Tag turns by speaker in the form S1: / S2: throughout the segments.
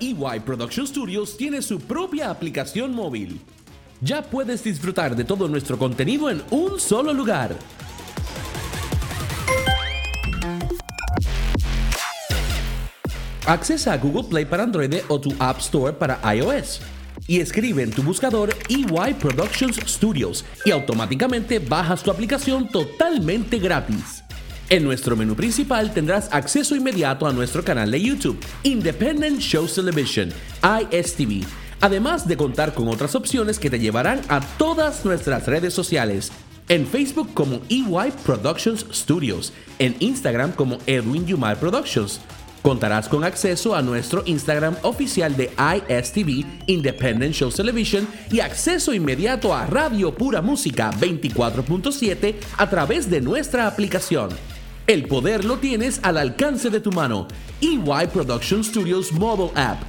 S1: EY E Production Studios tiene su propia aplicación móvil. Ya puedes disfrutar de todo nuestro contenido en un solo lugar. Accesa a Google Play para Android o tu App Store para iOS. Y escribe en tu buscador EY Productions Studios y automáticamente bajas tu aplicación totalmente gratis. En nuestro menú principal tendrás acceso inmediato a nuestro canal de YouTube, Independent Shows Television, ISTV, además de contar con otras opciones que te llevarán a todas nuestras redes sociales. En Facebook como EY Productions Studios, en Instagram como Edwin Yumar Productions. Contarás con acceso a nuestro Instagram oficial de ISTV, Independent Shows Television, y acceso inmediato a Radio Pura Música 24.7 a través de nuestra aplicación. El poder lo tienes al alcance de tu mano. EY Production Studios Mobile App.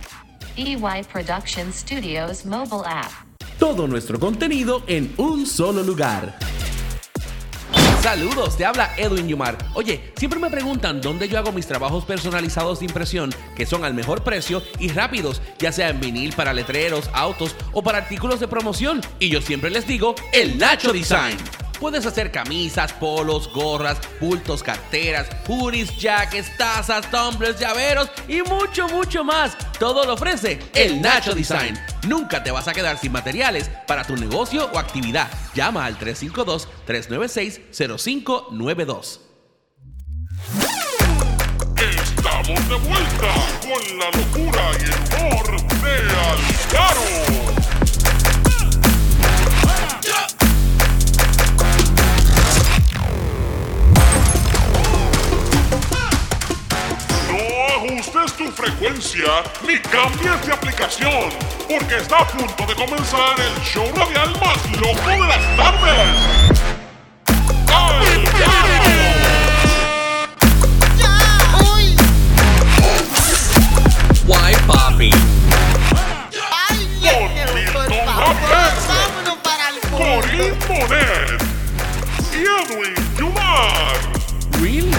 S2: EY E Production Studios mobile app.
S1: Todo nuestro contenido en un solo lugar. Saludos, te habla Edwin Yumar. Oye, siempre me preguntan dónde yo hago mis trabajos personalizados de impresión, que son al mejor precio y rápidos, ya sea en vinil para letreros, autos o para artículos de promoción. Y yo siempre les digo, el Nacho Design. Puedes hacer camisas, polos, gorras, bultos, carteras, hoodies, jackets, tazas, tumblers, llaveros y mucho, mucho más. Todo lo ofrece el Nacho Design. Nunca te vas a quedar sin materiales para tu negocio o actividad. Llama al 352-396-0592.
S3: Estamos de vuelta con la locura y el humor de Alcaro. No ajustes tu frecuencia ni cambies de aplicación, porque está a punto de comenzar el show radial más loco de las tardes. ¡Alcaro!
S1: Why Papi?
S4: ¡Ay,
S3: Con
S4: Dios, por
S3: Milton
S4: favor!
S3: López.
S4: ¡Vámonos para el
S3: Corín Monet y Edwin Yumar.
S1: Really?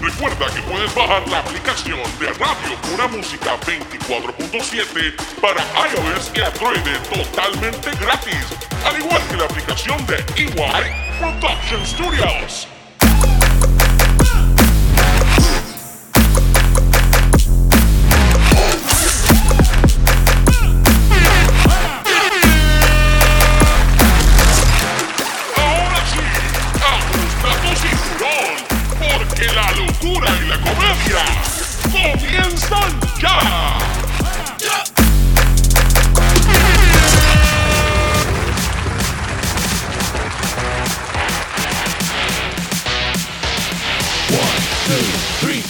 S3: Recuerda que puedes bajar la aplicación de Radio Pura Música 24.7 para iOS y Android totalmente gratis, al igual que la aplicación de EY Production Studios. Ahora sí, ajusta tu cinturón, porque la locura y la comedia comienzan ya.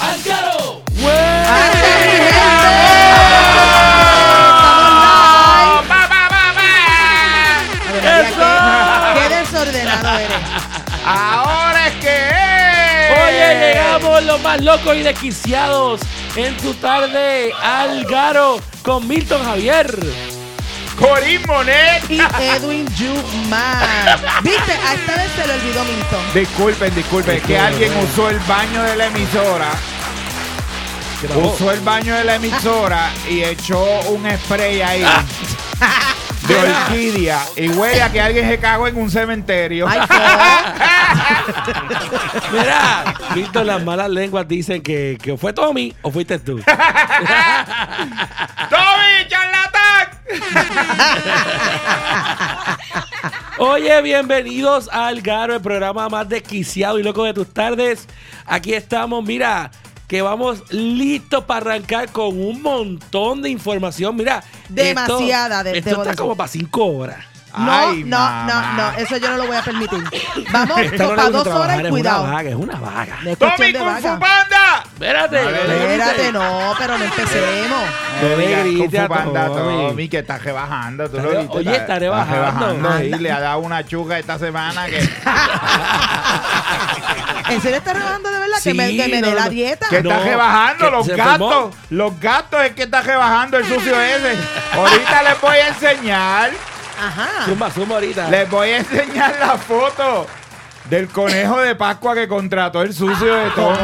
S1: ¡Alcaro!
S4: Mira, qué, qué desordenado eres.
S5: Ahora es que
S6: Oye, llegamos los más locos y desquiciados en tu tarde al Garo con Milton Javier.
S5: Corín Monet.
S4: Y Edwin Jumar. Viste, a esta vez se le olvidó Milton.
S5: Disculpen, disculpen, es que alguien usó el baño de la emisora. Usó el baño de la emisora y echó un spray ahí de orquídea. Y huele a que alguien se cagó en un cementerio.
S4: Ay, no.
S6: Mira, Milton, las malas lenguas dicen que, que fue Tommy o fuiste tú.
S5: ¡Toby, charlatán!
S6: Oye, bienvenidos al Garo, el programa más desquiciado y loco de tus tardes. Aquí estamos, mira, que vamos listos para arrancar con un montón de información. Mira, esto-
S4: Demasiada, de-
S6: Esto,
S4: debo
S6: está
S4: decir.
S6: como para cinco horas.
S4: No,
S5: Ay,
S4: no,
S5: mamá.
S4: no, no, eso yo no lo voy a permitir. Vamos
S6: Esta no
S4: para
S6: la gusta
S4: dos
S6: trabajar, es
S4: horas y
S6: una
S4: cuidado.
S6: vaga, es una vaga.
S4: No es cuestión
S5: ¡Tommy
S4: de
S5: Kung Fu
S4: vaga.
S5: Panda!
S6: Espérate,
S5: Vale,
S6: no le
S4: Espérate,
S6: grites.
S4: no, pero no empecemos.
S5: No
S6: le
S5: digas
S6: grite
S5: Kung
S6: a
S5: Fu Panda,
S6: Tommy.
S5: Tommy, que está rebajando. Tú
S6: Está
S5: lo
S6: re-
S5: viste,
S6: oye, está rebajando.
S5: rebajando, Y le ha dado una chuga esta semana que,
S4: ¿En serio estás robando de verdad? que
S6: Sí,
S4: me, que me
S6: no,
S4: dé
S6: no,
S4: la
S6: no.
S4: dieta.
S5: que está
S6: No,
S5: rebajando
S6: que
S5: los
S6: se
S5: gatos.
S6: enfermó.
S5: Los gatos es que está rebajando el sucio ese. Ahorita les voy a enseñar.
S4: Ajá.
S6: Zumba, zumba ahorita.
S5: Les voy a enseñar la foto del conejo de Pascua que contrató el sucio de Tommy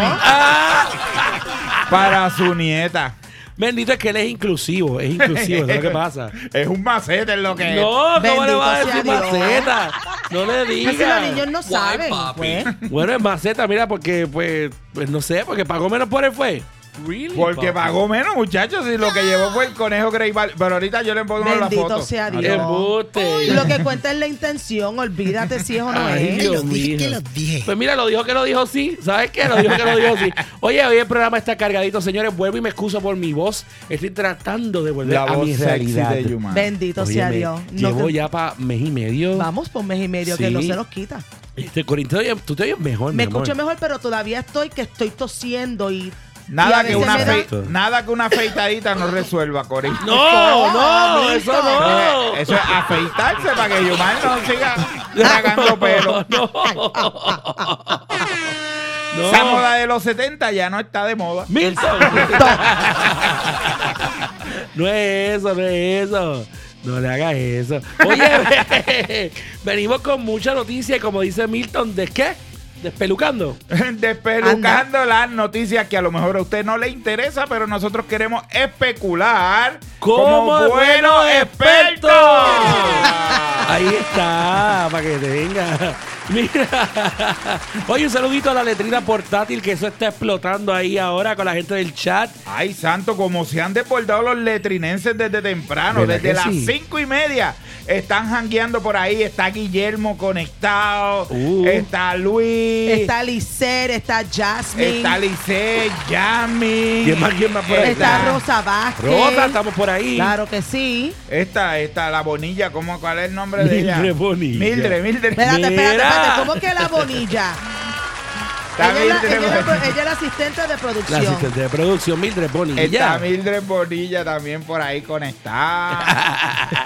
S5: para su nieta.
S1: Bendito es que él es inclusivo,
S6: eh.
S1: es inclusivo, eso es lo que pasa.
S5: Es un macete es lo que es.
S1: No, ¿cómo le
S4: Bendito
S1: vas a
S4: sea
S1: decir
S4: Dios.
S1: maceta? No le
S4: Así los
S1: digas.
S4: niños no saben. pues.
S1: Bueno, es maceta, mira, porque, pues, pues, no sé, porque pagó menos por él fue. Really,
S5: Porque
S1: papá.
S5: pagó menos, muchachos, y lo que llevó fue el conejo Grey Val- Pero ahorita yo le pongo la
S4: Bendito
S5: foto.
S4: sea Dios.
S1: Embuste.
S4: Pues, Lo que cuenta es la intención, olvídate si es o no
S1: Ay,
S4: es.
S1: Dios mío. Pues mira, lo dijo que lo dijo sí. ¿Sabes qué? Lo dijo que lo dijo sí. Oye, hoy el programa está cargadito, señores. Vuelvo y me excuso por mi voz. Estoy tratando de volver
S5: La
S1: a mi
S5: voz sexy
S1: realidad.
S5: de Yuma.
S4: Bendito sea
S1: Óyeme,
S4: Dios. No
S1: llevo
S4: te-
S1: ya para mes y medio.
S4: Vamos por mes y medio,
S1: Sí.
S4: que no se nos quita.
S1: Este, Corinto, oye, tú te oyes mejor,
S4: Me
S1: mi amor.
S4: escucho mejor, pero todavía estoy que estoy tosiendo y. y
S5: Nada
S4: a
S5: que,
S4: veces
S5: una
S4: me da-
S5: fe-
S1: da-
S5: nada que una afeitadita no resuelva, Cori.
S1: No, no,
S4: Ah,
S1: eso
S4: listo.
S1: no.
S5: Eso Eh, es afeitarse para que Yumar no siga tragando pelo.
S1: No.
S5: Esa moda de los 70 ya no está de moda.
S1: Milton. no es eso, no es eso. No le hagas eso. Oye, venimos con mucha noticia y como dice Milton, ¿de qué? Despelucando.
S5: Despelucando las noticias que a lo mejor a usted no le interesa, pero nosotros queremos especular
S1: Como buenos expertos.
S5: expertos.
S1: Ahí está, para que te venga. Mira. Oye, un saludito a la letrina portátil que eso está explotando ahí ahora con la gente del chat.
S5: Ay, santo, como se han desbordado los letrinenses desde temprano,
S1: ¿Verdad
S5: desde
S1: que
S5: las
S1: sí?
S5: cinco y media. Están jangueando por ahí, está Guillermo conectado,
S1: Uh.
S5: está Luis,
S4: Está Licer, está Jasmine,
S5: está
S4: está,
S5: Lice, Yami.
S1: ¿Quién más, quién más por ahí?
S5: está-
S4: Rosa Vázquez.
S1: Rosa, estamos por ahí.
S4: Claro que sí.
S5: Esta, esta, la Bonilla, ¿cómo, ¿cuál es el nombre de ella?
S1: Mildred Bonilla.
S5: Mildred, Mildred.
S4: Espérate, espérate,
S1: Mira.
S4: espérate. ¿Cómo que la bonilla?
S5: Está
S4: ella, es la,
S5: Mildred
S4: ella es la pro-
S5: Bonilla.
S4: ella es la asistente de
S1: La
S4: producción.
S1: asistente de producción, Mildred Bonilla.
S5: Está Mildred Bonilla también por ahí conectada.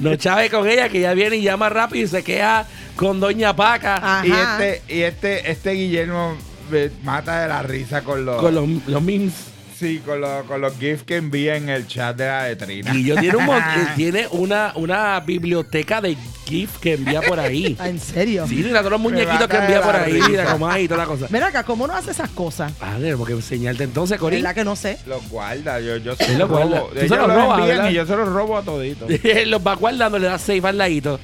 S1: No chave con ella, que ya viene y llama rápido y se queda con Doña Paca.
S4: Ajá.
S5: y este, y este, este Guillermo me mata de la risa con los,
S1: Con los, los memes.
S5: sí, con los, con los gifs que envía en el chat de la letrina.
S1: Y yo tiene, un mon- eh, tiene una, una biblioteca de GIF que envía por ahí.
S4: Ah, ¿En serio?
S1: Sí, mira, todos los muñequitos que
S5: mata de
S1: envía
S5: la
S1: por ahí,
S5: risa.
S1: mira, como ahí, toda la cosa.
S4: Mira acá, ¿cómo no hace esas cosas?
S1: Ah, tenemos que enseñarte entonces,
S4: Es
S1: Corín.
S4: la que no sé.
S5: los guarda, yo, yo
S1: Él
S5: se
S1: los
S5: los
S1: guarda.
S5: robo.
S1: Tú se
S5: Ellos
S1: los
S5: los
S1: robas,
S5: envían
S1: ¿verdad?
S5: y yo se los robo a toditos.
S1: los va guardando, le da safe al ladito.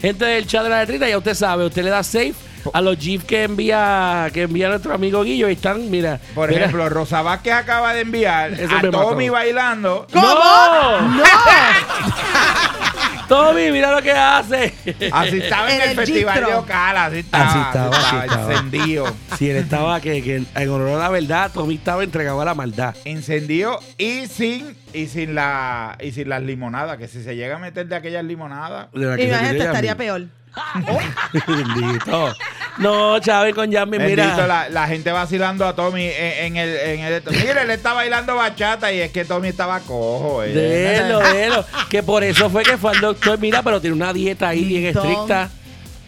S1: Gente del chat de la letrina, ya usted sabe, usted le da safe a los GIF que envía, que envía nuestro amigo Guillo y están, mira.
S5: Por
S1: mira.
S5: ejemplo, Rosa Vázquez acaba de enviar
S1: Eso
S5: a
S1: me mató.
S5: Tommy bailando.
S1: ¡No!
S4: ¡No!
S1: Tommy, mira lo que hace.
S5: Así estaba en
S4: En
S5: el,
S4: el
S5: festival
S4: Gistro.
S5: de Ocala, así estaba,
S1: Así estaba, así estaba.
S5: encendido.
S1: Si él estaba, que, que en honor a la verdad, Tommy estaba entregado a la maldad.
S5: Encendido y sin, y sin la, y sin las limonadas, que si se llega a meter de aquellas limonadas.
S1: De la que se
S4: Imagínate,
S1: tiró
S4: estaría
S1: Yasmín.
S4: peor.
S1: Bendito. No, Chávez con Yasmin,
S5: Bendito,
S1: Pues mira.
S5: la, la gente vacilando a Tommy en, en el, en el- Mira, él está bailando bachata y es que Tommy estaba cojo. eh.
S1: Delo, delo. Que por eso fue que fue al doctor. Mira, pero tiene una dieta ahí bien
S4: Tom.
S1: estricta.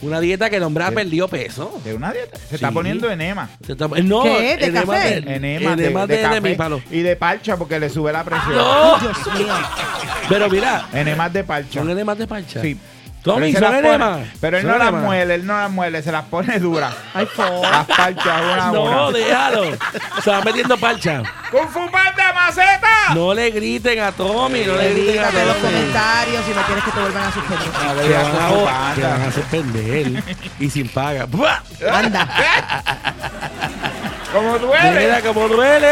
S1: Una dieta que el
S5: Eh.
S1: hombre ha perdido peso.
S5: De una dieta. Se
S1: Sí.
S5: está poniendo enema.
S1: Se está- No,
S4: ¿Qué? ¿De
S1: enema
S4: café?
S1: de-
S5: Enema, de,
S1: enema
S5: de
S1: de- de
S5: café
S1: mi palo. ¡Ah!
S5: y de parcha porque le sube la presión.
S1: No,
S4: Dios mío.
S1: pero mira,
S5: Enemas de parcha.
S1: son enemas de pancha.
S5: Sí. Pero
S1: Tommy,
S5: él se
S1: son
S5: las pone-
S1: enemas.
S5: Pero él
S1: Son
S5: no las
S1: enemas.
S5: muele, él no las muele, se las pone duras.
S4: Ay, por.
S5: Las parchas una a una.
S1: No, déjalo. Se va metiendo parcha.
S5: ¡Con fumanda maceta!
S1: No le griten a Tommy, no le griten a
S4: Dígame en los
S1: Tommy.
S4: comentarios si no quieres que te vuelvan a suspender.
S5: A ver,
S1: Te
S5: ya
S1: van,
S5: con
S1: a, te
S5: fufanda.
S1: van a suspender y sin paga. ¡Buah!
S5: Como
S1: Mira
S5: duele.
S1: como duele.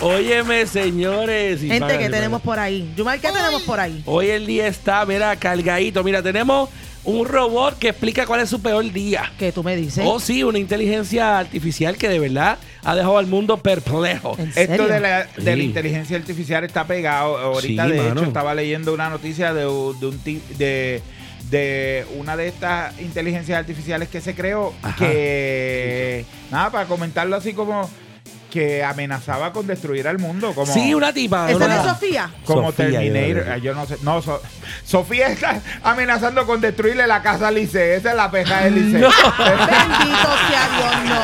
S1: Óyeme, señores. sin paga,
S4: Gente, que
S1: sin
S4: tenemos
S1: paga.
S4: por ahí? Yumar, ¿qué tenemos por ahí?
S1: Hoy el día está, mira, cargadito. Mira, tenemos un robot que explica cuál es su peor día.
S4: Que tú me dices.
S1: Oh, sí, una inteligencia artificial que de verdad ha dejado al mundo perplejo.
S4: ¿En
S5: Esto
S4: serio?
S5: de la, de la
S1: Sí.
S5: inteligencia artificial está pegado. Ahorita,
S1: Sí,
S5: de
S1: mano.
S5: hecho, estaba leyendo una noticia de, u- de un ti- de, de una de estas inteligencias artificiales que se creó
S1: Ajá.
S5: que, nada, para comentarlo así como que amenazaba con destruir al mundo. Como,
S1: Sí, una tipa.
S4: ¿Esa no
S1: una-
S4: es Sofía?
S5: Como
S1: Sofía, yo
S5: Terminator,
S1: creo.
S5: Ah, yo no sé. No, So- Sofía está amenazando con destruirle la casa a Lice. Esa es la peja de Lice.
S4: Bendito sea Dios, no.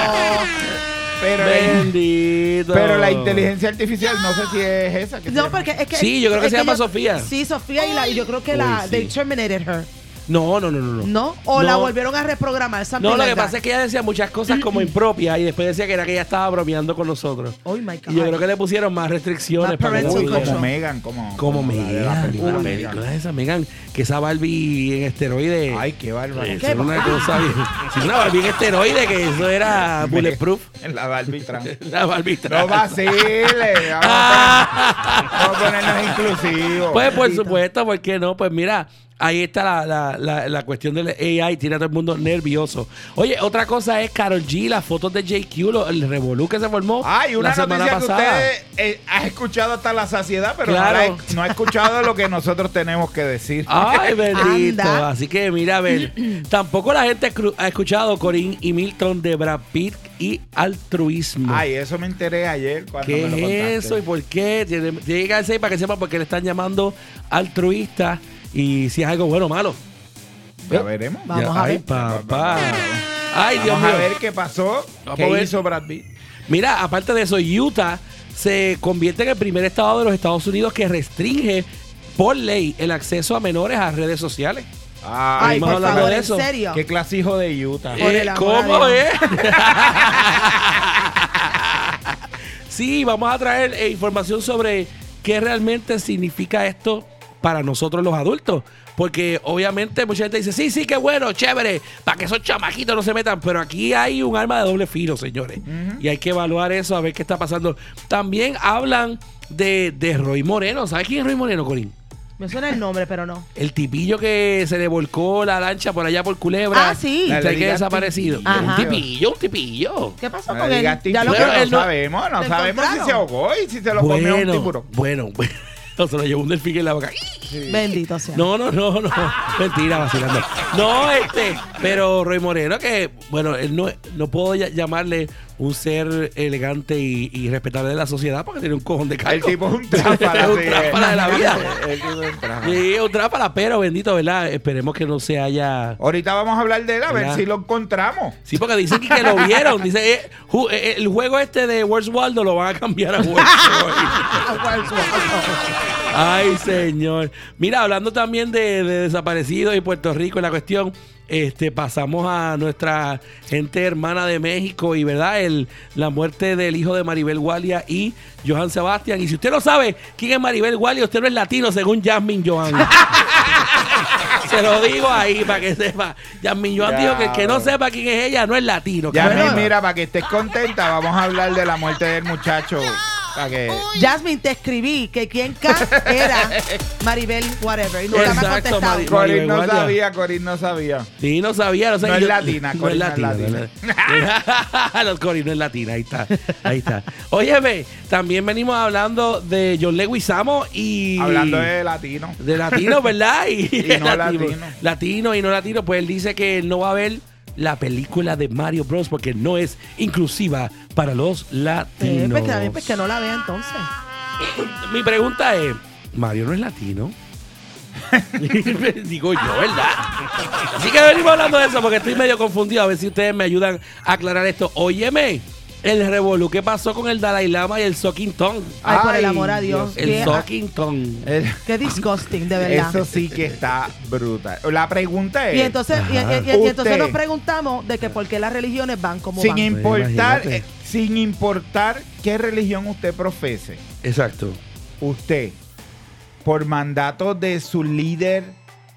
S5: Pero,
S1: Bendito.
S5: pero la inteligencia artificial, no sé si es esa. que se
S4: No,
S5: llama.
S4: porque es que.
S1: Sí, yo creo que
S4: es
S1: se llama Sofía.
S4: Sí, Sofía y, la, y yo creo que la.
S1: Uy, sí.
S4: They terminated her.
S1: No, no, no, no.
S4: ¿No? O la
S1: No.
S4: volvieron a reprogramar.
S1: No, lo que pasa es que ella decía muchas cosas como impropias y después decía que era que ella estaba bromeando con nosotros.
S4: Oh my God.
S1: Y yo creo que le pusieron más restricciones.
S4: Más
S1: para que ella
S4: parental
S5: Uy,
S1: pudiera.
S5: como
S4: control.
S5: Megan, como,
S1: Como
S5: la de la
S1: Megan. eh.
S5: película
S1: Una
S5: Megan.
S1: película de esa Megan. Que esa Barbie en esteroide.
S5: Ay, qué bárbaro.
S1: eso era una cosa bien. sí, una Barbie en esteroide que eso era bulletproof.
S5: La Barbie trans.
S1: La Barbie
S5: No
S1: trans.
S5: vacile. Vamos a poner- vamos a ponernos inclusivos.
S1: Pues por supuesto, ¿por qué no? Pues mira, ahí está la, la- la- la cuestión del AI, tiene a todo el mundo nervioso. Oye, otra cosa es Carol G, las fotos de JQ, lo- el revolú que se formó
S5: Ay, una
S1: la semana
S5: noticia que
S1: pasada.
S5: usted eh, ha escuchado hasta la saciedad, pero no,
S1: Claro. Ah.
S5: la he- no ha escuchado lo que nosotros tenemos que decir.
S1: Ay, bendito.
S4: Anda.
S1: Así que mira, a ver, tampoco la gente ha cru- ha escuchado Corín y Milton de Brad Pitt y altruismo.
S5: Ay, eso me enteré ayer cuando
S1: ¿Qué
S5: me lo contaste.
S1: es eso y por qué? Tiene, tiene que hacer para que sepan por qué le están llamando altruista y si es algo bueno o malo.
S5: Ya veremos.
S4: Vamos a
S1: ay,
S4: ver.
S1: papá. Ay, Dios
S5: Vamos a
S1: mío.
S5: ver qué pasó.
S1: Vamos
S5: ¿Qué
S1: a ver.
S5: hizo Brad Pitt?
S1: Mira, aparte de eso, Utah se convierte en el primer estado de los Estados Unidos que restringe por ley el acceso a menores a redes sociales.
S4: Ay,
S1: vamos a
S4: por
S1: hablar
S4: favor,
S1: de
S4: en
S1: eso.
S4: serio.
S5: qué clasijo de Utah.
S4: Por el amor
S1: Eh, ¿Cómo
S4: a Dios.
S1: es? sí, vamos a traer eh, información sobre qué realmente significa esto para nosotros los adultos. Porque obviamente mucha gente dice, sí, sí, qué bueno, chévere, para que esos chamaquitos no se metan. Pero aquí hay un arma de doble filo, señores. Y hay que evaluar eso, a ver qué está pasando. También hablan de, de Roy Moreno. ¿Sabes quién es Roy Moreno, Corín?
S4: Me suena el nombre, pero no.
S1: El tipillo que se le volcó la lancha por allá por Culebra.
S4: Ah,
S1: Y
S4: sí.
S1: está
S5: Dale,
S1: que
S5: diga
S1: desaparecido.
S5: tipillo.
S1: Un
S4: Ajá.
S1: tipillo, un tipillo.
S4: ¿Qué pasó
S5: No
S4: con
S5: le
S4: él?
S5: digas
S4: Ya lo
S5: tiburón,
S1: Bueno,
S5: no
S1: él no-
S5: sabemos, no
S4: ¿Lo
S5: sabemos si se
S4: encontraron?
S5: ahogó y si se lo comió un
S1: Bueno,
S5: tiburón.
S1: bueno, bueno. Se lo llevó un delfín en la boca.
S4: Bendito sea.
S1: No, no, no, no. Mentira, vacilando. No, este. Pero Roy Moreno, que, bueno, él no, no puedo ya- llamarle un ser elegante y, y respetable de la sociedad porque tiene un cojón de cargo.
S5: El tipo es un tráfala.
S1: Es un
S5: sí,
S1: tráfala de la vida.
S5: El tipo es un tráfala.
S1: Sí, un tráfala, pero bendito, ¿verdad? Esperemos que no se haya.
S5: Ahorita vamos a hablar de él, a ver
S1: ¿Verdad?
S5: si lo encontramos.
S1: Sí, porque dicen que, que lo vieron. Dice, eh, ju- eh, el juego este de Worst Waldo lo van a cambiar a Worst Ay, señor. Mira, hablando también de, de desaparecidos y Puerto Rico y la cuestión, este, pasamos a nuestra gente hermana de México y, ¿verdad? El, la muerte del hijo de Maribel Gualia y Johan Sebastián. Y si usted no sabe quién es Maribel Gualia, usted no es latino, según Jasmine Johan. Se lo digo ahí para que sepa. Jasmine Johan
S5: Ya,
S1: dijo que el que no
S5: bro.
S1: sepa quién es ella no es latino.
S5: Ya,
S1: cabrón.
S5: mi- mira, para que estés contenta, vamos a hablar de la muerte del muchacho. Para que...
S4: Jasmine, te escribí que quien K era Maribel, whatever. Y no la me ha
S1: Exacto,
S4: contestado.
S1: Maribel.
S5: Corín no
S1: Guardia.
S5: sabía, Corín no sabía.
S1: Sí, no sabía. No, sabía.
S5: No es
S1: Yo-
S5: latina,
S1: no
S5: Cori,
S1: es
S5: no es
S1: latina.
S5: latina.
S1: no es- Los Cori no es latina, ahí está. Ahí está. Óyeme, también venimos hablando de John Leguizamo y.
S5: Hablando de latino.
S1: De latino, ¿verdad? Y,
S5: Y no
S1: latino.
S5: latino.
S1: Latino y no latino. Pues él dice que él no va a ver la película de Mario Bros. porque no es inclusiva para los
S4: Eh,
S1: latinos.
S4: pues, que, pues que no la vea entonces.
S1: Mi pregunta es: ¿Mario no es latino? Digo yo, ¿verdad? Así que venimos hablando de eso porque estoy medio confundido. A ver si ustedes me ayudan a aclarar esto. Óyeme, el revolú que pasó con el Dalai Lama y el Soking Tong.
S4: Ay, por
S5: Ay,
S4: el amor a Dios.
S1: El
S4: Qué,
S1: Soking Tong.
S5: El-
S4: qué disgusting, de verdad.
S5: Eso sí que está brutal. La pregunta es,
S4: Y entonces, y, y- y- y entonces
S5: Usted.
S4: nos preguntamos de que por qué las religiones van como
S5: sin
S4: van.
S5: importar,
S1: Pues Imagínate.
S5: eh, sin importar qué religión usted profese,
S1: Exacto.
S5: usted, por mandato de su líder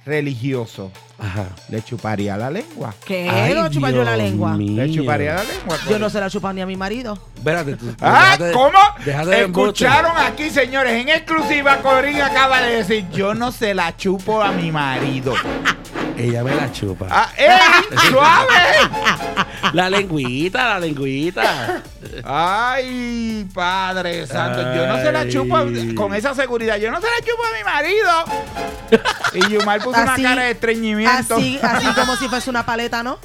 S5: religioso,
S1: Ajá.
S5: le chuparía la lengua.
S4: ¿Qué?
S1: Ay,
S4: no chupa yo la
S1: Dios
S4: lengua.
S5: Le
S1: mío.
S5: chuparía la lengua.
S4: Yo no se la chupa ni a mi marido.
S1: Espérate tú.
S5: Ah,
S1: Déjate de-
S5: ¿cómo?
S1: déjate de embuste.
S5: Escucharon aquí, señores, en exclusiva, Corín acaba de decir, yo no se la chupo a mi marido.
S1: Ella me la chupa.
S5: Ah, ¡Ey! ¡Suave!
S1: La lengüita, la lengüita.
S5: Ay, padre santo, yo no se la
S1: Ay.
S5: chupo a- con esa seguridad, yo no se la chupo a mi marido. Y Yumar puso una
S4: Así-
S5: cara de estreñimiento.
S4: Así, así como si fuese una paleta, ¿no?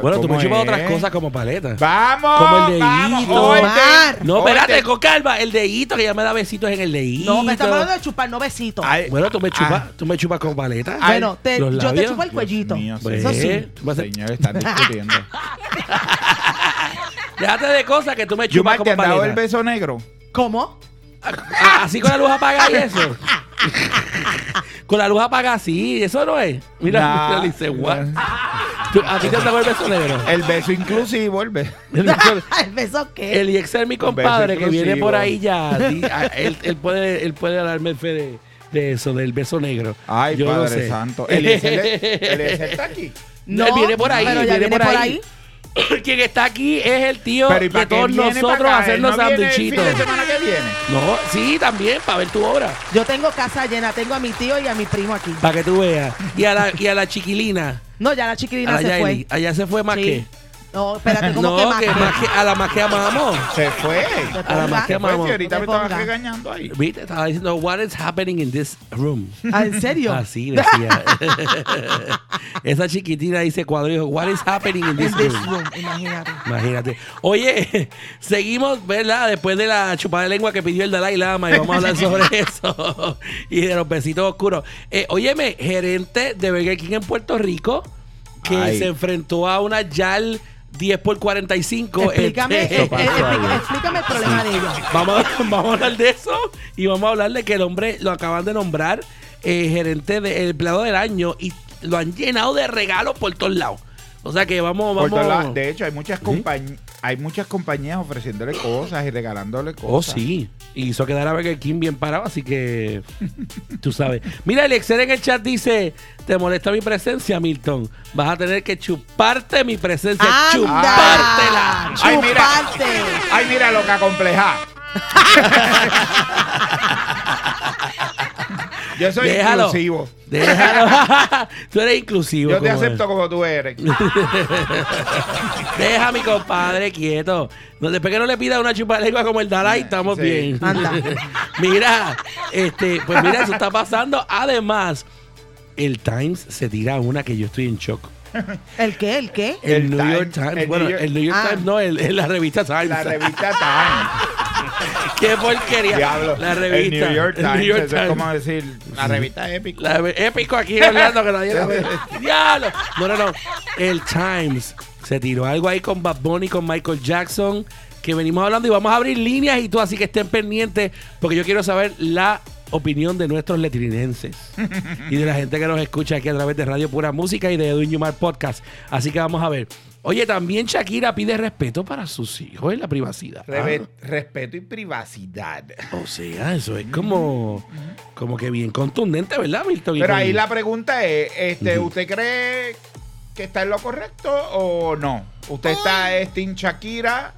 S1: bueno, tú me
S5: ¿Cómo
S1: chupas
S5: es?
S1: otras cosas como paleta.
S5: Vamos,
S1: Como el
S5: vamos,
S1: dedito.
S5: oye,
S4: Omar.
S1: No,
S5: oye.
S1: espérate, con calma. El dedito, que ella me da besitos en el dedito.
S4: No, me está hablando de chupar, no besito.
S5: Ay,
S1: Bueno, tú me chupas,
S5: ah,
S1: tú me chupas con paleta.
S5: ay,
S4: bueno, te-
S1: los
S4: yo te
S1: labios.
S4: chupo el
S5: Dios
S4: cuellito.
S5: mío,
S1: Pues,
S4: Eso sí.
S1: tú me haces-
S5: Señores, están discutiendo.
S1: Déjate de cosas que tú me chupas
S5: Yumar, ¿te
S1: como
S5: han dado el
S1: paleta.
S5: beso negro?
S4: ¿Cómo?
S1: Ah, Así con la luz apagada y eso. Con la luz apagada así, eso no es. Mira,
S5: Nah.
S1: mira, le dice, what? Tú- A ti te sacó el beso negro.
S5: El beso inclusivo, el beso.
S4: ¿El beso qué?
S1: El Yexer, mi compadre, que viene
S5: inclusivo.
S1: por ahí ya. di- a- él, él puede, él puede darme fe de, de eso, del beso negro.
S5: Ay,
S1: Yo no
S5: Padre
S1: sé.
S5: Santo. Eliezer, Eliezer está aquí.
S1: No, él Eh, viene por ahí,
S4: pero ya
S1: viene, por, ahí. Quien está aquí es el tío
S5: Pero ¿y
S1: de
S5: para qué
S1: todos
S5: él viene
S1: nosotros
S5: para acá?
S1: hacernos
S5: Él no viene el fin
S1: sanduichitos.
S5: de semana que viene.
S1: No, sí, también, para ver tu obra.
S4: Yo tengo casa llena, tengo a mi tío y a mi primo aquí.
S1: Para que tú veas. Y a la, y a la chiquilina,
S4: No, ya la
S1: a
S4: chiquilina
S1: la
S4: se
S1: Yaeli.
S4: fue.
S1: Allá se fue Ah, más
S4: Sí.
S1: que.
S4: No, espérate, ¿cómo
S1: no,
S4: que más?
S1: que
S4: qué?
S1: más que- a la más que amamos.
S5: Se fue.
S4: Te
S1: a la
S4: ponga. Pues
S1: más que
S5: Se fue,
S1: amamos.
S5: si ahorita
S4: No
S5: me
S4: te
S5: estaba
S4: ponga.
S5: regañando ahí.
S1: Viste, estaba diciendo, what is happening in this room?
S4: Ah, ¿En serio?
S1: Así decía. Esa chiquitina dice cuadro y dijo, what is happening in this
S4: En this
S1: room?
S4: room, imagínate.
S1: Imagínate. Oye, seguimos, ¿verdad? Después de la chupada de lengua que pidió el Dalai Lama y vamos a hablar sobre eso y de los besitos oscuros. Eh, óyeme, gerente de Burger King en Puerto Rico que
S5: Ay.
S1: se enfrentó a una YAL 10x45.
S4: Explícame,
S1: este,
S4: eh, eh, explica- explícame el problema de ellos.
S1: Vamos, a- vamos a hablar de eso y vamos a hablar de que el hombre lo acaban de nombrar eh, gerente del empleado del año y lo han llenado de regalos por todos lados. O sea que vamos,
S5: Por
S1: vamos.
S5: todos lados. de hecho, hay muchas, compañ- hay muchas compañías ofreciéndole cosas y regalándole cosas.
S1: Oh, sí. Y hizo quedar a Burger King bien parado, así que tú sabes. Mira, el Excel en el chat dice, te molesta mi presencia, Milton. Vas a tener que chuparte mi presencia.
S4: Anda.
S1: Chupártela.
S5: Ay, mira.
S4: Chuparte.
S5: Ay, mira lo que acompleja. Yo soy
S1: Déjalo.
S5: inclusivo.
S1: Déjalo. tú eres inclusivo.
S5: Yo te
S1: como
S5: acepto como tú eres.
S1: es. Deja a mi compadre quieto. No, después que no le pida una chupa de lengua como el Dalai, estamos
S5: Sí.
S1: bien.
S4: Anda.
S1: mira, este, pues mira, eso está pasando. Además, el Times se tira una que yo estoy en shock.
S4: ¿El qué? ¿El qué?
S1: El,
S5: El
S1: New
S5: Time-
S1: York Times.
S5: el
S1: bueno,
S5: New York-
S1: el New York
S4: Ah.
S1: Times no, el, el- la revista Times.
S5: La revista Time.
S1: Qué porquería.
S5: Diablo.
S1: La revista.
S5: El New York
S1: El
S5: Times.
S1: New York
S5: eso es
S1: Times.
S5: como decir la revista épica.
S1: La- épico aquí en Orlando que nadie la ve. Diablo. No, no, no. El Times se tiró algo ahí con Bad Bunny, con Michael Jackson, que venimos hablando y vamos a abrir líneas y todo, así que estén pendientes porque yo quiero saber la opinión de nuestros letrinenses y de la gente que nos escucha aquí a través de Radio Pura Música y de Edwin Yumar Podcast. Así que vamos a ver. Oye, también Shakira pide respeto para sus hijos en la privacidad. Ah.
S5: Reve- Respeto y privacidad.
S1: O sea, eso es como, como que bien contundente, ¿verdad, Milton? Y
S5: Pero ahí
S1: con-
S5: la pregunta es, este, ¿usted cree que está en lo correcto o no? ¿Usted está este, en Shakira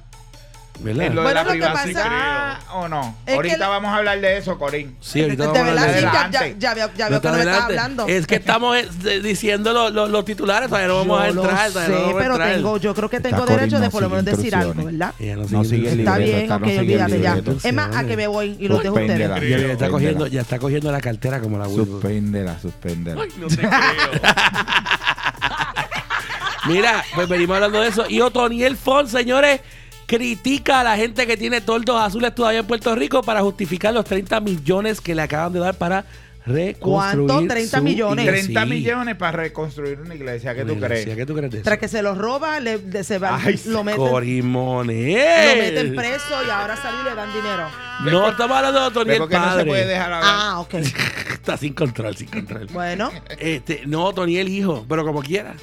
S1: ¿verdad?
S5: en lo de
S4: Bueno,
S5: la
S4: lo que
S5: privacidad o no?
S4: es que
S5: Ahorita
S4: la- Este,
S5: vamos a hablar de eso, Corín.
S1: Sí, ahorita
S4: de
S1: vamos a
S4: verdad,
S1: hablar de
S4: sí,
S1: eso.
S4: ya,
S5: adelante.
S4: ya, ya veo, ya
S1: No
S4: veo que
S1: está
S4: no me estás
S1: adelante.
S4: hablando.
S1: Es que estamos eh, de- diciendo lo- lo- los titulares, todavía no vamos a
S4: Yo lo
S1: entrar.
S4: sé,
S1: todavía no vamos a
S4: pero
S1: entrar.
S4: tengo, yo creo que tengo
S5: Corina
S4: derecho de por lo
S5: sin
S4: menos decir algo,
S5: instrucciones.
S4: ¿verdad?
S1: Ella no sigue
S5: No sigue
S1: el
S5: el
S1: libro.
S4: Está
S5: libreto,
S4: bien,
S5: está,
S4: ok,
S5: no sigue el
S4: olvídate ya.
S5: libreto.
S4: Es más, a que me voy y los
S1: Pues
S4: dejo a
S5: Suspéndela.
S1: Ya,
S4: ustedes.
S1: ya está
S5: Suspéndela.
S1: cogiendo, ya está cogiendo la cartera como la Wilbur.
S5: Suspéndela, suspéndela.
S3: No te creo.
S1: Mira, pues venimos hablando de eso. Y Otoniel Font, señores, critica a la gente que tiene tordos azules todavía en Puerto Rico para justificar los 30 millones que le acaban de dar para reconstruir
S4: ¿Cuánto? 30
S1: su
S4: millones.
S1: iglesia.
S5: 30 millones para reconstruir una iglesia, ¿qué tú
S1: Iglesia,
S5: crees?
S1: ¿Qué tú crees de eso?
S4: Tras que se los roba, le, de- se va,
S5: Ay,
S4: lo meten, lo
S1: Corimones.
S4: meten preso y ahora sale y le dan dinero.
S1: No estamos hablando de
S5: Ve
S1: Otoniel
S5: porque no se
S1: padre.
S5: puede dejar hablar.
S4: Ah, ok.
S1: Está sin control, sin control.
S4: Bueno,
S1: Este, no, Tony el hijo, pero como quiera.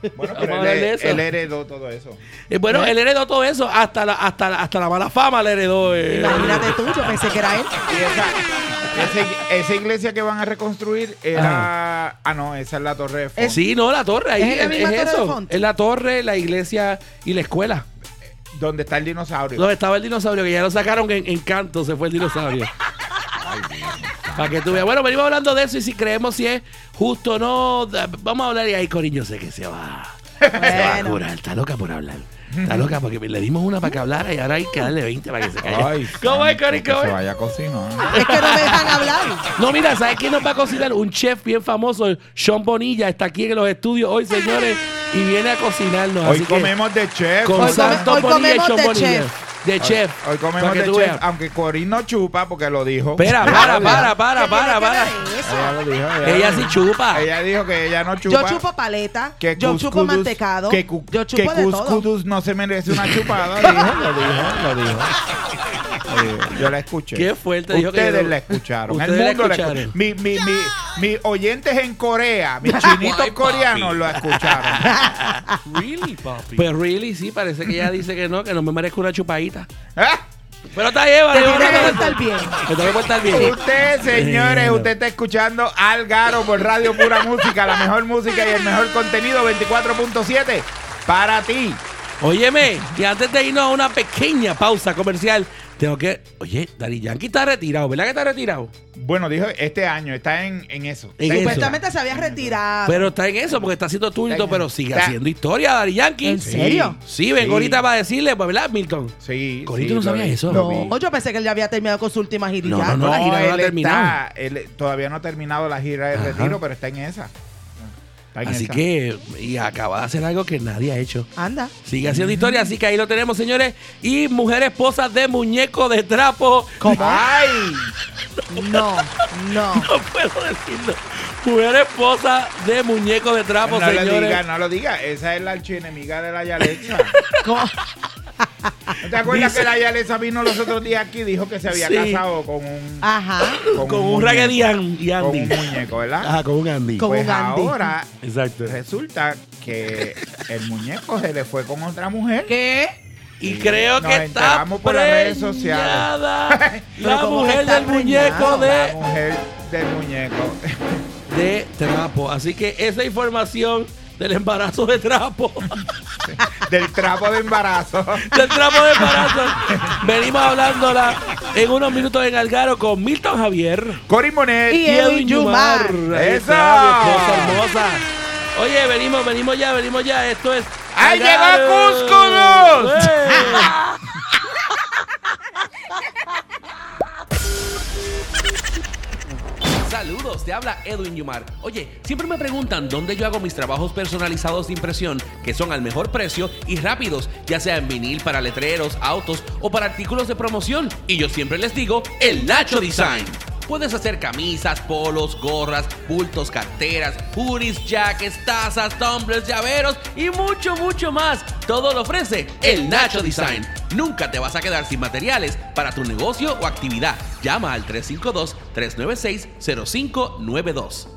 S5: Bueno,
S1: Vamos a
S5: pero
S1: hablar de
S5: él,
S1: eso.
S5: él heredó todo eso.
S1: Eh, bueno, él heredó todo eso, hasta la, hasta la, hasta la mala fama le heredó. eh.
S4: imagínate tú, yo pensé que era él.
S5: Y esa, esa- esa iglesia que van a reconstruir era... Ah, no, esa es la torre de Fon.
S1: Sí, no, la torre, ahí
S4: ¿Es
S1: es,
S4: la misma
S1: es
S4: torre de
S1: eso.
S4: Font?
S1: Es la torre, la iglesia y la escuela.
S5: Donde está el dinosaurio.
S1: Donde estaba el dinosaurio, que ya lo sacaron en, en canto, se fue el dinosaurio. Para que tú veas. Bueno, venimos hablando de eso y si creemos si es justo o no, da- vamos a hablar y ahí, Coriño, sé que se va. Se va a
S4: Bueno.
S1: curar, está loca por hablar. Está loca porque le dimos una para que hablara y ahora hay que darle 20 para que se calle.
S5: Ay,
S1: ¿Cómo es, Cori?
S5: santo, que
S1: ¿Cómo
S5: se
S1: es?
S5: vaya a cocinar.
S4: Es que no me dejan hablar.
S1: No, mira, ¿sabes quién nos va a cocinar? Un chef bien famoso, Sean Bonilla, está aquí en los estudios hoy, señores, y viene a cocinarnos.
S5: Hoy
S1: así que
S5: comemos de chef.
S1: con
S4: Hoy come-
S1: Santos
S4: hoy
S1: Bonilla y
S4: comemos
S1: Sean
S4: de
S1: Bonilla.
S4: chef.
S1: De chef. para
S5: Hoy comemos
S1: que
S5: de
S1: tú
S5: chef,
S1: veas.
S5: aunque Corín no chupa porque lo dijo.
S1: Espera, para, para,
S4: ¿Qué
S1: para,
S4: tiene
S1: para,
S4: que
S1: para.
S4: ver eso?
S5: Ella lo dijo.
S1: Ella
S5: lo
S1: sí
S5: dijo.
S1: chupa.
S5: Ella dijo que ella no chupa.
S4: Yo chupo paleta,
S5: que
S4: yo
S5: Cus
S4: chupo
S5: Cudus-
S4: mantecado,
S5: que Cu-
S4: yo chupo
S5: que
S4: de
S5: Cus
S4: todo.
S5: Cudus no se merece una chupada. dijo, lo dijo, lo dijo. Sí, Eh, yo la escuché.
S1: Qué fuerte, dijo que
S5: Ustedes
S1: yo-
S5: la escucharon.
S1: Ustedes
S5: el
S1: la
S5: mundo la
S1: escucharon.
S5: escuchó. Mi, mi, mi, mis oyentes en Corea, mis chinitos
S7: Ay, papi.
S5: coreanos lo escucharon.
S7: Really, papi.
S1: Pues really, sí, parece que ella dice que no, que no me merezco una chupadita.
S5: ¿Ah?
S1: Pero está lleva,
S4: Te
S1: digo,
S4: tiene
S1: no,
S4: que
S1: no,
S4: portar bien.
S1: Me tengo que portar bien.
S5: Usted, señores, usted está escuchando Al Garo por Radio Pura Música, la mejor música y el mejor contenido 24.7 para ti.
S1: Óyeme, y antes de irnos a una pequeña pausa comercial, tengo que. Oye, Dari Yankee está retirado, ¿verdad que está retirado?
S5: Bueno, dijo este año, está en, en eso.
S1: En eso.
S4: Supuestamente se había retirado.
S1: Pero está en eso porque está haciendo tour y todo, pero sigue
S5: Está-
S1: haciendo historia, Dari Yankee.
S4: ¿En serio?
S1: Sí, vengo
S5: Sí.
S1: ahorita para decirle, pues, ¿verdad, Milton?
S5: Sí.
S1: Corito
S5: sí,
S1: no
S5: lo
S1: sabía
S5: vi,
S1: eso.
S5: lo vi.
S4: no, yo pensé que él ya había terminado con su última gira. y
S1: No,
S4: ya.
S1: no, no. la gira no la ha
S5: él está-
S1: terminado.
S5: él todavía no ha terminado la gira de
S1: Ajá.
S5: retiro, pero está en esa. Está en
S1: Así
S5: esa.
S1: que, y acaba de hacer algo que nadie ha hecho.
S4: Anda.
S1: Sigue haciendo historia, así que ahí lo tenemos, señores. Y mujer esposa de muñeco de trapo.
S5: ¡Ay!
S4: No,
S1: No
S4: no.
S1: puedo decirlo. Mujer esposa de muñeco de trapo,
S5: No lo diga,
S1: Ah, pues, señores.
S5: no lo diga. Esa es la archienemiga de la Yalexa. ¿No te acuerdas
S1: Dice-
S5: que la Yalexa vino los otros días aquí y dijo que se había
S1: Sí. Ah,
S5: casado con un...
S4: Ajá.
S1: Con un raggedian y
S5: Con
S1: Andy.
S5: un muñeco, ¿verdad?
S1: Ajá, con un Andy.
S4: Con
S5: pues
S4: un Andy.
S5: ahora
S1: Exacto.
S5: resulta que el muñeco se le fue con otra mujer.
S4: ¿Qué?
S1: Y creo
S5: Nos
S1: que está
S5: enteramos por las redes sociales.
S1: preñada la
S4: Pero ¿cómo
S1: mujer
S4: está
S1: del muñeco
S4: preñado?
S5: La
S1: de,
S5: mujer del muñeco.
S1: de trapo. Así que esa información del embarazo de trapo,
S5: del trapo de embarazo.
S1: del trapo de embarazo, venimos hablándola en unos minutos en Algaro con Milton Javier.
S5: Cory Monet.
S4: Y Edwin Yumar.
S1: Ahí
S5: ¡Eso!
S1: está, mi esposa hermosa. Oye, venimos, venimos ya, venimos ya. Esto es.
S5: ¡Ahí llegó
S1: Agárralo.
S5: Cúsculos!
S1: ¡Eh! Saludos, te habla Edwin Yumar. Oye, siempre me preguntan dónde yo hago mis trabajos personalizados de impresión, que son al mejor precio y rápidos, ya sea en vinil para letreros, autos o para artículos de promoción. Y yo siempre les digo, el Nacho Design. Puedes hacer camisas, polos, gorras, bultos, carteras, hoodies, jackets, tazas, tumblers, llaveros y mucho, mucho más. Todo lo ofrece el Nacho Design. Nunca te vas a quedar sin materiales para tu negocio o actividad. Llama al 352-396-0592.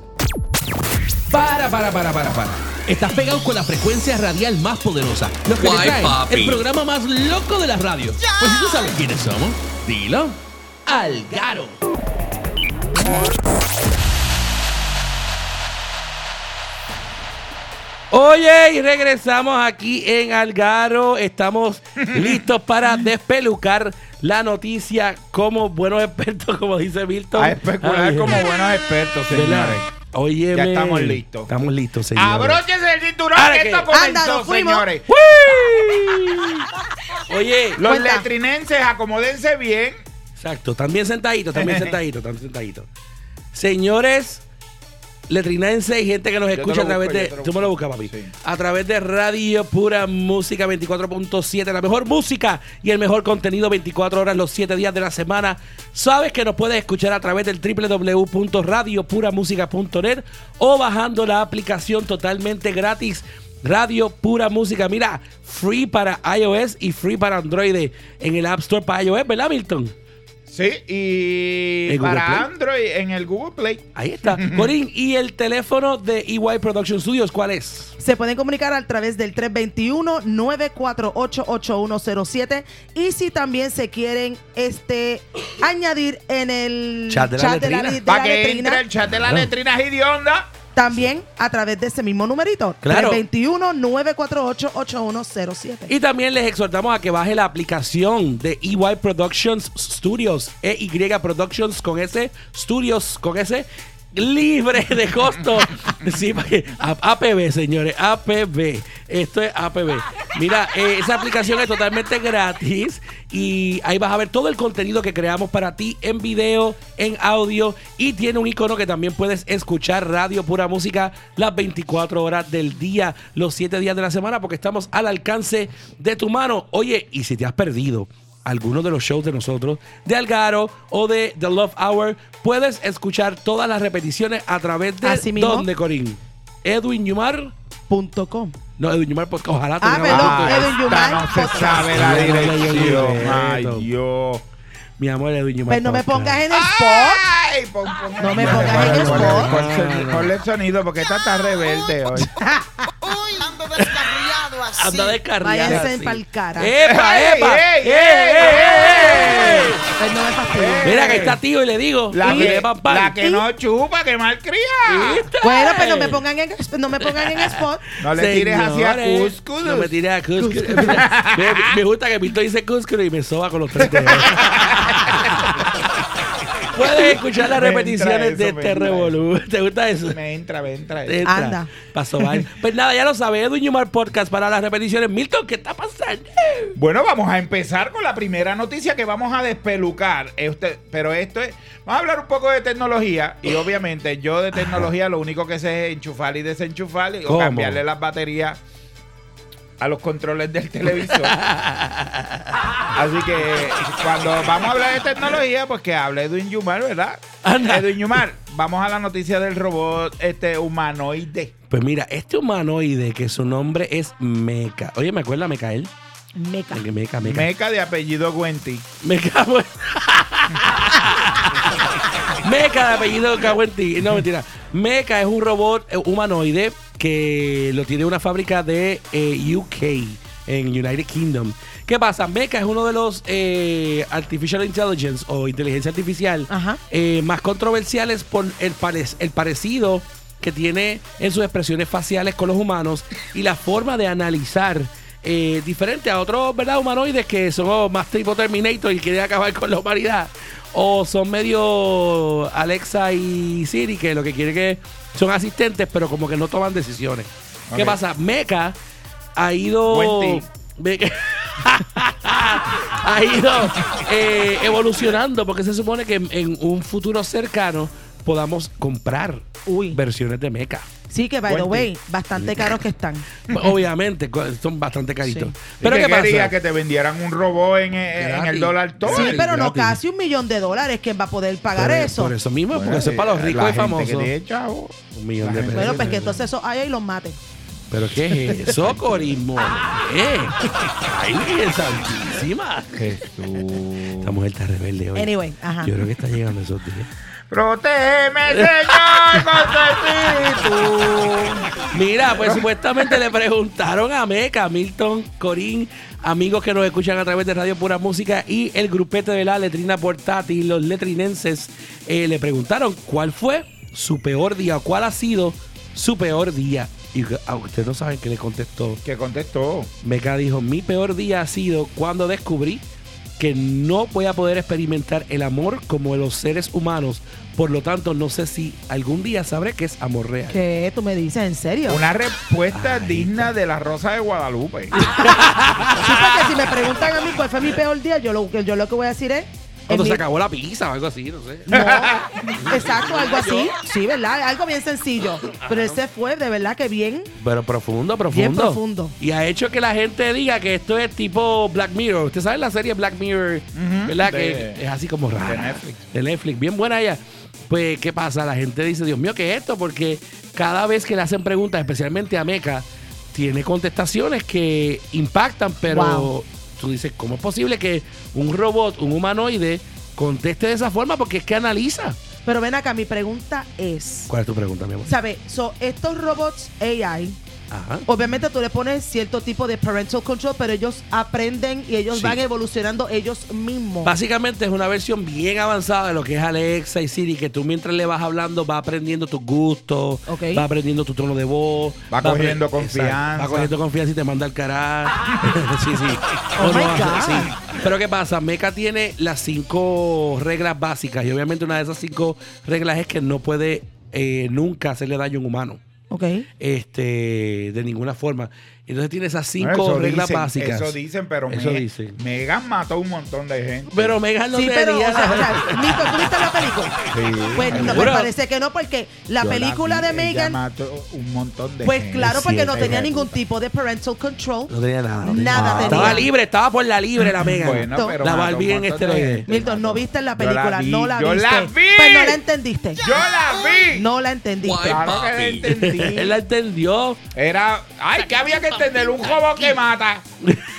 S1: Para, para, para, para, para. Estás pegado con la frecuencia radial más poderosa. Los que te
S7: Guay,
S1: traen
S7: papi.
S1: el programa más loco de la radio. Pues si tú sabes quiénes somos, dilo. Algaro. Oye, y regresamos aquí en Algaro. Estamos listos para despelucar la noticia como buenos expertos, como dice Milton.
S5: A especular
S1: Ay,
S5: como buenos expertos,
S1: ¿verdad?
S5: señores.
S1: Óyeme.
S5: Ya estamos listos.
S1: Estamos listos, señores.
S5: Abróchese el cinturón
S1: Ahora
S5: que
S1: que-
S5: esto
S4: Anda,
S5: comenzó,
S4: nos fuimos.
S5: señores.
S1: ¡Uy! Oye,
S5: Los
S4: Cuenta.
S5: letrinenses, acomódense bien.
S1: exacto. También sentadito, también sentadito, también sentadito. Señores, letrinense y gente que nos
S5: te
S1: escucha
S5: lo
S1: a través
S5: busco,
S1: de.
S5: yo te lo
S1: Tú me lo
S5: busco.
S1: buscas, papi.
S5: Sí.
S1: A través de Radio Pura Música 24.7, la mejor música y el mejor contenido 24 horas los 7 días de la semana. Sabes que nos puedes escuchar a través del www.radiopuramusica.net o bajando la aplicación totalmente gratis. Radio Pura Música, mira, free para iOS y free para Android en el App Store para iOS, ¿verdad, Milton?
S5: Sí, y
S1: ¿En Google
S5: para
S1: Play?
S5: Android en el Google Play.
S1: Ahí está. Corín, ¿y el teléfono de EY Production Studios cuál es?
S4: Se pueden comunicar a través del 321-948-8107. Y si también se quieren este, añadir en el
S1: Chat de la letrina.
S4: li- de la
S5: Para que
S4: letrina,
S5: entre el chat de las
S1: Claro.
S5: letrinas idionda.
S4: también a través de ese mismo numerito.
S1: Claro.
S4: 321-948-8107.
S1: Y también les exhortamos a que baje la aplicación de EY Productions Studios, EY Productions con S, Studios con S, libre de costo. sí, para que- A- APB, señores, APB. Esto es APB. Mira, eh, esa aplicación es totalmente gratis y ahí vas a ver todo el contenido que creamos para ti en video, en audio y tiene un icono que también puedes escuchar Radio Pura Música las 24 horas del día, los 7 días de la semana, porque estamos al alcance de tu mano. Oye, y si te has perdido alguno de los shows de nosotros, de Algaro o de The Love Hour, puedes escuchar todas las repeticiones a través de
S4: Así mismo.
S1: ¿Dónde, Corín? Edwin Yumar.
S4: Punto com.
S1: No, Edwin Yumar, podcast. ojalá
S4: Ah,
S1: tuviéramos-
S4: perdón,
S5: Ah,
S4: Edwin
S5: esta
S4: Yumar,
S5: no se
S4: otra.
S5: sabe
S1: Yo
S5: la
S1: no leí el
S5: dirección.
S1: libreto.
S5: Ay, Dios.
S1: Mi amor, Edwin, yo
S4: Pues no me
S1: acabo de
S4: pongas en el spot.
S5: ¡Ay! Pon- pon-
S4: No me
S5: ponle-
S4: pongas en el
S5: ponle-
S4: spot.
S5: ponle sonido, Ponle el sonido porque esta está rebelde hoy.
S8: Uy, ando descarriado así.
S1: Anda descarriada.
S4: Váyanse
S1: sí.
S4: pa'l cara. eh.
S1: ¡Epa,
S5: ¡Ey,
S1: epa!
S5: ey,
S1: ¡Ey,
S5: ey,
S1: ey, ey!
S4: Pues no me fastidies.
S1: Mira que está tío y le digo.
S5: Eh, La
S1: y
S5: que,
S1: le pan pan.
S5: la que no chupa, que mal cría.
S1: ¿Viste?
S4: Bueno, pues no me pongan en, no me pongan en spot.
S5: No le tires hacia
S1: Señores,
S5: Cuscus.
S1: No me tires a Cuscus. Mira, me, me gusta que Víctor dice Cuscus y me soba con los tres dedos. Puedes escuchar las
S5: Me
S1: repeticiones
S5: entra eso,
S1: de
S5: me
S1: este
S5: entra
S1: revolú. ¿Te gusta eso?
S5: Me entra, me entra.
S1: Te entra.
S4: Anda.
S1: Pasó mal. Pues nada, ya lo sabe. Edwin Yumar Podcast para las repeticiones. Milton, ¿qué está pasando?
S5: Bueno, vamos a empezar con la primera noticia que vamos a despelucar. Eh, usted- pero esto es. Vamos a hablar un poco de tecnología. Y obviamente, yo de tecnología lo único que sé es enchufar y desenchufar y, o
S1: ¿Cómo?
S5: cambiarle las baterías a los controles del televisor. Así que cuando vamos a hablar de tecnología, pues que hable Edwin Yumar, ¿verdad?
S1: Anda.
S5: Edwin Yumar, vamos a la noticia del robot este humanoide.
S1: Pues mira, este humanoide que su nombre es Meca. Oye, ¿me acuerda Mecael?
S4: Meca.
S1: El que Meca, Meca.
S5: Meca de apellido Gwenty.
S1: Meca, bueno. Meca de apellido cago en ti. No, mentira. Meca es un robot eh, humanoide que lo tiene una fábrica de eh, UK en United Kingdom. ¿Qué pasa? Meca es uno de los eh, Artificial Intelligence o inteligencia artificial
S4: Ajá.
S1: eh, más controversiales por el, pare- el parecido que tiene en sus expresiones faciales con los humanos y la forma de analizar eh, diferente a otros ¿verdad? humanoides que son oh, más tipo Terminator y quieren acabar con la humanidad o son medio Alexa y Siri que lo que quiere que son asistentes pero como que no toman decisiones. ¿Qué
S5: Ok.
S1: pasa? Mecha ha ido...
S5: Buen tip.
S1: Mecha- ha ido eh, evolucionando porque se supone que en, en un futuro cercano podamos comprar
S4: Uy.
S1: versiones de mecha.
S4: Sí, que by the
S5: Fuerte.
S4: way, bastante caros que están.
S1: Obviamente, co- son bastante caritos. Pero
S5: ¿Y
S1: ¿qué
S5: qué quería?
S1: pasa?
S5: Que te vendieran un robot en, eh, en
S1: Gratis.
S5: el dólar todo.
S4: Sí,
S1: Ay,
S4: pero no
S1: gratis.
S4: casi un millón de dólares. ¿Quién va a poder pagar
S1: por, e-
S4: eso?
S1: Por eso mismo, porque
S5: eh,
S1: eso es para los ricos y famosos. Un millón de pesos.
S4: Bueno, pues que entonces eso haya y los maten.
S1: ¿Pero qué es eso, Corismo? ¿Qué? ¡Ay, Virgen Santísima! Esta mujer está rebelde hoy.
S4: Anyway, ajá.
S1: Yo creo que está llegando esos días.
S5: Protégeme, Señor, con tu espíritu.
S1: Mira, pues supuestamente le preguntaron a Meca, Milton, Corín, amigos que nos escuchan a través de Radio Pura Música y el grupete de la letrina portátil, los letrinenses, eh, le preguntaron cuál fue su peor día, cuál ha sido su peor día. Y a ustedes no saben qué le contestó.
S5: Que contestó.
S1: Meca dijo, mi peor día ha sido cuando descubrí que no voy a poder experimentar el amor como los seres humanos. Por lo tanto, no sé si algún día sabré que es amor real.
S4: ¿Qué? ¿Tú me dices? ¿En serio?
S5: Una respuesta digna de la Rosa de Guadalupe.
S4: Sí, porque si me preguntan a mí cuál fue mi peor día, yo lo, yo lo que voy a decir es...
S1: Cuando
S4: en
S1: se
S4: mi-
S1: acabó la pizza o algo así, no sé.
S4: No, exacto, algo así. Sí, ¿verdad? Algo bien sencillo. Pero ese fue de verdad que bien.
S1: Pero profundo, profundo.
S4: Bien profundo.
S1: Y ha hecho que la gente diga que esto es tipo Black Mirror. Usted sabe la serie Black Mirror, ¿verdad?
S5: de-
S1: que es así como rara.
S5: de Netflix.
S1: De Netflix. Bien buena ella. Pues, ¿qué pasa? La gente dice, Dios mío, ¿qué es esto? Porque cada vez que le hacen preguntas, especialmente a Meca, tiene contestaciones que impactan, pero
S4: Wow.
S1: tú dices, ¿cómo es posible que un robot, un humanoide, conteste de esa forma? Porque es que analiza.
S4: Pero ven acá, mi pregunta es...
S1: ¿Cuál es tu pregunta, mi amor?
S4: ¿Sabes? So, estos robots AI,
S1: Ajá.
S4: obviamente tú le pones cierto tipo de parental control, pero ellos aprenden y ellos
S1: Sí.
S4: van evolucionando ellos mismos.
S1: Básicamente es una versión bien avanzada de lo que es Alexa y Siri, que tú mientras le vas hablando vas aprendiendo tus gustos,
S4: Ok.
S1: vas aprendiendo tu tono de voz,
S5: Va
S1: vas
S5: cogiendo
S1: apre-
S5: confianza.
S1: Exacto, va cogiendo confianza y te manda al carajo. sí, sí.
S4: Oh my
S1: así-
S4: God.
S1: sí. Pero ¿qué pasa? Meca tiene las cinco reglas básicas y obviamente una de esas cinco reglas es que no puede eh, nunca hacerle daño a un humano.
S4: Ok.
S1: Este, de ninguna forma. Entonces tiene esas cinco
S5: Eso
S1: reglas
S5: dicen,
S1: básicas.
S5: Eso dicen, pero
S1: Eso
S5: Me-
S1: dicen.
S5: Megan mató un montón de gente.
S1: Pero Meca no
S4: sí,
S1: tenía
S4: pero, o sea,
S1: esas-
S4: o sea, Nico, ¿tú viste la película?
S5: Sí.
S4: Pues no, me
S1: Seguro.
S4: parece que no, porque la
S5: Yo
S4: película
S5: vi,
S4: de
S5: ella
S4: Megan,
S5: mató un montón de
S4: pues
S5: gente.
S4: claro, porque no
S5: Sí,
S4: tenía
S5: hija de
S4: ningún
S5: puta.
S4: tipo de parental control.
S1: No tenía nada. no
S4: Nada tenía.
S1: Estaba libre, estaba por la libre la mega.
S5: Bueno,
S4: Exacto.
S5: pero
S1: La
S5: mató un
S1: Barbie en
S5: montón de
S1: esteroides.
S5: gente,
S4: Milton,
S5: mató.
S4: no viste la
S5: Yo la
S4: película,
S5: vi,
S4: no la
S5: yo
S4: viste.
S5: la vi.
S4: Pues no la entendiste.
S5: ¡Yo la vi!
S4: No la entendiste.
S5: Claro que la
S1: Él la
S5: entendí.
S1: entendió.
S5: Era, ay, que había que entender un jobo que mata.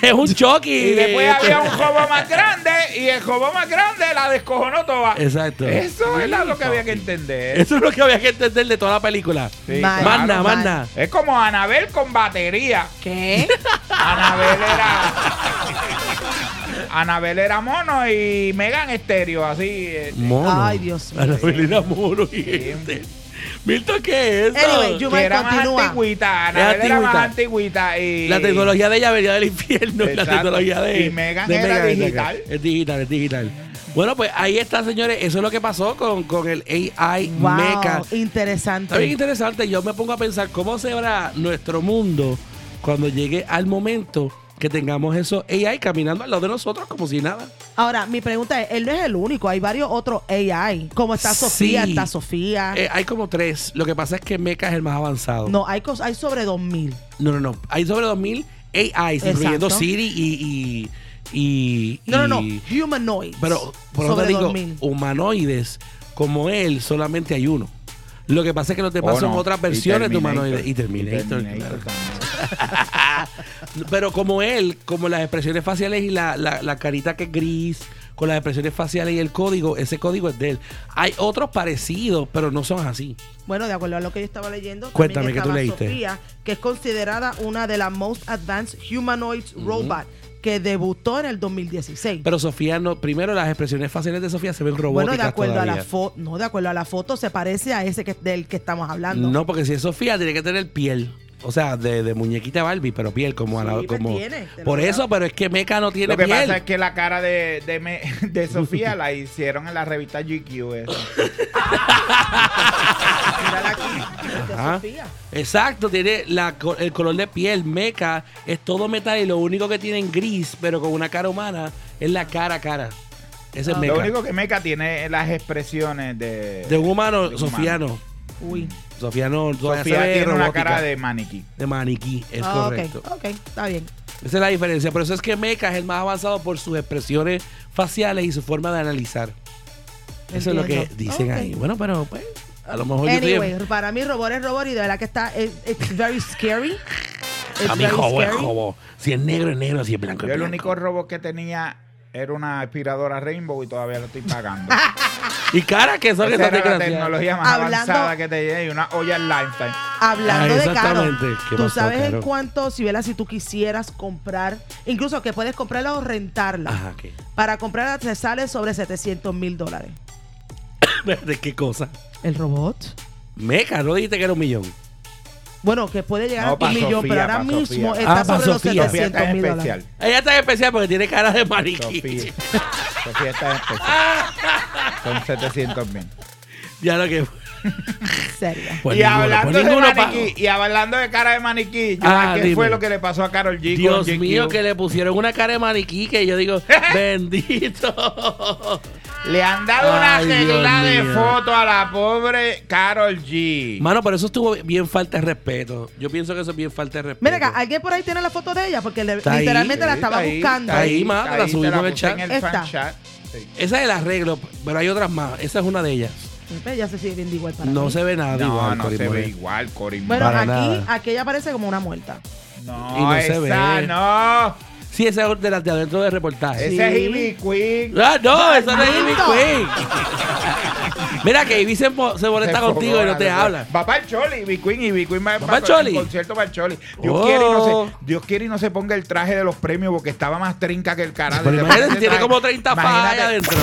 S1: Es un choque.
S5: Y después había un jobo más grande y el jobón más grande la descojonó toda.
S1: Exacto.
S5: Eso es la- lo que había que entender.
S1: Eso es lo que había que entender de toda la película.
S5: Sí,
S4: Mal.
S5: claro.
S1: Manda,
S4: Mal.
S1: manda.
S5: Es como Anabel con batería.
S4: ¿Qué?
S5: Anabel era. Anabel era mono y Megan estéreo, así. eh,
S1: Mono.
S4: Ay, Dios mío.
S1: A la velera mono y este. Milton, ¿qué es eso?
S4: Anyway, yo-
S5: que era
S4: continúa.
S5: más antigüita. Anabel era
S1: antigüita.
S5: más antigüita. Y,
S1: La tecnología de ella venía del infierno. La
S5: Exacto.
S1: tecnología de.
S5: Y Megan
S1: de
S5: era
S1: Megan, exacto.
S5: digital.
S1: Es digital, es digital. Bueno, pues ahí está, señores. Eso es lo que pasó con, con el AI
S4: Wow,
S1: Mecha. Está bien
S4: interesante.
S1: interesante. Yo me pongo a pensar cómo se verá nuestro mundo cuando llegue al momento que tengamos esos AI caminando al lado de nosotros como si nada.
S4: Ahora, mi pregunta es, él no es el único, hay varios otros AI. Como está Sofía,
S1: Sí.
S4: está Sofía.
S1: Eh, hay como tres. Lo que pasa es que Mecha es el más avanzado.
S4: Ah. no, hay, cos- hay sobre 2000.
S1: No, no, no. Hay sobre 2000 AIs, incluyendo
S4: Exacto.
S1: Siri y. y, y- y-
S4: No, no, no,
S1: y-
S4: humanoids.
S1: Pero, por eso
S4: sobre
S1: te digo,
S4: 2000.
S1: humanoides como él, solamente hay uno. Lo que pasa es que los demás
S5: Oh,
S1: son
S5: no.
S1: otras
S5: Y
S1: versiones de
S5: Terminator.
S1: humanoides. Y Terminator,
S5: Terminator
S1: claro.
S5: también.
S1: Pero como él, como las expresiones faciales y la, la- la carita que es gris, con las expresiones faciales y el código, ese código es de él. Hay otros parecidos, pero no son así.
S4: Bueno, de acuerdo a lo que yo estaba leyendo, también
S1: Cuéntame, ¿qué tú
S4: estaba
S1: leíste?
S4: Sofía, que es considerada una de las most advanced humanoid robot que debutó en el 2016.
S1: Pero Sofía no, primero las expresiones faciales de Sofía se ven robóticas.
S4: bueno, de acuerdo a la
S1: todavía.
S4: foto, no, de acuerdo a la foto se parece a ese que del que estamos hablando.
S1: No, porque si es Sofía, tiene que tener piel. O sea, de, de muñequita Barbie, pero piel como a la-
S4: pues
S1: como
S4: tiene, te lo
S1: Por
S4: digo.
S1: eso, pero es que Meca no tiene
S5: Lo que
S1: piel.
S5: pasa es que la cara de, de, me- de Sofía la hicieron en la revista GQ. esa.
S4: Mírala aquí, de
S1: Ajá.
S4: Sofía.
S1: Exacto, tiene la co- el color de piel, meca, es todo metal y lo único que tiene en gris, pero con una cara humana, es la cara cara. Ese es meca.
S5: Ah. Lo único que Meca tiene es las expresiones de.
S1: de un humano,
S5: de un
S1: Sofiano.
S5: humano.
S4: Uy.
S1: Sofiano todavía
S5: Sofía
S1: se ve
S5: tiene una
S1: robótica.
S5: cara de maniquí.
S1: de maniquí, es
S4: Ah, ok,
S1: correcto.
S4: ok, está bien.
S1: Esa es la diferencia, por eso es que meca es el más avanzado por sus expresiones faciales y su forma de analizar. Eso es lo que
S4: Entiendo.
S1: dicen
S4: Ok.
S1: ahí. Bueno, pero pues, a lo mejor yo
S4: Anyway,
S1: estoy-
S4: para mí robot es robot y de verdad que está it- it's very scary. It's
S1: A mí
S4: very
S1: jobo es
S4: scary.
S1: jobo. Si es negro es negro, si es blanco
S5: Yo
S1: es
S5: el
S1: blanco.
S5: único robot que tenía era una aspiradora Rainbow y todavía lo estoy pagando.
S1: Y cara, que son
S5: Esa
S1: estas
S5: era la
S1: desgracias.
S5: tecnología más
S4: Hablando-
S5: avanzada que tenía y una olla Lifetime.
S4: Hablando
S1: Ah,
S4: de caro,
S1: exactamente. ¿Qué
S4: tú
S1: pasó,
S4: sabes
S1: Caro?
S4: en cuánto, si vela, si tú quisieras comprar, incluso que puedes comprarla o rentarla.
S1: Ajá, ¿qué?
S4: Para comprarla te sale sobre 700 mil dólares.
S1: ¿De qué cosa?
S4: ¿El robot?
S1: Meca, no dijiste que era un millón.
S4: Bueno, que puede llegar
S5: No,
S4: a un
S5: para
S4: millón,
S5: Sofía,
S4: pero ahora
S5: para
S4: mismo
S5: Sofía.
S4: está
S1: Ah, para
S4: sobre los
S1: Sofía.
S5: Sofía está
S4: 700 mil
S5: especial.
S4: dólares.
S1: Ella está especial porque tiene cara de mariquí.
S5: Sofía. Sofía está especial. Son 700 mil.
S1: ya lo que.
S4: Seria.
S1: Pues
S5: y,
S1: ninguno,
S5: hablando
S1: pues
S5: de
S1: ninguno
S5: maniquí, y hablando de cara de maniquí, yo,
S1: Ah,
S5: ¿qué
S1: dime.
S5: fue lo que le pasó a Carol G?
S1: Dios
S5: con GQ?
S1: mío, que le pusieron una cara de maniquí que yo digo, bendito.
S5: Le han dado una
S1: Ay, Dios
S5: regla de
S1: mío.
S5: foto a la pobre Carol G.
S1: Mano, pero eso estuvo bien falta de respeto. Yo pienso que eso es bien falta de respeto.
S4: Mira acá, ¿alguien por ahí tiene la foto de ella? Porque le-
S1: Está ahí,
S4: literalmente la
S5: Sí,
S4: estaba
S5: está ahí,
S4: buscando.
S5: está
S1: Ahí, ma,
S5: está
S1: la
S5: ahí, te
S1: subimos en el
S5: puse
S1: chat.
S5: En el
S4: Esta.
S5: fan chat. Sí.
S1: Esa es el arreglo, pero hay otras más. Esa es una de ellas.
S4: Ella se sigue viendo igual para
S1: No
S4: mí.
S1: se ve nada
S5: No,
S1: igual.
S5: no
S1: Cori
S5: se ve
S1: Moreno.
S5: igual, Cory.
S4: Bueno,
S1: Para
S4: aquí,
S1: nada.
S4: aquí ella parece como una muerta.
S5: no,
S1: y no se
S5: esa
S1: ve.
S5: no.
S1: Sí, esa es de las de adentro del reportaje.
S5: Esa es Ivy Queen.
S1: Ah, no, esa no es Ivy
S4: Maldito.
S1: Queen. Mira que Ivy se, empo- se molesta
S5: Se
S1: contigo y no
S5: fogona,
S1: te
S5: se
S1: habla.
S5: fogona. Va para el Choli, Ivy Queen, Ivy Queen va,
S1: pa'l Choli?
S5: concierto para el Choli. Dios,
S1: Oh.
S5: quiere y no se, Dios quiere y no se ponga el traje de los premios porque estaba más trinca que el carajo.
S1: Pero
S5: Se
S1: imagínate,
S5: pone ese
S1: tiene
S5: traje.
S1: como 30 fajas
S5: Imagínate-
S1: allá adentro.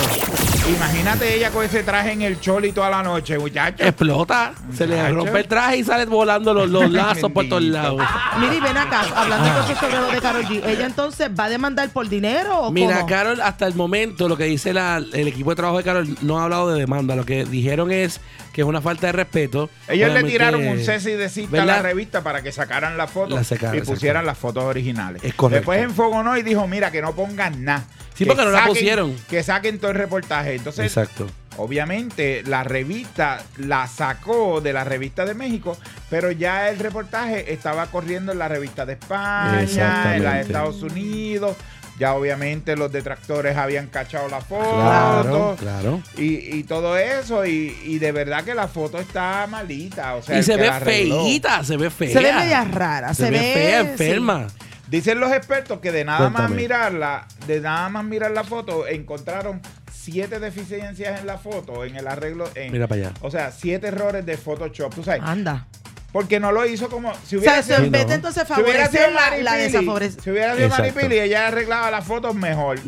S5: Imagínate ella con ese traje en el Choli toda la noche, muchachos.
S1: Explota, se le
S5: Muchacho.
S1: rompe el traje y sale volando los, los lazos por todos
S5: Bendito.
S1: lados.
S4: Miri, ven acá, hablando cosas sobre lo de Karol G. ¿Ella entonces va a demandar por dinero o
S1: Mira,
S4: cómo?
S1: Carol, hasta el momento lo que dice la- el equipo de trabajo de Carol no ha hablado de demanda. Lo que dijeron es que es una falta de respeto.
S5: Ellos
S1: Obviamente,
S5: le tiraron un cese y desista a la
S1: ¿verdad?
S5: revista para que sacaran las fotos
S1: La sacaron,
S5: y
S1: exacto.
S5: pusieran las fotos originales.
S1: Es correcto.
S5: Después enfogonó y dijo, mira, que no pongan nada.
S1: Sí,
S5: Que
S1: porque no la pusieron.
S5: Que saquen todo el reportaje. Entonces,
S1: Exacto.
S5: obviamente, la revista la sacó de la revista de México, pero ya el reportaje estaba corriendo en la revista de España, en la de
S1: Exactamente.
S5: Estados Unidos. Ya obviamente los detractores habían cachado la foto.
S1: Claro, claro.
S5: Y, y todo eso, y, y de verdad que la foto está malita. O sea,
S1: y
S5: el
S1: se
S5: que
S1: ve
S5: la arregló.
S1: feíta, se ve fea.
S4: se ve media rara. Se,
S1: Se ve fea, enferma.
S5: Dicen los expertos que de nada más
S9: Cuéntame.
S5: mirarla, de nada más mirar la foto, encontraron siete deficiencias en la foto, en el arreglo. En,
S1: Mira para allá.
S5: O sea, siete errores de Photoshop. Tú sabes,
S4: Anda.
S5: porque no lo hizo como. Si
S4: Ah. O sea, se-
S5: hubiera sido-
S4: en vez
S9: no.
S4: de entonces
S5: si hubiera sido
S4: favorecer la,
S5: Maripili,
S4: la desfavorece.
S5: Si hubiera sido
S9: Exacto.
S5: Maripili, ella arreglaba las fotos mejor.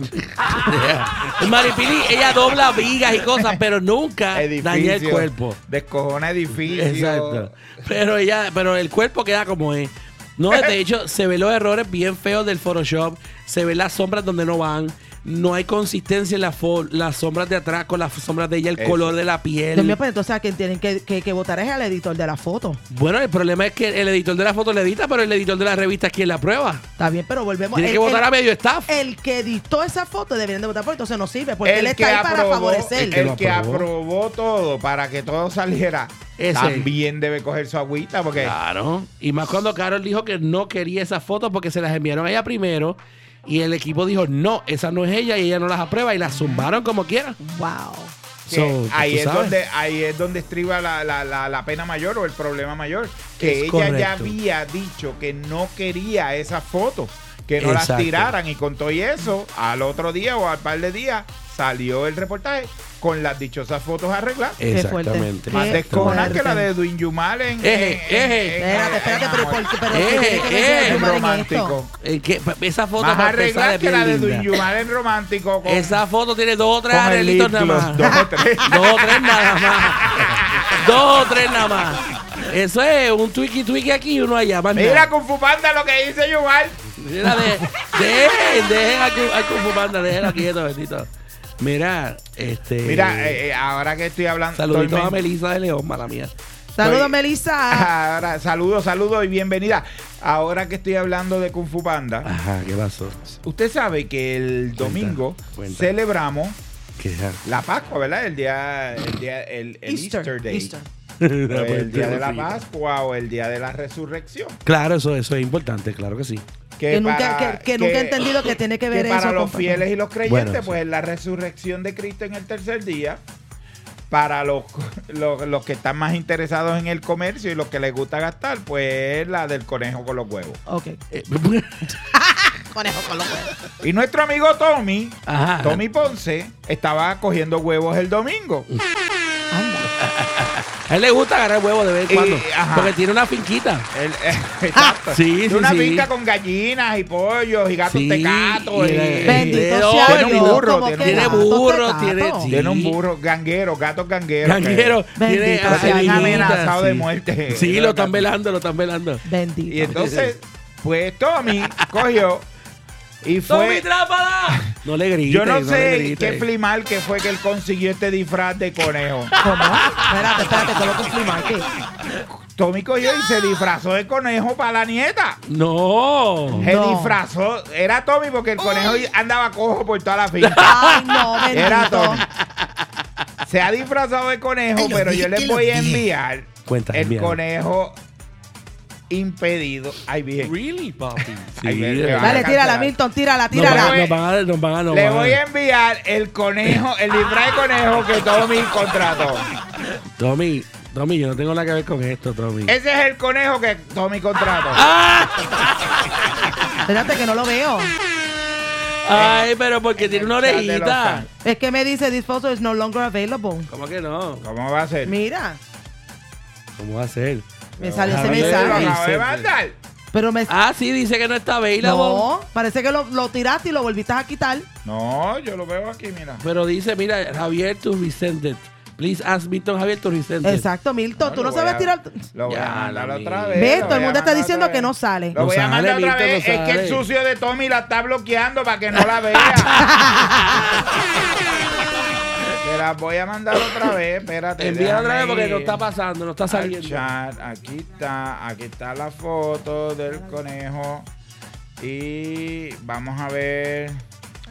S1: Maripili, ella dobla vigas y cosas, pero nunca daña el
S5: Edificio,
S1: cuerpo.
S5: Descojona edificio.
S1: Exacto. Pero ella, pero el cuerpo queda como es. No, de hecho, se ven los errores bien feos del Photoshop, se ven las sombras donde no van, no hay consistencia en la fo- las sombras de atrás con las sombras de ella, el
S5: Eso.
S1: color de la
S4: Dios mío,
S1: piel.
S4: pues entonces a quien tienen que, que, que votar es al editor de la foto.
S1: Bueno, el problema es que el editor de la foto le edita, pero el editor de la revista es quien la prueba.
S4: Está bien, pero volvemos.
S1: Tiene
S4: El-
S1: que votar
S4: el-
S1: a medio staff.
S4: El que editó esa foto deberían de votar por él, entonces no sirve, porque Pues él está ahí para favorecer.
S5: El, que aprobó todo para que todo saliera,
S1: Ese.
S5: también debe coger su agüita porque
S1: Claro. Y más cuando Carol dijo que no quería esas fotos porque se las enviaron a ella primero y el equipo dijo, no, esa no es ella y ella no las aprueba y las zumbaron como quiera.
S4: Wow.
S5: que
S1: So,
S5: ahí,
S1: tú
S5: es
S1: sabes.
S5: donde, ahí es donde estriba la, la- la- la pena mayor o el problema mayor. Que
S1: Es
S5: ella ya
S1: correcto.
S5: había dicho que no quería esas fotos, que no las
S1: Exacto.
S5: tiraran y con todo y eso, al otro día o al par de días salió el reportaje con las dichosas fotos arregladas.
S4: Exactamente.
S5: Más
S4: Qué
S5: descojonada que la
S4: fuerte.
S5: de Edwin Yumal en...
S1: Eje, eje.
S4: Espérate, espérate, pero ¿por qué? Pero
S1: Eh,
S4: ¿qué tiene que ver
S1: eh,
S4: Don Omar en
S5: romántico.
S4: esto?
S1: Eh, que- pa- esa foto
S5: Más
S1: para empezar,
S5: arreglada
S1: es
S5: que
S1: bien
S5: la de Edwin
S1: linda.
S5: Yumal en romántico. Con,
S1: Esa foto tiene dos o tres
S5: con el
S1: arreglitos
S5: lip
S1: nada más.
S5: gloss,
S1: Dos
S5: dos o tres.
S1: o tres nada más. Dos o tres nada más. Eso es un twiki twiki aquí y uno allá. más
S5: Mira
S1: nada.
S5: con Fu Panda lo que dice Yuval.
S1: Mira, de, dejen, dejen al, Kung- al Kung Fu Panda, déjenlo quieto, bendito. Mira, este.
S5: Mira, eh, eh, ahora que estoy hablando.
S1: Saluditos
S5: estoy
S1: a
S5: men-
S1: Melissa de León, mala mía.
S4: Saludos,
S5: Estoy-
S4: Melissa.
S5: Ah, Ahora, saludos, saludos y bienvenida. Ahora que estoy hablando de Kung Fu Panda,
S1: Ajá, ¿qué pasó?
S5: usted sabe que el domingo
S1: Ah. cuenta.
S5: celebramos
S1: ¿Qué?
S5: la Pascua, ¿verdad? El día, el día, el, el Easter, Day.
S4: Easter.
S5: O el día de la Pascua o el día de la resurrección.
S1: Claro, eso, eso es importante, claro que sí.
S4: Que nunca,
S5: para-
S4: que, que nunca he entendido que tiene que ver eso.
S5: para los
S4: con-
S5: fieles y los creyentes,
S9: Bueno,
S5: pues la resurrección de Cristo en el tercer día. Para los, los, los que están más interesados en el comercio y los que les gusta gastar, pues la del conejo con los huevos.
S4: Ok.
S1: Eh,
S4: Conejo con los huevos.
S5: Y nuestro amigo Tommy,
S1: Ajá.
S5: Tommy Ponce, estaba cogiendo huevos el domingo.
S1: A él le gusta agarrar huevos de vez en
S5: Y-
S1: cuando.
S5: Eh, ajá.
S1: Porque tiene una finquita.
S5: Él- exacto.
S1: Ah, Sí,
S5: De
S1: sí,
S5: una
S1: sí.
S5: finca con gallinas y pollos y gatos
S1: Sí,
S5: tecatos.
S1: y
S5: y-
S1: la-
S4: Eh, Bendito
S1: Pero
S4: sea
S5: tiene un
S4: Dios,
S5: burro,
S4: como
S5: tiene
S4: que
S5: un
S4: gato,
S1: burro,
S4: gato.
S1: tiene- sí.
S5: Tiene un burro ganguero, gatos gangueros. que-
S1: Tranquero.
S4: Bendito
S1: Tiene
S4: sea
S5: Lo tienen
S1: aguilita,
S5: amenazado de
S1: sí.
S5: muerte.
S1: Sí,
S5: Era
S1: lo están
S5: gato.
S1: velando, lo están velando.
S4: Bendito.
S5: Y entonces, pues Tommy cogió y
S1: ¡Tommy
S5: fue.
S1: Trápala! No le grites.
S5: Yo no
S1: le
S5: sé
S1: grites.
S5: qué flimal que fue que él consiguió este disfraz de conejo.
S4: ¿Cómo? Espérate, espérate, que lo confirma. ¿Qué?
S5: Tommy cogió y se disfrazó de conejo para la nieta.
S1: No.
S5: Se
S4: No.
S5: disfrazó. Era Tommy porque el conejo andaba cojo por toda la finca.
S4: Ay, no, Ah, bendito.
S5: Ah, Era Tommy. Se ha disfrazado de conejo,
S8: Ay, lo
S5: pero
S8: dije,
S5: yo les
S8: lo
S5: voy a
S8: dije.
S5: enviar
S1: Cuenta,
S5: el
S1: envíalo.
S5: conejo impedido. Ay, bien.
S7: Really, papi.
S5: Ay, me-
S1: Sí.
S5: me van a
S4: Dale, tírala,
S5: cancelar.
S4: Milton, tírala,
S1: Nos van,
S4: tírala.
S1: a- nos van a... Nos van a... Nos
S5: Le
S1: van
S5: voy a enviar el conejo, el disfraz de conejo que Tommy contrató.
S1: Tommy, Tommy, yo no tengo nada que ver con esto, Tommy.
S5: Ese es el conejo que Tommy contrató.
S4: Espérate, que no lo veo.
S1: Ay, pero porque tiene una
S5: Eh, el chat de los
S1: orejita.
S5: fans.
S4: Es que me dice, this photo is no longer available.
S1: ¿Cómo que no?
S5: ¿Cómo va a ser?
S4: Mira,
S1: ¿Cómo va a ser?
S4: me salió
S1: Déjalo
S4: ese
S5: Lo
S1: leerlo,
S4: mensaje.
S5: acabo de mandar.
S4: Pero me...
S1: Ah, sí, dice que no está available.
S4: No, parece que lo, lo tiraste y lo volviste a quitar.
S5: No, yo lo veo aquí, mira.
S1: Pero dice, mira, Javier to resend it. Please ask Milton Javier to resend it.
S4: Exacto, Milton.
S5: No,
S4: Tú
S5: lo
S4: no
S5: voy
S4: sabes
S5: a-
S4: tirar.
S5: Lo voy
S1: Ya,
S5: a mandar
S1: la
S5: otra
S1: mía.
S5: vez.
S4: Ve,
S5: lo
S4: todo
S5: voy
S4: el
S5: a
S4: mundo está
S5: mandar
S4: diciendo
S5: otra
S4: que
S5: vez.
S4: no sale.
S5: Lo
S1: No
S5: voy a
S1: sale,
S5: mandar otra
S1: Víctor, no
S5: vez. es que
S1: sale.
S5: el sucio de Tommy la está bloqueando para que no la vea. Te la voy a mandar otra vez. Espérate.
S1: Envía otra vez
S5: déjame
S1: porque no
S5: ir.
S1: está pasando, no está
S5: al
S1: saliendo.
S5: chat. Aquí está, aquí está la foto del conejo. Y vamos a ver.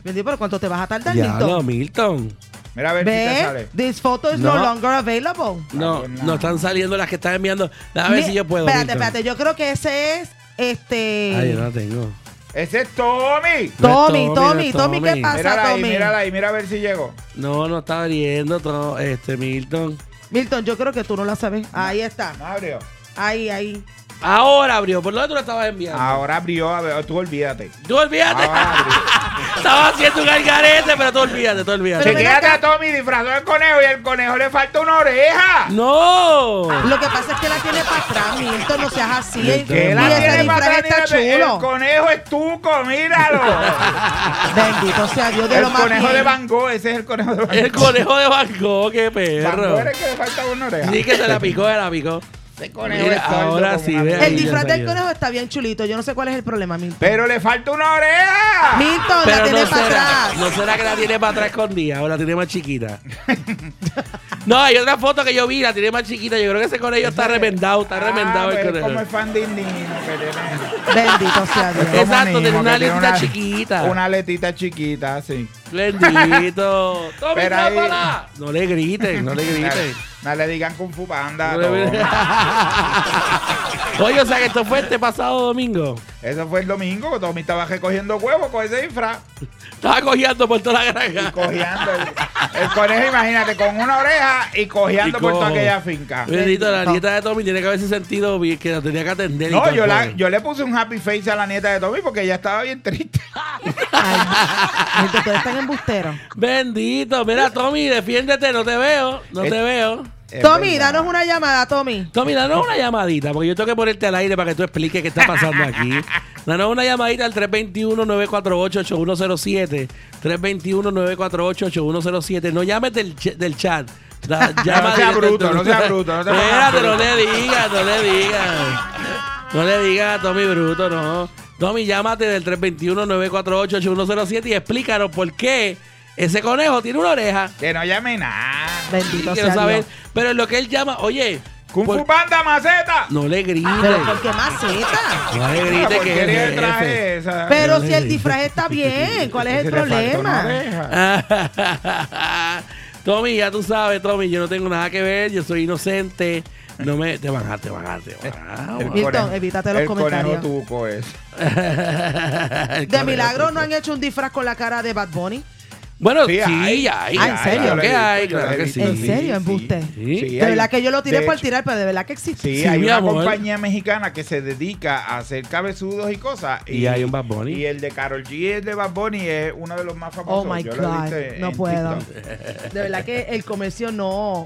S4: Bendito, pero ¿cuánto te vas a tardar,
S1: Ya no,
S4: Milton?
S1: Milton.
S5: Mira a ver si te
S4: Ve,
S5: sale.
S4: this photo is no,
S1: No.
S4: longer available.
S1: No,
S5: bien,
S1: no
S5: no.
S1: están saliendo las que están enviando. A ver
S4: Mi-
S1: si yo puedo.
S4: Espérate,
S1: Milton.
S4: espérate. Yo creo que ese es este.
S1: Ay, yo no la tengo.
S5: Ese es Tommy.
S4: Tommy,
S1: No es Tommy,
S4: Tommy,
S1: no es
S4: Tommy, ¿qué
S1: Tommy.
S4: pasa,
S5: Mírala ahí,
S4: Tommy?
S5: mírala ahí, mira a ver si llegó.
S1: No, no está abriendo todo este Milton.
S4: Milton, yo creo que tú no la sabes. Ahí está.
S5: No abrió.
S4: Ahí, ahí.
S1: Ahora abrió. ¿Por dónde tú la estabas enviando?
S5: Ahora abrió, a ver, tú olvídate.
S1: Tú olvídate.
S5: Ahora Ah. abrió.
S1: Estaba haciendo un algarete, pero tú olvídate, tú olvídate.
S4: Pero ven
S5: Chequéate
S4: acá.
S5: a Tommy disfrazado de conejo y al conejo le falta una oreja.
S1: ¡No!
S4: Lo que pasa es que la tiene para atrás, Milton, no seas así. Y
S5: Que
S4: ese
S5: la tiene para
S4: disfraz
S5: atrás
S4: está
S5: ni la- El
S4: chulo.
S5: conejo es tuco, míralo.
S4: Bendito sea Dios de lo
S5: el
S4: más
S5: conejo de
S4: bien.
S5: Van Gogh, ese es el conejo de Van Gogh.
S1: El conejo de Banco, qué
S5: Van Gogh
S1: perro.
S5: era el que le falta una oreja.
S1: Sí que se la picó, se la picó.
S5: Ese conejo
S1: Mira,
S5: es sordo
S1: ahora
S5: como
S1: sí,
S5: una
S1: ve
S5: mierda.
S1: ahí.
S4: El disfraz del
S1: Dios.
S4: conejo está bien chulito. Yo no sé cuál es el problema, Milton.
S5: Pero le falta una oreja.
S4: Milton, la
S1: Pero
S4: tiene
S1: no
S4: para
S1: será,
S4: atrás.
S1: no será que la tiene para atrás escondida o la tiene más chiquita. No, hay otra foto que yo vi, la tiene más chiquita. Yo creo que ese conejo está remendado, está remendado
S5: Ah,
S1: el
S5: pero es
S1: conejo.
S5: como el fan de Indino que tiene.
S4: Bendito sea Dios.
S5: Es como
S1: Exacto, tiene
S5: Nemo,
S1: una
S5: que
S1: aletita chiquita.
S5: Una aletita chiquita, sí.
S1: Bendito. ¡Tommy,
S5: Pero ahí-
S1: tápala! No le griten, no le griten.
S5: No le digan Kung Fu Panda.
S1: No le-
S5: Tommy.
S1: Oye, o sea que esto fue este pasado domingo.
S5: Eso fue el domingo, Tommy estaba recogiendo huevos con ese disfraz.
S1: Estaba cojeando por toda la granja.
S5: Cojeando. El, el conejo, imagínate, con una oreja y cojeando
S1: Y
S5: por toda
S1: cojo.
S5: aquella finca.
S1: Bendito, la nieta de Tommy tiene que haberse sentido bien, que la tenía que atender. y
S5: No,
S1: todo
S5: yo,
S1: el
S5: la-
S1: poder.
S5: yo le puse un happy face a la nieta de Tommy porque ella estaba bien triste.
S4: Ay, Milton, tú eres tan embustero.
S1: Bendito, mira, Tommy, defiéndete, no te veo, no
S5: Eh.
S1: te veo.
S5: Es
S4: Tommy,
S5: verdad.
S4: danos una llamada, Tommy.
S1: Tommy, danos una llamadita, porque yo tengo que ponerte al aire para que tú expliques qué está pasando aquí. Danos una llamadita al 321-948-8107. 321-948-8107. No llames del, ch- del chat. Da- llama
S5: No sea
S1: directo-
S5: bruto, no sea bruto, no te pongas
S1: Espérate, no
S5: bruto.
S1: le digas, no le digas. No le digas a Tommy Bruto, no. Tommy, llámate del 321-948-8107 y explícanos por qué ese conejo tiene una oreja.
S5: Que no llame nada.
S4: Bendito
S1: Quiero
S4: sea
S1: saber.
S4: Dios.
S1: Pero en lo que él llama, oye,
S5: Kung
S1: por-
S5: Fu Panda, maceta.
S1: no le grite.
S4: Pero ¿por qué maceta?
S1: No le
S5: Ah,
S1: grite
S5: ¿por
S1: que
S5: qué
S1: es
S5: le
S1: el jefe.
S5: traje esa?
S4: Pero si el disfraz está bien, ¿cuál es el
S5: Se le faltó una
S4: problema?
S1: Ah,
S5: oreja.
S1: Tommy, ya tú sabes, Tommy, yo no tengo nada que ver, yo soy inocente. No me. Te van a, te van a, te van
S5: El
S4: Milton,
S5: conejo- pues.
S4: evítate los
S5: el
S4: comentarios.
S5: conejo tuco es.
S1: a.
S4: De milagro no han hecho un disfraz con la cara de Bad Bunny.
S1: Bueno, sí,
S5: Sí, hay.
S1: hay.
S4: Ah, ¿en serio?
S1: Claro
S5: Yo lo he
S1: que
S5: visto,
S1: hay,
S5: yo
S1: claro que sí.
S4: ¿En
S5: lo he visto.
S4: serio,
S5: sí.
S4: embuste?
S1: Sí.
S5: Sí,
S4: De
S5: hay-
S4: verdad que yo lo tiré
S5: de
S4: por
S5: hecho-
S4: tirar, pero de verdad que existe.
S5: Sí,
S1: Sí,
S5: hay
S1: mi
S5: una
S1: amor.
S5: compañía mexicana que se dedica a hacer cabezudos y cosas.
S1: Y hay un Bad Bunny.
S5: Y el de Carol G, el de Bad Bunny, es uno de los más famosos.
S4: Oh my
S5: Yo lo he
S4: God,
S5: visto en-
S4: no
S5: en
S4: puedo.
S5: TikTok.
S4: De verdad que el comercio no.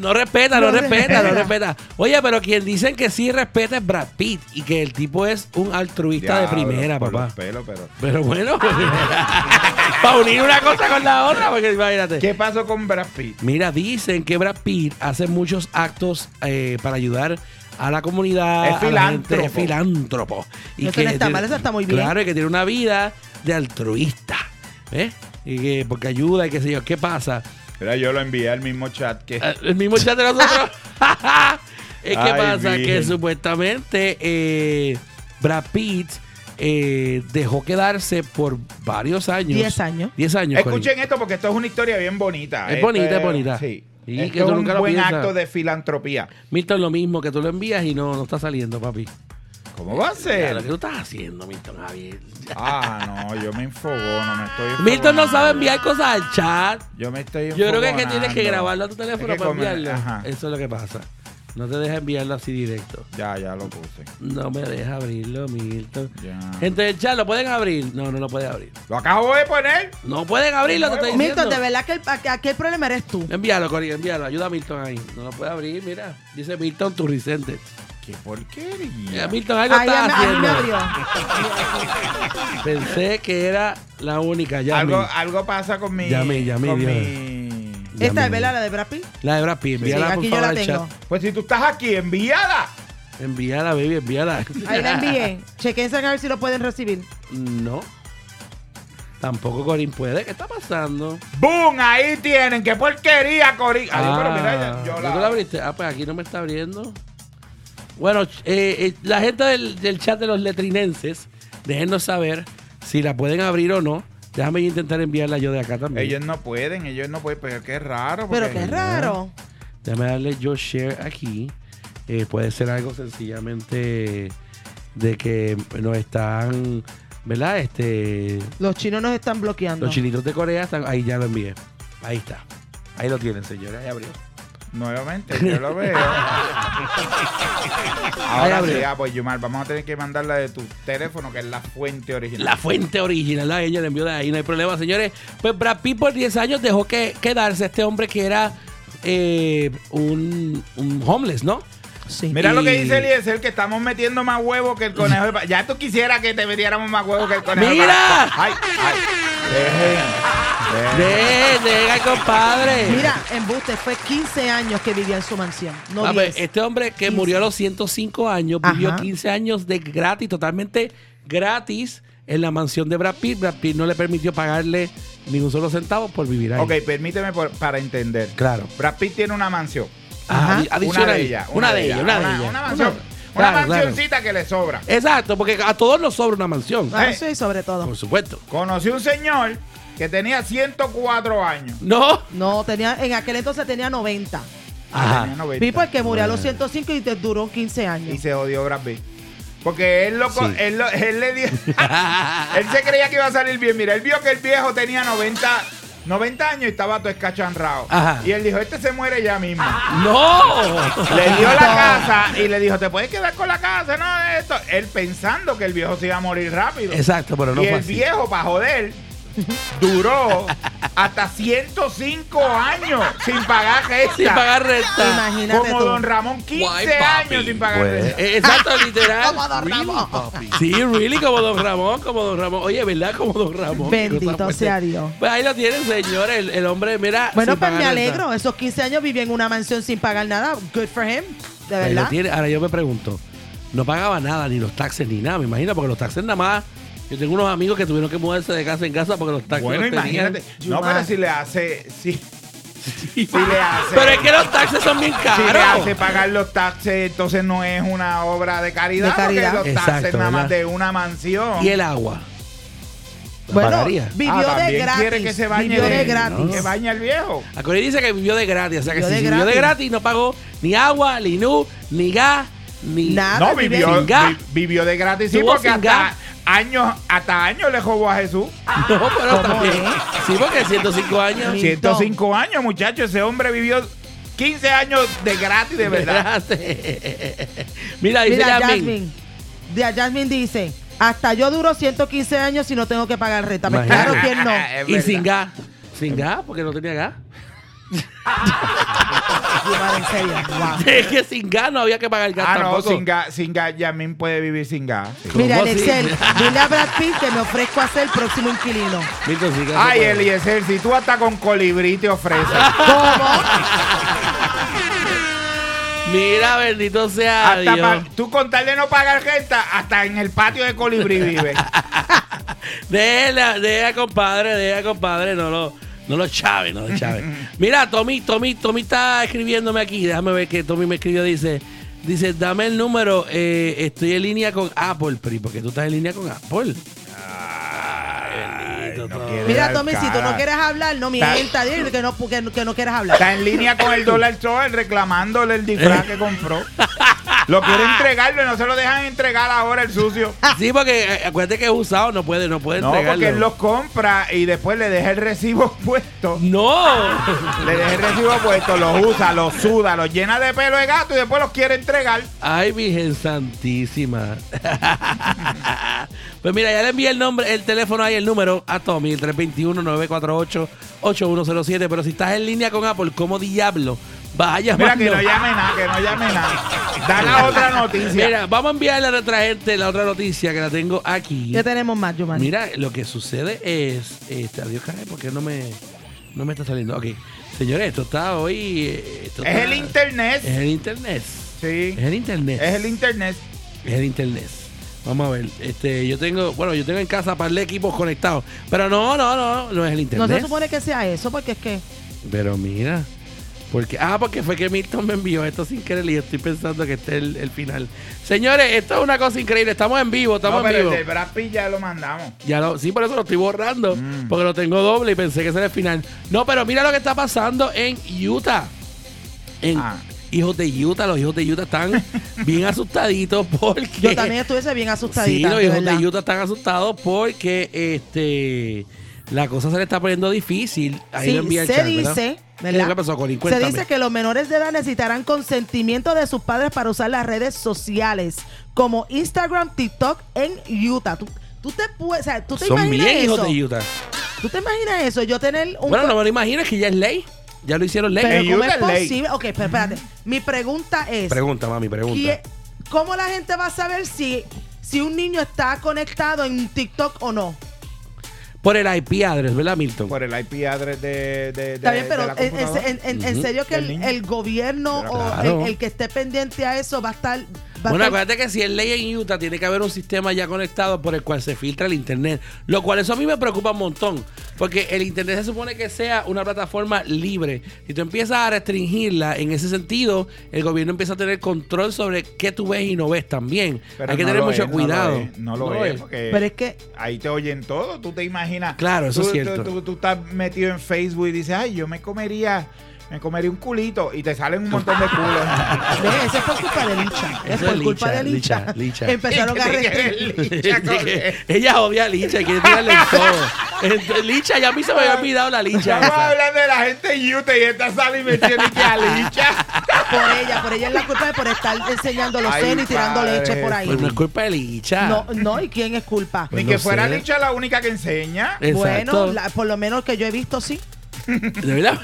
S1: No respeta, no,
S4: No
S1: respeta, no
S4: respeta.
S1: respeta. Oye, pero quien dicen que sí respeta es Brad Pitt y que el tipo es un altruista de
S5: Diablo,
S1: primera,
S5: por
S1: papá.
S5: los pelos, pero-
S1: Pero bueno, para unir una cosa con la otra, porque imagínate.
S5: ¿Qué pasó con Brad Pitt?
S1: Mira, dicen que Brad Pitt hace muchos actos eh, para ayudar a la comunidad.
S5: Es
S1: a la gente,
S5: filántropo.
S1: es filántropo.
S4: Eso no está mal, eso está muy bien.
S1: Claro, y que tiene una vida de altruista. ¿Ves? Y que, porque ayuda y qué sé yo. ¿Qué pasa?
S5: Mira, yo lo envié al mismo chat que.
S1: Eh, El mismo chat de nosotros. es que
S5: Ay,
S1: pasa que
S5: virgen.
S1: supuestamente eh, Brad Pitt eh, dejó quedarse por varios años.
S4: Diez años.
S1: 10 años.
S5: Escuchen esto porque esto es una historia bien bonita.
S1: Es
S5: Esto
S1: bonita, es bonita.
S5: Sí.
S1: Y
S5: Esto
S1: que
S5: es
S1: tú
S5: un
S1: nunca lo
S5: buen
S1: piensas.
S5: acto de filantropía.
S1: Milton, lo mismo, que tú lo envías y no, no está saliendo, papi.
S5: ¿Cómo va a
S1: Claro, ¿Qué
S5: ser?
S1: tú estás haciendo, Milton Javier?
S5: Ah, no, yo me enfogó, no me estoy.
S1: Milton no
S5: enfogonando.
S1: sabe enviar cosas al chat.
S5: Yo me estoy.
S1: Yo creo que, es que
S5: enfogonando.
S1: tienes que grabarlo a tu teléfono
S5: Es que
S1: para
S5: como-
S1: enviarlo.
S5: Ajá.
S1: Eso es lo que pasa. No te deja enviarlo así directo.
S5: Ya, ya lo puse.
S1: No me deja abrirlo, Milton.
S5: Ya.
S1: Gente del chat, ¿lo pueden abrir? No, no lo pueden abrir.
S5: Lo acabo de poner.
S1: No pueden abrirlo, te estoy diciendo.
S4: Milton, de verdad que el, aquí- aquí el problema eres tú.
S1: Envíalo, Cori, envíalo. Ayuda a Milton ahí. No lo puede abrir, mira. Dice Milton Turricente.
S5: Qué
S1: Eh,
S5: porquería.
S1: Milton, algo
S4: Ahí
S1: está
S4: a, mí- a mí
S1: haciendo.
S4: me abrió.
S1: Pensé que era la única. Ya,
S5: algo,
S1: Mil.
S5: algo pasa con mi.
S1: Ya me- ya me
S5: con
S1: dio.
S5: mi-
S1: Ya,
S4: Esta es,
S1: Mil.
S4: ¿verdad? La de Brad Pitt.
S1: La de Brad Pitt,
S4: Sí,
S1: envíala por
S4: aquí yo
S1: favor
S4: la
S1: al
S4: tengo.
S1: chat.
S5: Pues si tú estás aquí, envíala.
S1: Envíala, baby, envíala.
S4: Ahí la envié. Chequense a ver si lo pueden recibir.
S1: No. Tampoco Corín puede. ¿Qué está pasando?
S5: ¡Boom! Ahí tienen. ¡Qué porquería, Cori! Ay, pero mira, yo
S1: Ah, ¿tú
S5: la-
S1: la abriste? Ah, pues aquí no me está abriendo. Bueno, eh, eh, la gente del, del chat de los letrinenses, déjenos saber si la pueden abrir o no. Déjame yo intentar enviarla yo de acá también.
S5: Ellos no pueden, ellos no pueden, pero qué raro.
S4: Pero
S5: porque-
S4: qué raro.
S1: Déjame darle yo share aquí. Eh, puede ser algo sencillamente de que nos están, ¿verdad? Este,
S4: Los chinos nos están bloqueando.
S1: Los chinitos de Corea están. Ahí ya lo envié. Ahí está. Ahí lo tienen, señores. Ahí abrió.
S5: Nuevamente, yo lo veo.
S1: Ahí
S5: Ahora
S1: abrió.
S5: sí, ah, pues Yumar, vamos a tener que mandarla de tu teléfono, que es la fuente original.
S1: La fuente original, la ella le envió de ahí, no hay problema, señores. Pues Brad Pitt por 10 años dejó que quedarse este hombre que era eh, un, un homeless, ¿no? Sí.
S5: Mira lo que dice Eliezer, que estamos metiendo más huevos que el conejo. de pa- Ya tú quisieras que te metiéramos más huevos que el conejo. de
S1: ¡Mira!
S5: pa- ¡Ay, ay! Dejen, dejen.
S1: De, de, compadre.
S4: Mira, embuste, fue 15 años que vivía en su mansión. No
S1: Ah, pues,
S4: 10.
S1: este hombre que
S4: 15.
S1: murió a los 105 años vivió
S4: Ajá.
S1: 15 años de gratis, totalmente gratis, en la mansión de Brad Pitt. Brad Pitt no le permitió pagarle ni un solo centavo por vivir ahí.
S5: Ok, permíteme por- para entender.
S1: Claro.
S5: Brad Pitt tiene una mansión.
S1: Ajá,
S4: Ajá.
S1: adi- adicional.
S5: Una de ellas.
S1: Una de ellas, una de
S5: Una,
S1: ellas.
S5: una mansión. Una
S1: Claro, claro.
S5: mansioncita que le sobra.
S1: Exacto, porque a todos nos sobra una mansión.
S4: Ah,
S5: eh.
S4: sí, sobre todo.
S1: Por supuesto.
S5: Conocí un señor que tenía 104 años.
S1: No.
S4: No, tenía, en aquel entonces tenía 90.
S5: Tenía
S1: Ajá.
S5: 90.
S4: Pipo, el que murió a los 105 y te duró 15
S5: Y
S4: años.
S5: se odió Brad Pitt. Porque él, lo, co-
S1: Sí.
S5: él, lo- él le dio. él se creía que iba a salir bien. Mira, él vio que el viejo tenía 90, 90 años y estaba todo escachanrao.
S1: Ajá.
S5: Y él dijo: Este se muere ya mismo.
S1: no.
S5: Le dio la casa y le dijo: Te puedes quedar con la casa, no, esto. Él pensando que el viejo se iba a morir rápido.
S1: Exacto, pero no
S5: y
S1: fue
S5: el
S1: así.
S5: viejo, para joder, duró hasta 105 años sin pagar renta.
S1: Sin pagar renta.
S4: Imagínate
S5: Como
S4: tú.
S5: Don Ramón, 15
S1: Guay, papi.
S5: años sin pagar renta.
S1: Eh, Exacto, literal.
S4: Como Don Ramón.
S1: Sí, really, como Don Ramón, como Don Ramón. Oye, ¿verdad? Como Don Ramón.
S4: Bendito
S1: Qué cosa fuerte.
S4: sea Dios.
S1: Pues ahí lo tienen, señores. El, el hombre, mira.
S4: Bueno,
S1: sin
S4: pues me
S1: pagar
S4: alegro.
S1: renta.
S4: Esos 15 años vivía en una mansión sin pagar nada. Good for him. De
S1: Ahí lo
S4: verdad.
S1: tiene. Ahora yo me pregunto, no pagaba nada, ni los taxes, ni nada, me imagino, porque los taxes nada más. Yo tengo unos amigos que tuvieron que mudarse de casa en casa porque los taxes
S5: Bueno,
S1: los tenían.
S5: imagínate. No, pero si le hace. Si, si le hace.
S1: Pero es que los taxes son bien
S5: si le
S1: caros.
S5: hace pagar los taxes, entonces no es una obra de caridad.
S4: De caridad.
S5: Porque los taxes
S1: Exacto,
S5: nada más
S1: ¿verdad?
S5: de una mansión.
S1: y el agua. ¿La
S4: Bueno,
S1: pagaría?
S4: vivió
S5: Ah,
S4: de
S5: también
S4: gratis.
S5: quiere que se bañe.
S4: vivió de gratis.
S5: Que baña el viejo.
S1: Acuérdate, dice que vivió de gratis. O sea que
S4: Vivió
S1: si
S4: de
S1: vivió de
S4: gratis.
S1: gratis, no pagó ni agua, ni luz, ni gas, ni
S4: Nada. Ah,
S5: No,
S4: vivió
S5: vivió,
S1: sin gas.
S5: vi- vivió de gratis, sí,
S1: Estuvo
S5: porque
S1: sin gas.
S5: hasta años, hasta años le robó a Jesús.
S1: No, pero también. Sí, porque 105 años.
S4: Sí.
S5: 105 años, muchachos. Ese hombre vivió 15 años de gratis, de verdad.
S1: Espérate. Mira, dice
S4: Mira,
S1: Jasmine.
S4: Jasmine. Mira, Jasmine dice: Hasta yo duro 115 años y no tengo que pagar renta. Pues
S1: Imagínate.
S4: claro, ¿quién no?
S5: Es
S1: Y
S5: verdad.
S1: sin gas. Sin gas, porque no tenía gas.
S4: Ay, madre, en serio. Wow.
S1: Es que sin gas no había que pagar gas
S5: Ah, no,
S1: tampoco.
S5: sin gas, sin gas, Yamin puede vivir sin gas. sí.
S4: Mira,
S1: ¿Cómo
S4: Elexel,
S1: así?
S4: dile a Brad Pitt que me ofrezco a ser el próximo inquilino.
S1: Milton, sin gas
S5: Ay,
S1: no puede.
S5: Eliezer, si tú hasta con colibrí te ofreces.
S1: Mira, bendito sea
S5: Hasta
S1: Dios.
S5: pa- tú con tal de no pagar renta, hasta en el patio de colibrí vive.
S1: Deja, deja, compadre, deja, compadre. No lo, no lo chave, no lo chave. Mira, Tommy, Tommy, Tommy está escribiéndome aquí. Déjame ver que Tommy me escribió. Dice, dice, dame el número. eh, estoy en línea con Apple, Pri, porque tú estás en línea con Apple. Ay, bendito, Tommy.
S4: Mira, Tommy, si tú no
S5: Alcalá.
S4: quieres hablar, no mientas, dile que no, que, no- que no quieres hablar.
S5: Está en línea con el dólar Store reclamándole el disfraz que compró. Lo quiere entregarlo y no se lo dejan entregar ahora el sucio.
S1: Sí, porque eh, acuérdate que es usado, no puede, no puede
S5: No,
S1: entregarlo.
S5: porque él los compra y después le deja el recibo puesto.
S1: ¡No!
S5: Le deja el recibo puesto, los usa, los suda, los llena de pelo de gato y después los quiere entregar.
S1: Ay, Virgen Santísima. pues mira, ya le envié el nombre, el teléfono ahí, el número a Tommy, el 321-948-8107. Pero si estás en línea con Apple, ¿cómo diablo? Vaya,
S5: Mira, que no llame nada, que no llame nada. Da la otra noticia.
S1: Mira, vamos a enviarle a nuestra gente la otra noticia que la tengo aquí.
S4: ¿Qué tenemos más, Giovanni?
S1: Mira, lo que sucede es. Este, adiós, caray, porque no me, no me está saliendo. Ok, señores, esto está hoy. eh, esto
S5: es
S1: está-
S5: el internet.
S1: Es el internet.
S5: Sí.
S1: Es el internet.
S5: Es el internet.
S1: Es el internet. Vamos a ver. Este, yo tengo, bueno, yo tengo en casa par de equipos conectados. Pero no, no, no, no es el
S4: no
S1: internet.
S4: se supone que sea eso, porque es que.
S1: Pero mira. Porque, ah, porque fue que Milton me envió esto sin querer y yo estoy pensando que este es el, el final. Señores, esto es una cosa increíble. Estamos en vivo,
S5: No,
S1: estamos en
S5: pero el
S1: vivo.
S5: del Brad Pitt ya lo mandamos.
S1: Ya lo- sí, por eso lo estoy borrando.
S5: Mm.
S1: Porque lo tengo doble y pensé que ese era el final. No, pero mira lo que está pasando en Utah. En
S5: Ah.
S1: hijos de Utah, los hijos de Utah están bien asustaditos porque.
S4: Yo también estuviese bien asustadita.
S1: Eh, Sí, los
S4: de
S1: hijos
S4: verdad.
S1: de Utah están asustados porque este la cosa se le está poniendo difícil. Ahí
S4: Sí,
S1: lo envía el
S4: se
S1: chat, ¿verdad?
S4: dice ¿verdad?
S1: ¿Qué pasó, Colin?
S4: Se
S1: Cuéntame.
S4: dice que los menores de edad necesitarán consentimiento de sus padres para usar las redes sociales como Instagram, TikTok en Utah. ¿Tú, tú te, puedes, o sea, ¿tú te
S1: Son
S4: imaginas
S1: bien
S4: eso?
S1: hijos de Utah.
S4: ¿Tú te imaginas eso? Yo tener un...
S1: Bueno, no me lo imaginas que ya es ley. Ya lo hicieron ley.
S4: pero
S5: en
S4: ¿cómo
S5: Utah
S4: es
S5: es ley.
S4: posible? Ok, pero espérate. Mi pregunta es...
S1: Pregunta, mami, pregunta.
S4: ¿quién- ¿Cómo la gente va a saber si, si un niño está conectado en TikTok o no?
S1: Por el IP address, ¿verdad, Milton?
S5: Por el IP address de, de, de,
S4: Está bien,
S5: de
S4: pero
S5: la
S4: en, en-
S5: computadora.
S4: en- en- en
S1: Ujú.
S4: serio que
S5: Del
S4: el,
S5: niño.
S4: el gobierno
S5: Pero
S4: o
S1: claro.
S4: el, el que esté pendiente a eso va a estar... va a
S1: Bueno,
S4: estar-
S1: acuérdate que si es ley en Utah, tiene que haber un sistema ya conectado por el cual se filtra el Internet. Lo cual eso a mí me preocupa un montón. Porque el Internet se supone que sea una plataforma libre. Si tú empiezas a restringirla, en ese sentido, el gobierno empieza a tener control sobre qué tú ves y no ves también.
S5: Pero
S1: Hay que
S5: no
S1: tener
S5: lo
S1: mucho
S5: es, no lo
S1: cuidado.
S5: es, No lo, es, porque
S4: Pero es que
S5: ahí te oyen todo. Tú te imaginas.
S1: Claro, eso
S5: tú,
S1: es cierto.
S5: Tú, tú- tú estás metido en Facebook y dices, ay, yo me comería, me comería un culito y te salen un montón de culos.
S4: No, eso es por culpa de Licha. Es
S1: Eso
S4: por
S1: es
S4: culpa
S1: Licha,
S4: de Licha.
S1: Licha, Licha.
S4: Empezaron a restringir.
S1: Ella odia a Licha y quiere tirarle en todo. Entonces, Licha, ya a mí se me había olvidado la Licha.
S5: Estamos
S1: esa.
S5: hablando de la gente de Utah y esta sale y me tiene que alicha.
S4: Por ella, por ella es la culpa de por estar enseñando los
S5: Ay,
S4: senos y tirando
S5: padre.
S4: leche por ahí.
S1: Pues no es culpa de Licha.
S4: No, no, ¿y quién es culpa?
S1: Pues
S5: Ni
S1: no
S5: que fuera
S1: sé. Eh,
S5: Licha la única que enseña.
S1: Exacto.
S4: Bueno, la- por lo menos que yo he visto, sí.
S1: De verdad.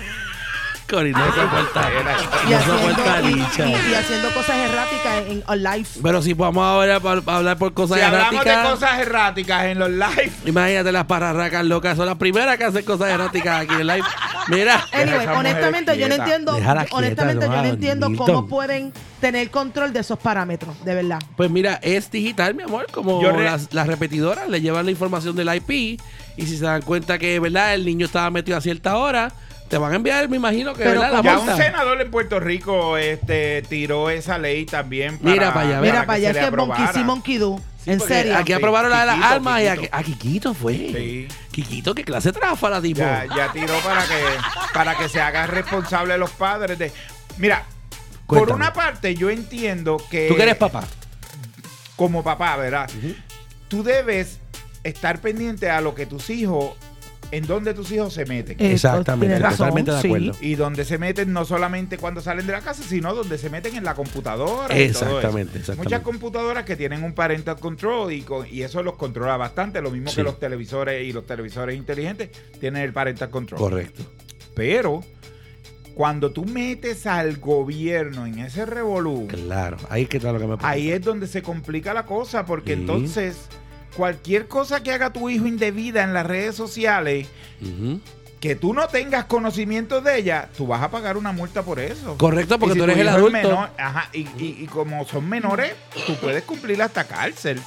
S1: Cori, no
S5: Ah,
S1: soporta.
S4: Y,
S1: No
S4: haciendo,
S1: soporta a
S4: y-
S1: Licha.
S4: y- y haciendo cosas erráticas en, en live.
S1: Pero si vamos ahora a pa- a hablar por cosas
S5: Si hablamos de
S1: erráticas.
S5: cosas erráticas en los live,
S1: Imagínate las pararracas locas. Son las primeras que hacen cosas erráticas aquí en live. Mira.
S5: Deja a
S4: Anyway,
S5: esa mujer
S4: honestamente yo no
S5: quieta.
S4: entiendo,
S1: Déjala quieta,
S4: honestamente yo no
S1: Donald
S4: entiendo cómo
S1: Milton.
S4: pueden tener control de esos parámetros, de verdad.
S1: Pues mira, es digital, mi amor. Como
S5: Yo re-
S1: las, las repetidoras le llevan la información del IP. Y si se dan cuenta que, ¿verdad? El niño estaba metido a cierta hora, te van a enviar, me imagino que,
S4: Pero
S1: ¿verdad? La
S5: ya
S1: multa.
S5: un senador en Puerto Rico este, tiró esa ley también. Para,
S1: Mira pa' allá,
S4: Mira para allá
S5: se
S4: es
S5: le
S4: que
S5: aprobara.
S4: Monkey sí, Monkey do. en
S1: Porque
S4: serio.
S1: Aquí
S5: Sí,
S1: aprobaron la de las
S5: Quiquito,
S1: armas y aquí,
S5: Quiquito.
S1: a Quiquito fue.
S5: Sí.
S1: Quiquito, qué clase de tráfala, tipo.
S5: Ya, ya tiró para que, para que se hagan responsables los padres de. Mira, por
S1: Cuéntame.
S5: una parte yo entiendo que.
S1: Tú que eres papá.
S5: Como papá, ¿verdad? Tú debes estar pendiente a lo que tus hijos, en dónde tus hijos se meten.
S4: Eh,
S1: Exactamente,
S4: tienes razón,
S1: totalmente de
S4: sí.
S1: acuerdo.
S5: Y donde se meten no solamente cuando salen de la casa, sino donde se meten en la computadora. y todo eso.
S1: Exactamente, exactamente.
S5: Muchas computadoras que tienen un parental control y, con- y eso los controla bastante. Lo mismo
S1: Sí.
S5: que los televisores y los televisores inteligentes tienen el parental control.
S1: Correcto.
S5: Pero cuando tú metes al gobierno en ese revolú,
S1: Claro, ahí es que está lo que me pasa.
S5: ahí es donde se complica la cosa, porque
S1: Sí.
S5: entonces cualquier cosa que haga tu hijo indebida en las redes sociales,
S1: Ujú.
S5: que tú no tengas conocimiento de ella, tú vas a pagar una multa por eso.
S1: Correcto, porque
S5: Y si
S1: tú
S5: tu
S1: eres el
S5: hijo es
S1: adulto.
S5: menor- ajá, y, y- y como son menores, tú puedes cumplir hasta cárcel.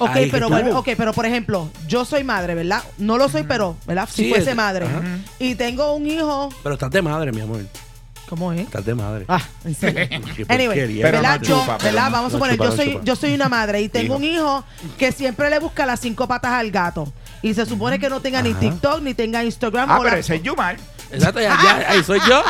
S4: Ok,
S1: Ahí es que
S4: pero,
S1: tú-
S4: vuelve- ok, pero por ejemplo, yo soy madre, ¿verdad? No lo soy, pero, ¿verdad? Si
S1: Sí,
S4: fuese
S1: es-
S4: madre.
S1: ajá.
S4: Y tengo un hijo.
S1: Pero estás de madre, mi amor.
S4: ¿Cómo es?
S1: Estás de madre.
S4: Ah, en serio.
S1: Qué
S4: Anyway,
S1: porquería.
S5: Pero
S4: ¿verdad?
S5: no
S4: yo,
S5: chupa, pero
S4: ¿verdad?
S5: no-
S4: Vamos a
S1: no
S4: suponer,
S1: chupa,
S4: yo
S1: no
S4: soy,
S1: chupa.
S4: yo soy una madre y tengo
S1: Hijo.
S4: un hijo que siempre le busca las cinco patas al gato. Y se supone que no tenga ni
S1: Ajá.
S4: TikTok, ni tenga Instagram.
S5: Ah,
S4: o la-
S5: pero ese es Yumar.
S1: Exacto, ya, ya, ahí soy yo.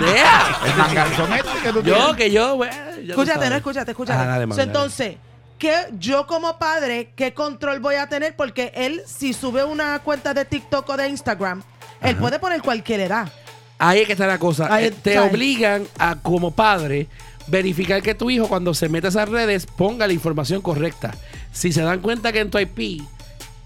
S5: El
S1: Deja.
S5: manganzón este que tú
S1: Yo,
S5: tienes.
S1: que yo, bueno, ya tú
S4: Escúchate,
S1: sabes.
S4: no, escúchate, escúchate.
S1: Ah, dale, mami,
S4: So,
S1: dale.
S4: entonces, ¿qué, yo como padre, ¿qué control voy a tener? Porque él, si sube una cuenta de TikTok o de Instagram, él puede poner cualquier edad.
S1: Ahí es que está la cosa.
S4: Ahí
S1: Eh, Te
S4: está.
S1: obligan a, como padre, verificar que tu hijo, cuando se meta a esas redes, ponga la información correcta. Si se dan cuenta que en tu IP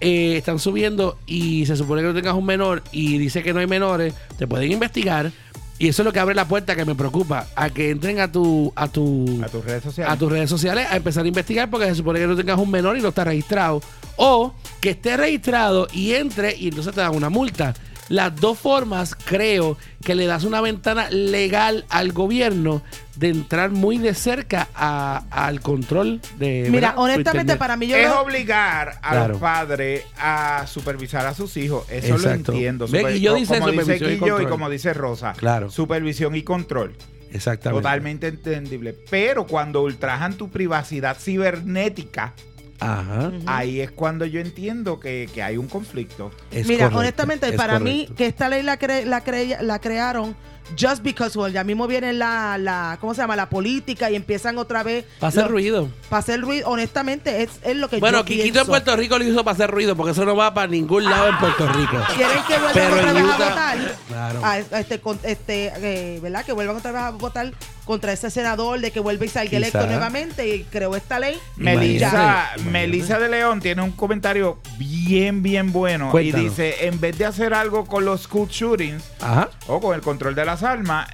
S1: eh, están subiendo y se supone que tú tengas un menor y dice que no hay menores, te pueden investigar. Y eso es lo que abre la puerta que me preocupa, a que entren a tu, a tu,
S5: A tus redes sociales.
S1: a tus redes sociales a empezar a investigar porque se supone que no tengas un menor y no está registrado. O que esté registrado y entre y entonces te dan una multa. Las dos formas creo que le das una ventana legal al gobierno de entrar muy de cerca a- al control de...
S4: Mira,
S1: ¿verdad? Tu
S4: honestamente,
S1: internet.
S4: para mí yo
S5: es
S4: lo-
S5: obligar a
S1: Claro.
S5: los padres a supervisar a sus hijos. Eso
S1: Exacto.
S5: lo entiendo.
S1: Ve, Guillo dice
S5: como dice
S1: supervisión y
S5: Guillo y,
S1: control.
S5: como dice Rosa.
S1: Claro.
S5: Supervisión y control.
S1: Exactamente.
S5: Totalmente entendible. Pero cuando ultrajan tu privacidad cibernética,
S1: Ajá.
S5: Ahí es cuando yo entiendo que, que hay un conflicto.
S1: es
S4: Mira,
S1: correcto,
S4: honestamente,
S1: es
S4: para mí,
S1: correcto.
S4: que esta ley la, cre- la, cre- la crearon just because, well, ya mismo viene la, la, ¿cómo se llama? La política y empiezan otra vez.
S1: Va a hacer
S4: lo-
S1: ruido.
S4: Para hacer ruido, honestamente, es, es lo que
S1: Bueno,
S4: yo
S1: Kikito
S4: pienso.
S1: en Puerto Rico lo hizo para hacer ruido, porque eso no va para ningún lado en Puerto Rico.
S4: Quieren que vuelvan
S1: Pero
S4: otra
S1: en
S4: vez a
S1: Utah-
S4: votar.
S1: Claro.
S4: A, a este, con- este, eh, ¿verdad? Que vuelvan otra vez a votar contra ese senador de que vuelva y salga electo
S1: Quizá.
S4: nuevamente y creó esta ley.
S5: Melissa,
S1: Imagínate.
S5: Melissa de León tiene un comentario bien, bien bueno.
S1: Cuéntanos.
S5: Y dice, en vez de hacer algo con los school shootings
S1: Ajá.
S5: o con el control de las armas,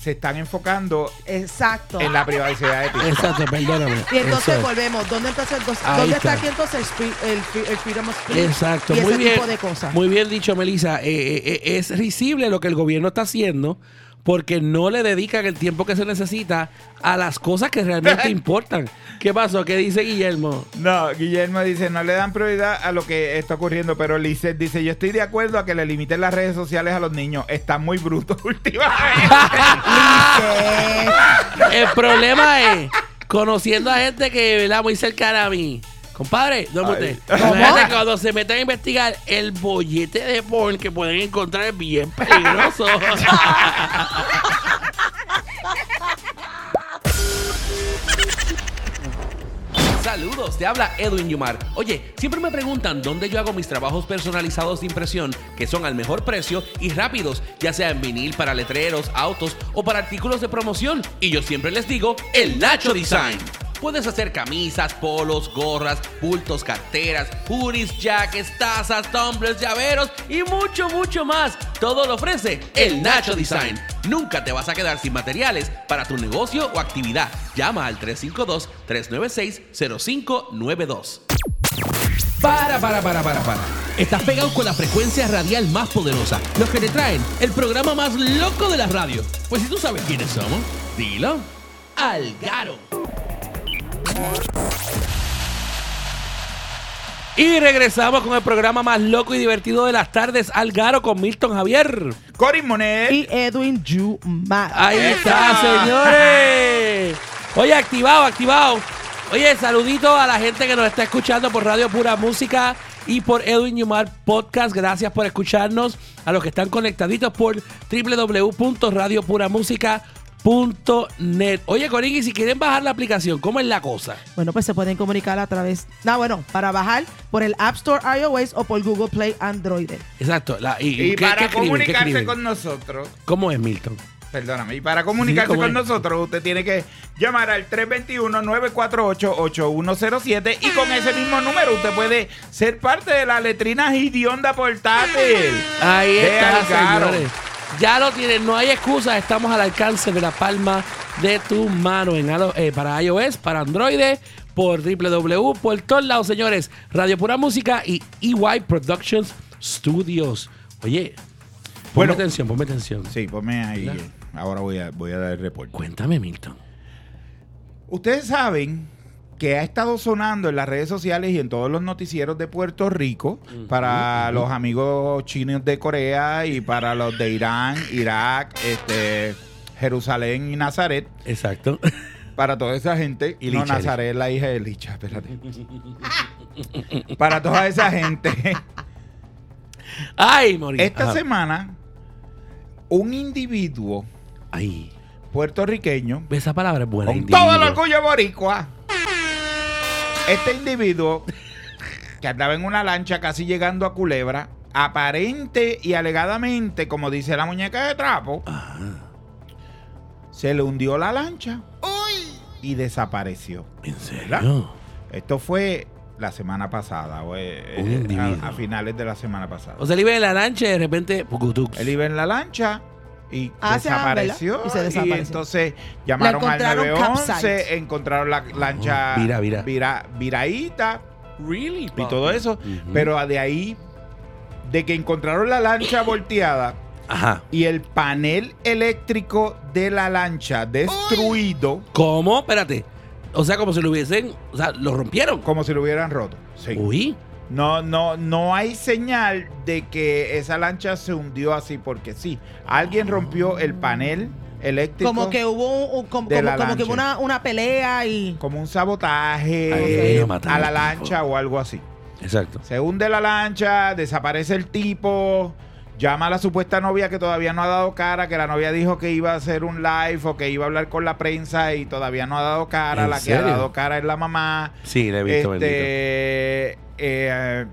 S5: se están enfocando
S4: Exacto.
S5: en la privacidad de ti.
S1: Exacto, perdóname.
S4: Y entonces pues,
S1: Eso es.
S4: volvemos. ¿Dónde, entonces, dos-
S1: Ahí
S4: ¿dónde
S1: está.
S4: está aquí entonces el, free- el, free- el freedom of speech?
S1: Exacto,
S4: Y
S1: muy
S4: ese
S1: bien.
S4: tipo de cosas.
S1: Muy bien dicho, Melissa. Eh, eh, eh, es risible lo que el gobierno está haciendo porque no le dedican el tiempo que se necesita a las cosas que realmente importan. ¿Qué pasó? ¿Qué dice Guillermo?
S5: No, Guillermo dice, no le dan prioridad a lo que está ocurriendo, pero Lizeth dice, yo estoy de acuerdo a que le limiten las redes sociales a los niños. Están muy brutos últimamente.
S1: El problema es conociendo a gente que ¿verdad? muy cercana a mí. Compadre, no
S5: Ay.
S1: usted. Imagínate cuando se meten a investigar el bollete de porn que pueden encontrar es bien peligroso. Saludos, te habla Edwin Yumar. Oye, siempre me preguntan dónde yo hago mis trabajos personalizados de impresión, que son al mejor precio y rápidos, ya sea en vinil para letreros, autos o para artículos de promoción. Y yo siempre les digo, el Nacho Design. Puedes hacer camisas, polos, gorras, bultos, carteras, hoodies, jackets, tazas, tumblers, llaveros y mucho, mucho más. Todo lo ofrece el Nacho Design. Nunca te vas a quedar sin materiales para tu negocio o actividad. Llama al 352-396-0592. Para, para, para, para, para. Estás pegado con la frecuencia radial más poderosa. Los que te traen el programa más loco de la radio. Pues si tú sabes quiénes somos, dilo. Algaro. Y regresamos con el programa más loco y divertido de las tardes, Algaro con Milton Javier.
S5: Corin Monet.
S4: Y Edwin Jumar.
S1: Ahí está,
S5: ¡Esa!
S1: señores. Oye, activado, activado. Oye, saludito a la gente que nos está escuchando por Radio Pura Música y por Edwin Yumar Podcast. Gracias por escucharnos. A los que están conectaditos por www.radiopuramusica.net. Oye, Corín, y si quieren bajar la aplicación, ¿cómo es la cosa?
S4: Bueno, pues se pueden comunicar a través. No, bueno, para bajar por el App Store iOS o por Google Play Android.
S1: Exacto. la- y
S5: Y
S1: ¿qué-
S5: para
S1: qué escriben? ¿Qué
S5: comunicarse
S1: escriben?
S5: con nosotros,
S1: ¿Cómo es, Milton?
S5: perdóname, y para comunicarse
S1: ¿cómo
S5: con
S1: es?
S5: nosotros, usted tiene que llamar al 321-948-8107 y con ese mismo número usted puede ser parte de la letrina Gidionda Portátil.
S1: Ahí
S5: De
S1: está,
S5: Algaro.
S1: señores. Ya lo tienen, no hay excusa, estamos al alcance de la palma de tu mano en alo- eh, para iOS, para Android, por www, por todos lados, señores. Radio Pura Música y EY Productions Studios. Oye, ponme
S5: Bueno.
S1: atención, ponme atención.
S5: Sí, ponme ahí. Ahora voy a, voy a dar el reporte.
S1: Cuéntame, Milton.
S5: Ustedes saben que ha estado sonando en las redes sociales y en todos los noticieros de Puerto Rico para los amigos chinos de Corea y para los de Irán, Irak, este, Jerusalén y Nazaret.
S1: Exacto.
S5: Para toda esa gente.
S1: Y
S5: no,
S1: Licha,
S5: Nazaret es la hija de Licha, espérate. para toda esa gente.
S1: Ay, morí.
S5: Esta
S1: Ajá.
S5: semana, un individuo
S1: Ay,
S5: puertorriqueño
S1: esa palabra es buena.
S5: Con
S1: individuo.
S5: todo el orgullo boricua. Este individuo que andaba en una lancha casi llegando a Culebra, aparente y alegadamente, como dice la muñeca de trapo, se le hundió la lancha
S8: Uy,
S5: y desapareció.
S1: ¿En serio?
S5: ¿Verdad? Esto fue la semana pasada, o, eh,
S1: Un
S5: eh,
S1: individuo.
S5: a, a finales de la semana pasada.
S1: O sea, él iba en la lancha y de repente... pucutux.
S5: Él iba en la lancha y
S4: Ah, se va, ¿verdad?
S5: desapareció,
S4: Y
S5: y
S4: se desapareció.
S5: entonces llamaron al
S4: encontraron
S5: 911,
S4: capsized.
S5: encontraron la lancha
S1: Oh, vira, vira.
S5: vira- viraíta
S7: Really,
S5: y todo eso,
S1: Ujú.
S5: pero de ahí de que encontraron la lancha volteada
S1: Ajá.
S5: y el panel eléctrico de la lancha destruido
S1: ¿Cómo? Espérate. O sea, como si lo hubiesen. O sea, lo rompieron.
S5: como si lo hubieran roto. Sí.
S1: Uy.
S5: No, no, no hay señal de que esa lancha se hundió así porque sí. Alguien rompió el panel eléctrico.
S4: Como que hubo, un- un- como,
S5: De
S4: como-
S5: la
S4: como que
S5: lancha.
S4: hubo una, una pelea y.
S5: como un sabotaje
S1: Ay,
S5: eh,
S1: mataron
S5: a la
S1: al tipo.
S5: lancha o algo así.
S1: Exacto.
S5: Se hunde la lancha, desaparece el tipo, llama a la supuesta novia que todavía no ha dado cara, que la novia dijo que iba a hacer un live o que iba a hablar con la prensa y todavía no ha dado cara,
S1: ¿En
S5: la que
S1: serio?
S5: ha dado cara es la mamá.
S1: Sí, le he visto, bendito.
S5: Este, eh,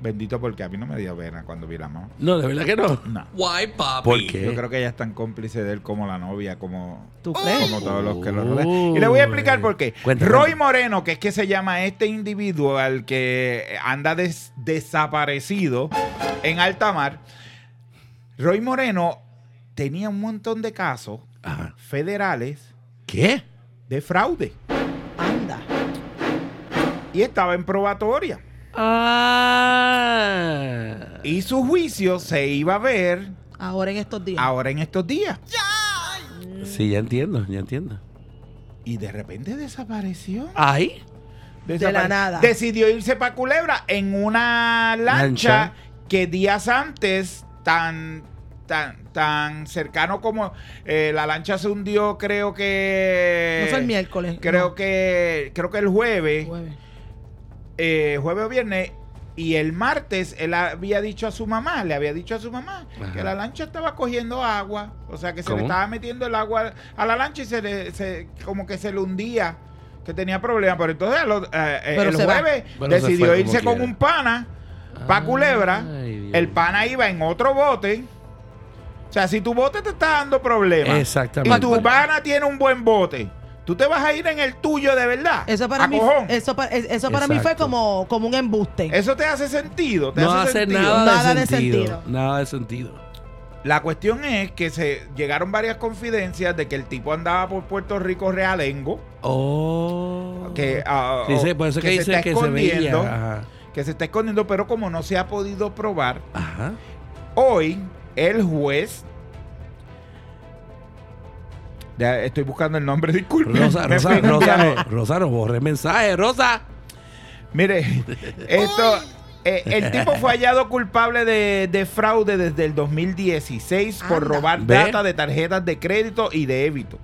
S5: bendito porque a mí no me dio pena cuando vi la mamá.
S1: No, de verdad que no.
S5: No.
S10: Why, papi?
S1: ¿Por qué?
S5: Yo creo que ella es tan cómplice de él como la novia, como,
S4: ¿Tú crees?
S5: como todos los que lo
S1: Uy.
S5: rodean. Y le voy a explicar por qué.
S1: Cuéntame.
S5: Roy Moreno, que es que se llama este individuo al que anda des- desaparecido en alta mar. Roy Moreno tenía un montón de casos
S1: Ajá.
S5: federales
S1: ¿Qué?
S5: de fraude
S4: Anda.
S5: y estaba en probatoria.
S1: Ah.
S5: Y su juicio se iba a ver
S4: Ahora en estos días.
S5: ahora en estos días.
S1: Sí, ya entiendo, ya entiendo.
S5: Y de repente desapareció.
S1: ¿Ahí?
S4: De la nada.
S5: Decidió irse para Culebra en una lancha,
S1: Lancha.
S5: que días antes, tan, tan, tan cercano como eh, la lancha se hundió, creo que.
S4: no fue el miércoles.
S5: eh, Creo
S4: no.
S5: que. Creo que el jueves.
S4: Jueves.
S5: eh, jueves o viernes. Y el martes él había dicho a su mamá, le había dicho a su mamá
S1: Ajá.
S5: que la lancha estaba cogiendo agua. O sea que se le
S1: ¿Cómo?
S5: estaba metiendo el agua a la lancha y se le, se- como que se le hundía, que tenía problemas. Pero entonces lo- eh, eh,
S4: Pero
S5: el
S4: se va.
S5: jueves
S1: Bueno, se
S5: decidió
S1: fue como
S5: irse con
S1: quiera.
S5: un pana pa'
S1: Ay,
S5: Culebra.
S1: Dios.
S5: El pana iba en otro bote. O sea, si tu bote te está dando problemas
S1: Exactamente.
S5: y tu pana tiene un buen bote, tú te vas a ir en el tuyo de verdad.
S4: Eso para
S5: a
S4: mí,
S5: cojón.
S4: eso para, es- eso para mí fue
S1: Exacto.
S4: como, como un embuste.
S5: Eso te hace sentido. ¿Te
S1: No hace
S5: sentido?
S1: nada,
S4: Nada
S1: de,
S4: de
S1: sentido.
S4: sentido.
S1: Nada de sentido.
S5: La cuestión es que se llegaron varias confidencias de que el tipo andaba por Puerto Rico realengo.
S1: Oh.
S5: Que, ah,
S1: Sí, sí,
S5: oh,
S1: por eso que,
S5: se
S1: dicen
S5: está
S1: que se veía.
S5: escondiendo,
S1: Ajá.
S5: Que se está escondiendo, pero como no se ha podido probar,
S1: Ajá.
S5: hoy el juez. Ya estoy buscando el nombre, disculpe.
S1: Rosa,
S5: Me
S1: Rosa,
S5: fui en un
S1: Rosa,
S5: viaje.
S1: no, Rosa, no borré mensaje, Rosa.
S5: Mire, esto. eh, el tipo fue hallado culpable de, de fraude desde el 2016 por
S4: Anda.
S5: robar
S1: Ve.
S5: data de tarjetas de crédito y de débito.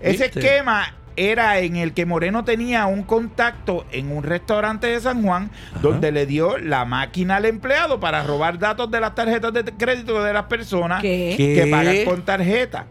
S5: Ese
S1: Viste.
S5: esquema era en el que Moreno tenía un contacto en un restaurante de San Juan donde le dio la máquina al empleado para robar datos de las tarjetas de crédito de las personas
S4: ¿Qué?
S5: que
S1: ¿Qué?
S5: pagan con tarjeta.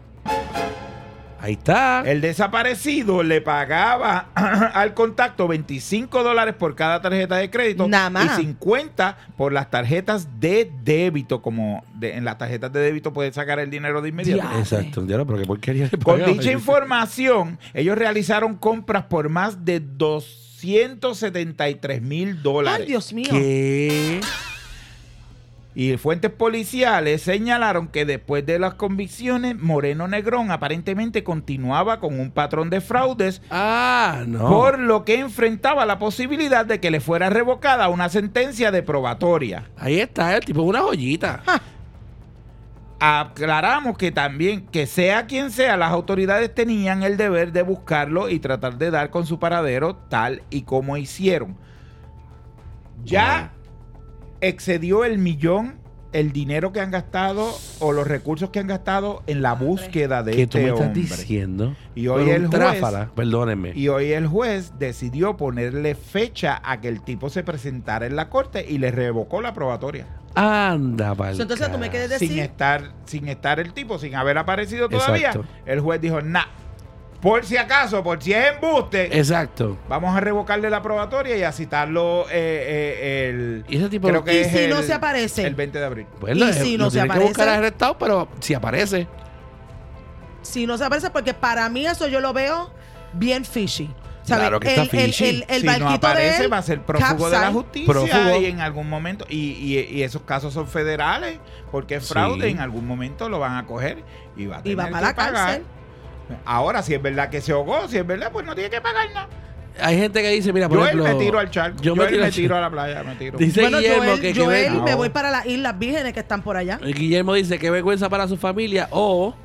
S1: Ahí
S4: Ah.
S1: está.
S5: El desaparecido le pagaba al contacto 25 dólares por cada tarjeta de crédito
S4: Nada más.
S5: y 50 por las tarjetas de débito, como de- en las tarjetas de débito puedes sacar el dinero de inmediato.
S4: Ya.
S1: Exacto. Ya no, pero qué porquería le
S5: Con
S1: pagaba.
S5: dicha información, ellos realizaron compras por más de 273 mil dólares.
S4: Ay, Dios mío.
S1: ¿Qué?
S5: Y fuentes policiales señalaron que después de las convicciones, Moreno Negrón aparentemente continuaba con un patrón de fraudes
S1: Ah, no.
S5: por lo que enfrentaba la posibilidad de que le fuera revocada una sentencia de probatoria.
S1: Ahí está, el tipo es una joyita.
S5: Aclaramos que también, que sea quien sea, las autoridades tenían el deber de buscarlo y tratar de dar con su paradero tal y como hicieron. Ya excedió el millón el dinero que han gastado o los recursos que han gastado en la búsqueda de
S1: ¿Qué tú
S5: este
S1: me estás
S5: hombre.
S1: diciendo?
S5: Y hoy
S1: Por un
S5: el juez-
S1: tráfala, perdónenme.
S5: Y hoy el juez decidió ponerle fecha a que el tipo se presentara en la corte y le revocó la probatoria.
S1: Anda, pa'l
S4: Entonces tú me quieres
S5: Sin
S4: decir.
S5: estar, sin estar el tipo, sin haber aparecido todavía.
S1: Exacto.
S5: El juez dijo, nah, por si acaso, por si es embuste,
S1: Exacto.
S5: vamos a revocarle la probatoria y a citarlo eh, eh, el...
S1: Y ese tipo-
S5: creo que
S4: ¿Y
S5: es
S4: si no
S5: el-
S4: se aparece?
S5: El 20 de abril.
S1: Pues
S4: ¿Y
S1: lo,
S4: si
S1: lo
S4: no se
S1: tiene que buscar
S4: aparece?
S1: arrestado, pero si aparece.
S4: Si no se aparece, porque para mí eso yo lo veo bien fishy. ¿Sabe?
S1: Claro que está
S4: el, el-
S1: fishy.
S4: el- el
S5: si no
S4: barquito
S5: aparece,
S4: de él,
S5: va a ser prófugo de la
S4: capsize.
S5: justicia
S1: Prófugo.
S5: y en algún momento, y, y- y esos casos son federales, porque es
S1: Sí.
S5: fraude, en algún momento lo van a coger y va a
S4: Y
S5: tener
S4: va
S5: que
S4: para la
S5: pagar.
S4: cárcel.
S5: Ahora, si es verdad que se ahogó, si es verdad, pues no tiene que pagar nada.
S1: Hay gente que dice, mira, por
S5: Yo él
S1: ejemplo...
S5: me tiro al charco, yo,
S1: Yo, me tiro, al
S5: a
S1: charco.
S5: la playa, me tiro.
S1: Dice
S4: Bueno,
S1: Guillermo
S4: Joel,
S1: que... que
S4: Joel,
S1: ve-
S4: me voy para las Islas Vírgenes que están por allá.
S1: Guillermo dice, qué vergüenza para su familia. O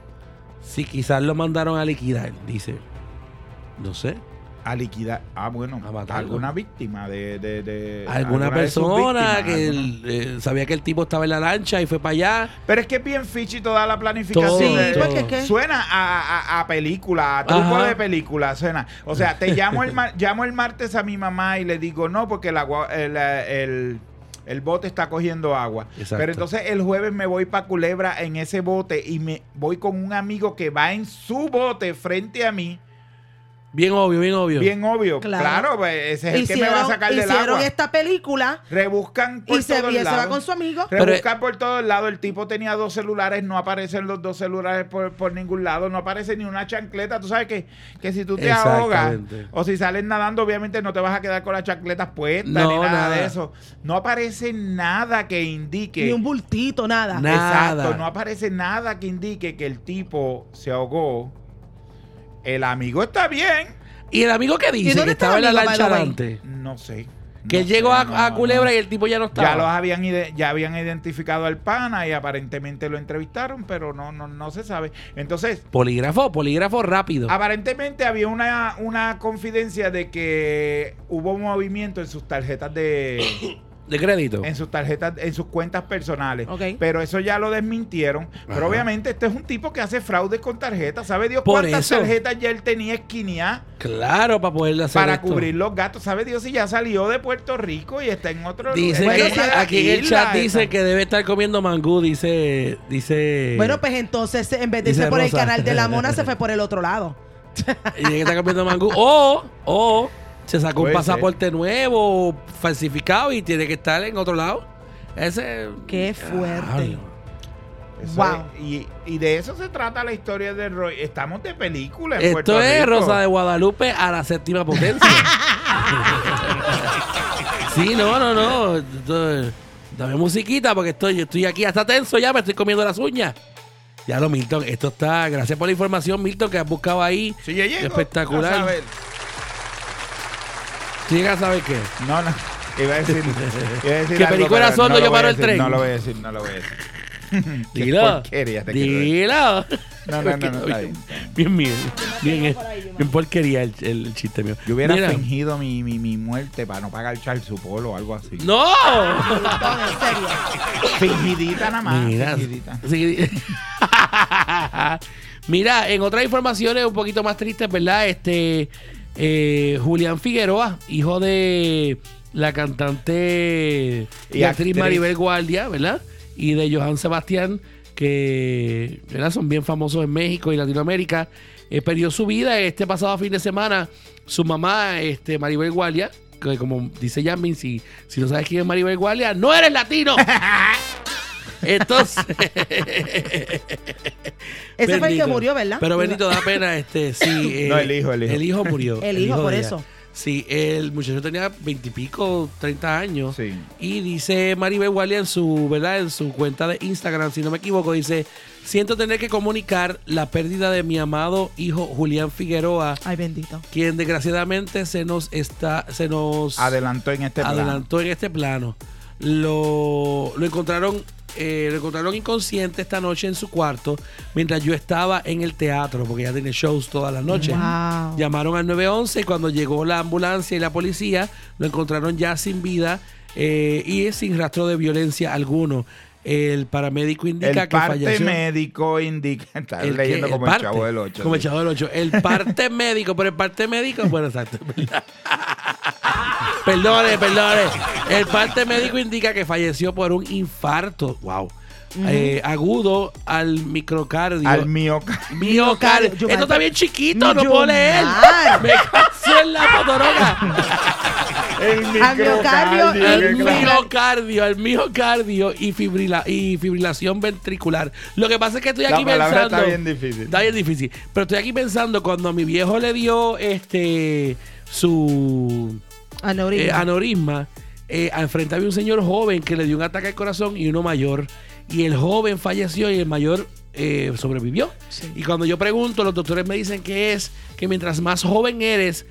S1: si quizás lo mandaron a liquidar, dice. No sé.
S5: a liquidar, ah, bueno,
S1: A matarlo.
S5: alguna víctima de, de- de-
S1: Alguna
S5: de Eh, sus
S1: persona
S5: víctimas,
S1: que
S5: alguna-
S1: eh, sabía que el tipo estaba en la lancha y fue para allá.
S5: Pero es que es bien fichi toda la planificación.
S1: Todo,
S4: Sí,
S5: de-
S1: todo.
S4: porque es que-
S5: Suena a, a- a película, a truco
S1: Ajá.
S5: de película, suena. O sea, te llamo el, mar- llamo el martes a mi mamá y le digo, no, porque la gua- el, eh, el- el bote está cogiendo agua.
S1: Exacto.
S5: Pero entonces el jueves me voy para Culebra en ese bote y me voy con un amigo que va en su bote frente a mí.
S1: Bien obvio, bien obvio.
S5: Bien obvio.
S4: Claro.
S5: Claro, pues, ese es el que me va a sacar del
S4: hicieron
S5: agua.
S4: esta película
S5: Rebuscan por
S4: y se,
S5: todos
S4: y se va
S5: lados.
S4: con su amigo.
S1: Pero-
S5: Rebuscar por todos lados. El tipo tenía dos celulares, no aparecen los dos celulares por, por ningún lado, no aparece ni una chancleta. Tú sabes que, que si tú te ahogas
S1: Exactamente.
S5: o si sales nadando, obviamente no te vas a quedar con las chancletas puestas
S1: No,
S5: ni nada,
S1: nada.
S5: de eso. No aparece nada que indique.
S4: Ni un bultito, nada.
S1: Na- Nada.
S5: Exacto, no aparece nada que indique que el tipo se ahogó. El amigo está bien.
S1: ¿Y el amigo que dice?
S4: dónde
S1: Que
S4: está
S1: estaba
S4: el
S1: en la
S4: amigo,
S1: lancha
S4: by the way?
S1: adelante.
S5: No sé.
S1: Que
S5: No
S1: él llegó
S5: sé,
S1: a,
S5: no,
S1: a
S5: no.
S1: Culebra y el tipo ya no estaba.
S5: Ya los habían ide- ya habían identificado al pana y aparentemente lo entrevistaron, pero no no no se sabe. Entonces,
S1: Polígrafo, polígrafo rápido.
S5: Ah, aparentemente había una, una confidencia de que hubo movimiento en sus tarjetas de
S1: de crédito.
S5: en sus tarjetas en sus cuentas personales,
S4: Ok.
S5: pero eso ya lo desmintieron. Pero obviamente este es un tipo que hace fraude con tarjetas, sabe Dios
S1: Por
S5: cuántas
S1: eso.
S5: tarjetas ya él tenía esquineadas
S1: Claro, para poder hacer
S5: para
S1: esto.
S5: cubrir los gastos, sabe Dios si ya salió de Puerto Rico y está en otro
S1: Dice
S5: está en
S1: que
S5: una
S1: aquí en el
S5: isla,
S1: chat dice
S5: está-
S1: que debe estar comiendo mangú, dice dice
S4: Bueno, pues entonces, en vez de
S1: Eh, Dice
S4: irse por el
S1: Rosa.
S4: canal de la mona, se fue por el otro lado.
S1: y que está comiendo mangú o o se sacó un
S5: Puede
S1: pasaporte nuevo falsificado y tiene que estar en otro lado. Ese
S4: Qué fuerte.
S1: Diablo.
S5: Eso
S4: Wow.
S5: es- y, y de eso se trata la historia de Roy. Estamos de película. en
S1: Esto
S5: Puerto
S1: es
S5: Rico.
S1: Rosa de Guadalupe a la séptima potencia. sí, no, no, no. Esto- Dame musiquita porque estoy, yo estoy aquí hasta tenso ya, me estoy comiendo las uñas. Ya lo, Milton, esto está. Gracias por la información, Milton, que has buscado ahí.
S5: Si yo llego,
S1: Espectacular.
S5: a saber.
S1: Si llegas a saber qué.
S5: No, no. Iba a decir. iba a decir
S1: Que
S5: algo,
S1: Perico
S5: pero
S1: era sordo,
S5: no lo
S1: yo
S5: voy a
S1: paro el
S5: decir,
S1: tren.
S5: No lo voy a decir, no lo voy a decir. Qué
S1: Dilo.
S5: porquería este te quiero decir.
S1: Dilo.
S5: No, no, no, no, está bien, está
S1: Bien, bien. Bien, bien porquería el, el chiste mío.
S5: Yo hubiera
S1: Mira.
S5: fingido mi, mi, mi muerte para no pagar Charles Supol o algo así.
S1: ¡No!
S4: Milton, en serio.
S5: Fingidita nada más.
S1: Mira,
S5: fingidita.
S1: sí. Mira, en otras informaciones un poquito más tristes, ¿verdad? Este eh, Julián Figueroa, hijo de la cantante y,
S5: Y
S1: actriz
S5: actriz.
S1: Maribel Guardia, ¿verdad? Y de Johan Sebastián, que ¿verdad? son bien famosos en México y Latinoamérica, eh, perdió su vida este pasado fin de semana. Su mamá, este, Maribel Guardia, que como dice Yamin, si, si no sabes quién es Maribel Guardia, no eres latino. Entonces.
S4: Ese fue el que
S1: Bendito.
S4: murió, ¿verdad?
S1: Pero bendito, da pena. Este, sí, eh,
S5: No, el hijo, el hijo.
S1: El hijo murió.
S4: El hijo, por
S1: de
S4: eso.
S1: ella. Sí, el muchacho tenía veintipico, treinta años.
S5: Sí.
S1: Y dice Maribel Guardia en su, ¿verdad? En su cuenta de Instagram, si no me equivoco, dice: Siento tener que comunicar la pérdida de mi amado hijo Julián Figueroa,
S4: Ay, bendito.
S1: quien desgraciadamente se nos está, se nos
S5: Adelantó en este plan.
S1: adelantó en este plano. Lo, lo encontraron eh, lo encontraron inconsciente esta noche en su cuarto mientras yo estaba en el teatro porque ya tiene shows todas las noches.
S4: Wow.
S1: Llamaron al 911 y cuando llegó la ambulancia y la policía lo encontraron ya sin vida eh, y sin rastro de violencia alguno. El paramédico indica que
S5: El parte
S1: falleció.
S5: médico indica. Estás
S1: El que-
S5: leyendo
S1: el
S5: como
S1: parte,
S5: el chavo del 8.
S1: Como el chavo del 8. El parte médico, pero el parte médico, bueno, exacto. ¿verdad? perdone, perdone. El parte médico indica que falleció por un infarto. Wow. Eh, agudo al microcardio.
S5: Al miocardio.
S1: miocardio.
S4: Yo,
S1: Esto está
S4: Mar-
S1: bien chiquito, no
S4: Yo,
S1: puedo leer.
S4: Mar.
S1: Me caso en la motoroga.
S5: El
S4: miocardio y
S5: microcardio. qué
S1: El
S4: Claro.
S5: clase.
S1: miocardio, el miocardio y, fibrila y fibrilación ventricular. Lo que pasa es que estoy
S5: La
S1: aquí
S5: palabra
S1: pensando.
S5: está bien difícil.
S1: Está bien difícil. Pero estoy aquí pensando cuando a mi viejo le dio este su
S4: Aneurisma.
S1: eh, aneurisma, eh, al frente había un señor joven que le dio un ataque al corazón y uno mayor. Y el joven falleció y el mayor eh, sobrevivió.
S4: Sí.
S1: Y cuando yo pregunto, los doctores me dicen que es que mientras más joven eres,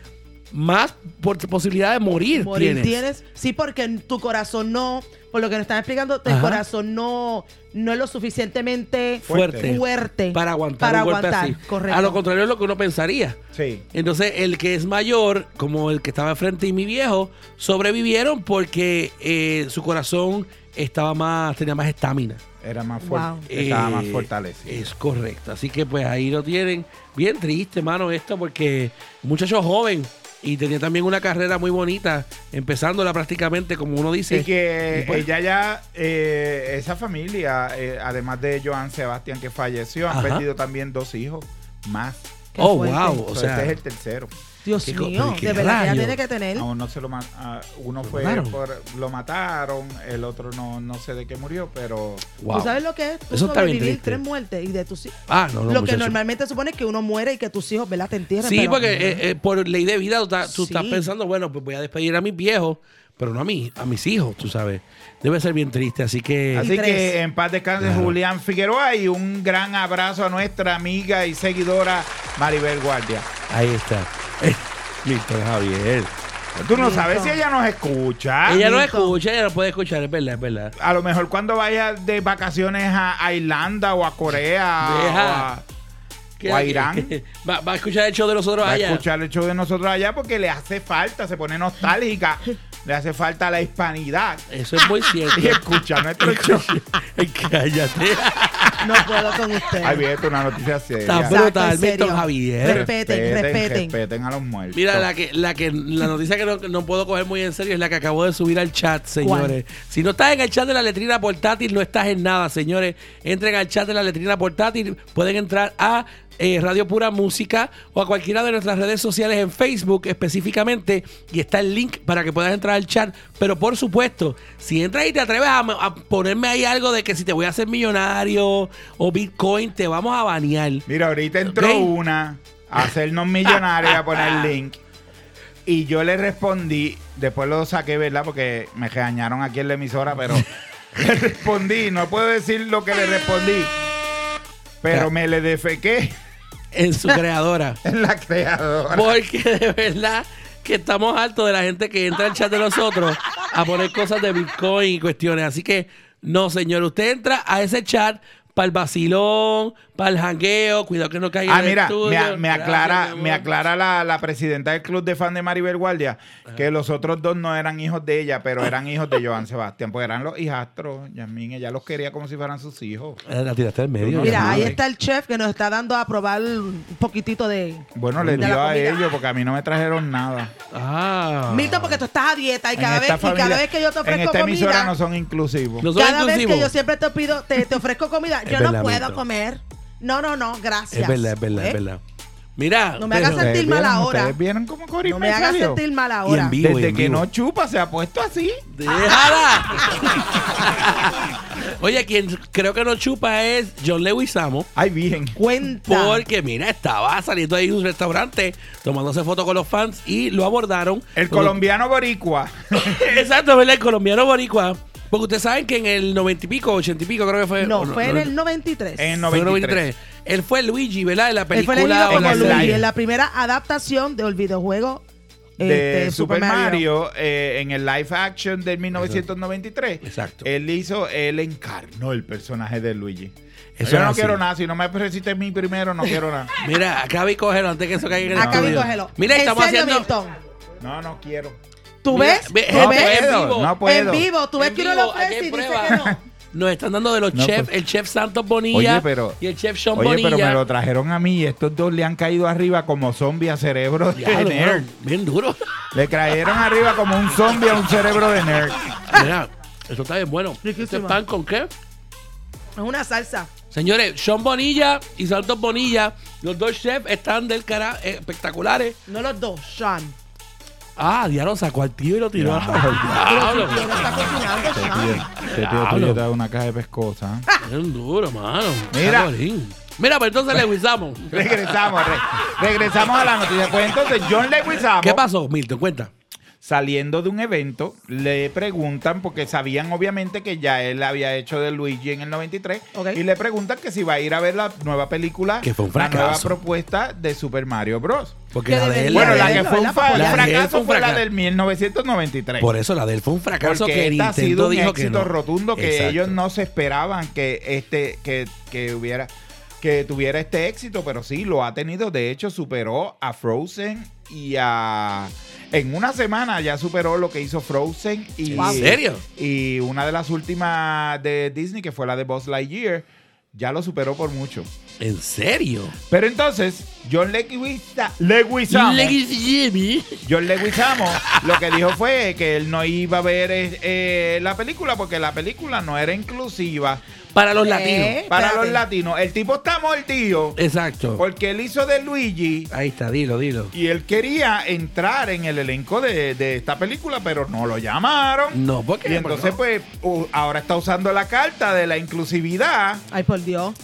S1: más por- posibilidad de morir,
S4: Morir
S1: tienes.
S4: Sí, porque en tu corazón no, por lo que nos están explicando, tu
S1: Ajá.
S4: corazón no, no es lo suficientemente
S1: Fuerte.
S4: fuerte
S1: Para aguantar
S4: para
S1: un golpe
S4: aguantar,
S1: así.
S4: Correcto.
S1: A lo contrario es lo que uno pensaría.
S5: Sí.
S1: Entonces, el que es mayor, como el que estaba frente y mi viejo, sobrevivieron porque eh, su corazón estaba más, tenía más estamina.
S5: Era más
S4: Wow.
S5: fuerte. Estaba más
S1: Eh,
S5: fortalecido.
S1: Es correcto. Así que pues ahí lo tienen. Bien triste, mano, esto, porque muchacho joven y tenía también una carrera muy bonita, empezándola prácticamente, como uno dice.
S5: Y que
S1: Y, pues,
S5: ella ya, eh, esa familia, eh, además de Joan Sebastián que falleció, han
S1: Ajá.
S5: perdido también dos hijos más.
S4: Qué
S1: Oh,
S4: fuerte.
S1: wow. O
S5: So,
S1: sea,
S5: este es el tercero.
S4: Dios
S1: Qué co-
S4: mío,
S1: pero qué
S4: de verdad ya
S1: rayo.
S4: tiene que tener.
S5: A uno se lo ma- a uno fue
S1: mataron?
S5: por lo mataron, el otro no, no sé de qué murió, pero
S1: wow.
S4: ¿Tú sabes lo que es? Tú
S1: Eso está bien
S4: sobrevivir
S1: triste.
S4: tres muertes y de tus hijos.
S1: Ah, no, no,
S4: lo que
S1: muchacho.
S4: normalmente supone que uno muere y que tus hijos, ¿verdad? Te entierren.
S1: Sí,
S4: pero-
S1: porque eh, eh, por ley de vida tú, estás- tú
S4: Sí.
S1: estás pensando, bueno, pues voy a despedir a mis viejos, pero no a mí, a mis hijos, tú sabes. Debe ser bien triste, así que...
S5: Así
S4: tres.
S5: que en paz descanse Julián Figueroa y un gran abrazo a nuestra amiga y seguidora Maribel Guardia.
S1: Ahí está. Víctor Javier.
S5: Tú no
S4: Listo.
S5: sabes si ella nos escucha.
S1: Ah, ella no
S4: Víctor.
S1: escucha, ella no puede escuchar, es verdad, es verdad.
S5: A lo mejor cuando vaya de vacaciones a, a Irlanda o a Corea
S1: Deja.
S5: o a- o a Irán.
S1: Va, va a escuchar el show de nosotros
S5: Va a
S1: allá.
S5: escuchar el show de nosotros allá porque le hace falta, se pone nostálgica, le hace falta la hispanidad.
S1: Eso es muy cierto.
S5: Y escucha nuestro show.
S1: Cállate. eh,
S4: No puedo con usted.
S5: Ahí viene una noticia
S1: Está
S5: seria.
S4: Exacto,
S1: brutal,
S4: en serio.
S1: Víctor Javier.
S4: Respeten, respeten.
S5: respeten a los muertos.
S1: Mira, la que, la que la noticia que no, no puedo coger muy en serio es la que acabo de subir al chat, señores. Si no estás en el chat de la letrina portátil, no estás en nada, señores. Entren al chat de la letrina portátil, pueden entrar a eh, Radio Pura Música o a cualquiera de nuestras redes sociales en Facebook específicamente y está el link para que puedas entrar al chat. Pero por supuesto, si entras y te atreves a, a ponerme ahí algo de que si te voy a hacer millonario o Bitcoin, te vamos a banear.
S5: Mira, ahorita entró
S1: Ok.
S5: una a hacernos millonarios a poner link. Y yo le respondí, después lo saqué, ¿verdad? Porque me regañaron aquí en la emisora, pero le respondí, no puedo decir lo que le respondí. Pero me le defequé
S1: En su creadora.
S5: en la creadora.
S1: Porque de verdad que estamos hartos de la gente que entra al chat de nosotros a poner cosas de Bitcoin y cuestiones. Así que, no, señor, usted entra a ese chat para el vacilón, para el jangueo, cuidado que no caiga
S5: Ah,
S1: en el
S5: mira,
S1: estudio.
S5: me, a- me
S1: Gracias,
S5: aclara,
S1: mi amor.
S5: me aclara la, la presidenta del club de fan de Maribel Guardia que los otros dos no eran hijos de ella, pero eran hijos de Joan Sebastián, porque eran los hijastros. Yasmín, ella los quería como si fueran sus hijos.
S1: Eh, La tiraste en medio.
S4: Mira,
S1: mi
S4: ahí
S1: amor.
S4: está el chef que nos está dando a probar un poquitito de.
S5: Bueno, les
S4: De la
S5: dio a
S4: comida.
S5: ellos porque a mí no me trajeron nada.
S1: Ah.
S4: Milton, porque tú estás a dieta y
S5: En
S4: cada, vez,
S5: esta
S4: y cada
S5: familia-
S4: vez que yo te
S5: En
S4: ofrezco
S5: esta emisora
S4: comida.
S5: no son inclusivos.
S1: No soy
S4: cada vez que
S1: inclusivo.
S4: yo siempre te pido, te, te ofrezco comida, yo no
S1: verdad,
S4: puedo
S1: Milton.
S4: comer. No, no, no, gracias.
S1: Es verdad, es verdad,
S4: ¿Eh?
S1: es verdad. Mira.
S4: No me hagas
S1: pero-
S4: sentir
S5: ¿Ustedes
S4: mal
S5: vieron?
S4: ahora.
S5: ¿Ustedes vieron cómo Cory
S4: No
S5: me
S4: me hagas
S5: salió?
S4: sentir mal
S1: Y
S4: ahora.
S1: en vivo.
S5: Desde que
S1: vivo.
S5: no chupa se ha puesto así.
S1: ¡Déjala! Oye, quien creo que no chupa es John Lewis Samo.
S5: Ay, bien.
S4: Cuenta.
S1: Porque, mira, estaba saliendo ahí de un restaurante tomándose fotos con los fans y lo abordaron.
S5: El
S1: Porque-
S5: colombiano boricua.
S1: Exacto, ¿verdad? El colombiano boricua. Porque ustedes saben que en el noventa y pico, ochenta y pico, creo que fue.
S4: no,
S1: o
S4: fue en el 93.
S5: En
S1: fue en el
S5: 93.
S1: 93. Él fue Luigi, ¿verdad? De la
S4: Él fue
S1: película.
S4: elegido
S1: o
S4: como
S1: la
S5: el
S4: Luigi
S1: serie.
S4: en la primera adaptación del videojuego
S5: de
S4: este,
S5: Super Mario, eh, en el live action del 1993.
S1: Exacto.
S5: Él hizo, él encarnó el personaje de Luigi.
S1: Eso
S5: Yo
S1: es
S5: no
S1: así.
S5: quiero nada, si no me presiste mi primero, no quiero nada.
S1: Mira, acá y cógelo antes que eso caiga en el
S4: Acá
S1: estudio.
S4: cógelo.
S1: Mira,
S4: ¿En
S1: estamos
S4: serio,
S1: haciendo.
S4: Milton?
S5: No, no quiero.
S4: ¿Tú
S1: Mira,
S4: ves?
S1: ve-
S4: ¿Tú
S1: gente,
S4: ves?
S1: en
S5: puedo,
S1: vivo.
S5: no puedo.
S4: En vivo, tú ves
S1: En
S4: que uno
S1: vivo,
S4: lo
S1: aquí
S4: ofrece
S1: hay
S4: y dice
S1: prueba.
S4: que no.
S1: Nos están dando de los
S5: No,
S1: chefs,
S5: pues-
S1: el chef Santos Bonilla
S5: Oye, pero-
S1: y el chef Sean
S5: Oye,
S1: Bonilla.
S5: pero me lo trajeron a mí y estos dos le han caído arriba como zombie a cerebro de
S1: Diablo,
S5: nerd.
S1: mano, bien duro.
S5: Le cayeron arriba como un zombie a un cerebro de nerd.
S1: Mira, eso está bien bueno. ¿Este
S4: Riquísimo.
S1: pan con qué?
S4: Es una salsa.
S1: Señores, Sean Bonilla y Santos Bonilla, los dos chefs están del cara eh, espectaculares.
S4: No los dos, Sean.
S1: Ah, diablo, sacó al tío y lo tiró.
S4: Pero
S1: Diablo,
S4: si tú no estás cocinando, Sean.
S5: Te pido
S1: Diablo.
S5: yo te doy una caja de pescosa. ¿eh?
S1: bien duro, mano.
S5: Mira.
S1: Cabrón. Mira, pues entonces le guisamos.
S5: Regresamos, re- regresamos a la noticia. Pues entonces, John Leguizamo
S1: ¿Qué pasó, Milton? Cuenta.
S5: saliendo de un evento, le preguntan, porque sabían obviamente que ya él había hecho de Luigi en el 93,
S4: Ok.
S5: y le preguntan que si va a ir a ver la nueva película,
S1: Que fue un
S5: la nueva
S1: fracaso.
S5: propuesta de Super Mario Bros.
S1: Porque
S4: Que
S1: la de él.
S5: Bueno,
S4: de
S5: la que
S4: él,
S5: fue un
S4: ¿verdad?
S5: fa-
S1: La de él
S5: fracaso
S1: fue un
S5: fue la
S1: fracaso.
S5: del 1993.
S1: Por eso la de él fue un fracaso
S5: Porque
S1: que
S5: esta
S1: Nintendo
S5: ha sido un
S1: dijo
S5: éxito
S1: que no.
S5: rotundo que
S1: Exacto.
S5: ellos no se esperaban que este que, que hubiera que tuviera este éxito, pero sí lo ha tenido. De hecho, superó a Frozen y a en una semana ya superó lo que hizo Frozen y
S1: ¿En serio?
S5: y una de las últimas de Disney que fue la de Buzz Lightyear ya lo superó por mucho.
S1: ¿En serio?
S5: Pero entonces, John Leguiza- Leguizamo, John Leguizamo lo que dijo fue que él no iba a ver eh, eh, la película porque la película no era inclusiva
S1: Para los
S4: Eh,
S1: latinos.
S5: para
S4: espérate.
S5: los latinos. El tipo está mordido
S1: Exacto.
S5: porque él hizo de Luigi
S1: Ahí está, dilo, dilo.
S5: y él quería entrar en el elenco de, de esta película, pero no lo llamaron.
S1: No, porque.
S5: Y entonces, pues, u- ahora está usando la carta de la inclusividad
S4: Ay, por Dios.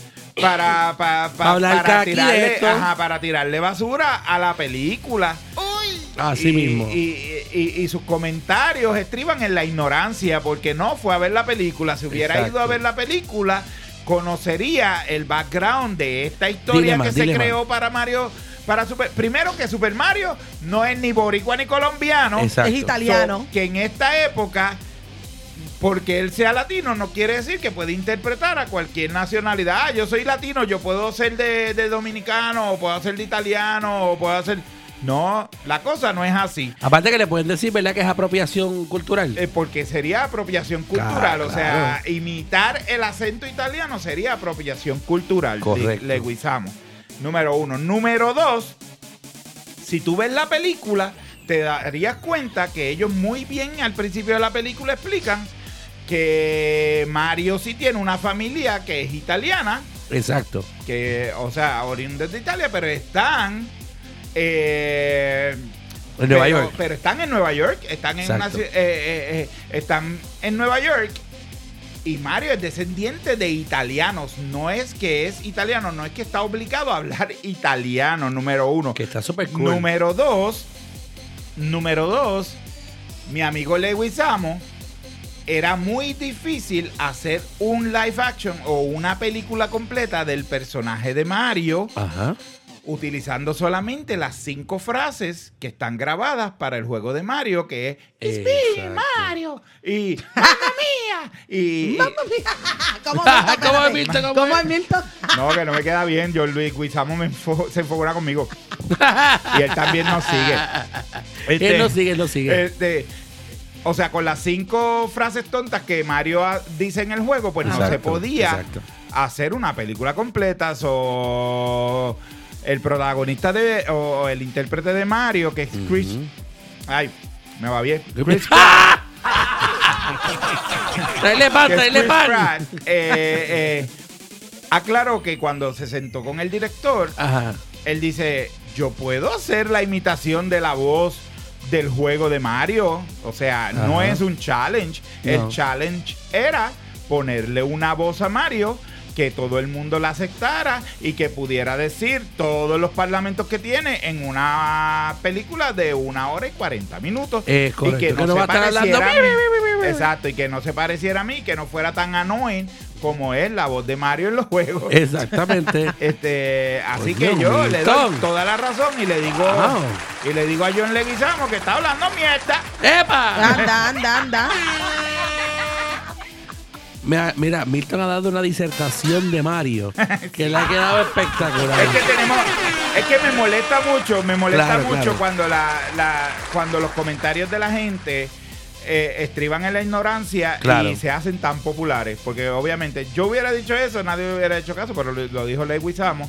S5: para, pa- pa-
S1: Hablar
S5: para,
S1: aquí de
S5: tirarle,
S1: esto.
S5: ajá, para tirarle basura a la película.
S8: Uy,
S1: Así
S5: y,
S1: mismo.
S5: Y, y- y sus comentarios estriban en la ignorancia, porque no fue a ver la película. Si hubiera
S1: Exacto.
S5: ido a ver la película, conocería el background de esta historia
S1: Dile más,
S5: que se
S1: dile más.
S5: creó para Mario. Para Super, primero que Super Mario no es ni boricua ni colombiano.
S1: Exacto.
S4: Es italiano.
S5: So, que en esta época, porque él sea latino, no quiere decir que puede interpretar a cualquier nacionalidad. Ah, yo soy latino, yo puedo ser de, de dominicano, o puedo ser de italiano, o puedo ser. No, la cosa no es así.
S1: Aparte que le pueden decir, ¿verdad? Que es apropiación cultural.
S5: Eh, porque sería apropiación cultural.
S1: Claro,
S5: o sea, imitar el acento italiano sería apropiación cultural.
S1: Correcto.
S5: Le- Leguizamo. Número uno. Número dos, si tú ves la película, te darías cuenta que ellos muy bien al principio de la película explican que Mario sí tiene una familia que es italiana
S1: Exacto.
S5: que, o sea, oriundos de Italia, pero están. eh,
S1: En Nueva
S5: pero-
S1: York.
S5: Pero están en Nueva York. Están en, una,
S1: Exacto.
S5: ci- eh, eh, eh, están en Nueva York. Y Mario es descendiente de italianos. No es que es italiano, no es que está obligado a hablar italiano, número uno.
S1: Que está súper cool.
S5: Número dos, número dos, mi amigo Leguizamo, era muy difícil hacer un live action o una película completa del personaje de Mario
S1: Ajá.
S5: utilizando solamente las cinco frases que están grabadas para el juego de Mario, que es It's me,
S1: Exacto.
S5: Mario y Mamma mía y,
S4: Mamma mía. ¿Cómo Milton?
S1: ¿Cómo es,
S4: Espérate.
S1: Milton? ¿Cómo
S4: ¿Cómo
S1: es?
S4: es Milton?
S5: No, que no me queda bien. Yo, Luis Guizamo me enfo- se enfogura conmigo. Y él también nos sigue.
S1: Él no sigue, él no sigue.
S5: este, o sea, con las cinco frases tontas que Mario ah, dice en el juego, pues no
S1: Exacto,
S5: se podía
S1: exacto.
S5: hacer una película completa. So, el protagonista de, o el intérprete de Mario, que es Chris. Ay, me va bien. Chris
S1: Traele pan,
S5: que es
S1: traele
S5: Chris
S1: pan.
S5: Pratt, eh, eh, aclaró que cuando se sentó con el director,
S1: Ajá.
S5: él dice, yo puedo hacer la imitación de la voz del juego de Mario. O sea, no
S1: Ajá.
S5: es un challenge. El
S1: No.
S5: challenge era ponerle una voz a Mario que todo el mundo la aceptara y que pudiera decir todos los parlamentos que tiene en una película de una hora y 40 minutos.
S1: Es correcto,
S5: Y que no,
S1: que no
S5: se
S1: va a estar hablando,
S5: pareciera a
S1: "Mi,
S5: mí".
S1: mi, mi, mi, mi".
S5: Exacto, y que no se pareciera a mí, que no fuera tan annoying como es la voz de Mario en los juegos.
S1: Exactamente.
S5: Este,
S1: Oye,
S5: así que yo le doy
S1: Milton.
S5: toda la razón y le digo
S1: Wow.
S5: y le digo a John Leguizamo que está hablando mierda.
S1: ¡Epa!
S4: Anda, anda, anda.
S1: Mira, mira, Milton ha dado una disertación de Mario que le ha quedado espectacular.
S5: Es que tenemos es que me molesta mucho, me molesta
S1: Claro,
S5: mucho
S1: claro.
S5: cuando la, la- cuando los comentarios de la gente eh, estriban en la ignorancia
S1: Claro.
S5: y se hacen tan populares, porque obviamente yo hubiera dicho eso, nadie hubiera hecho caso, pero lo, lo dijo Leguizamo,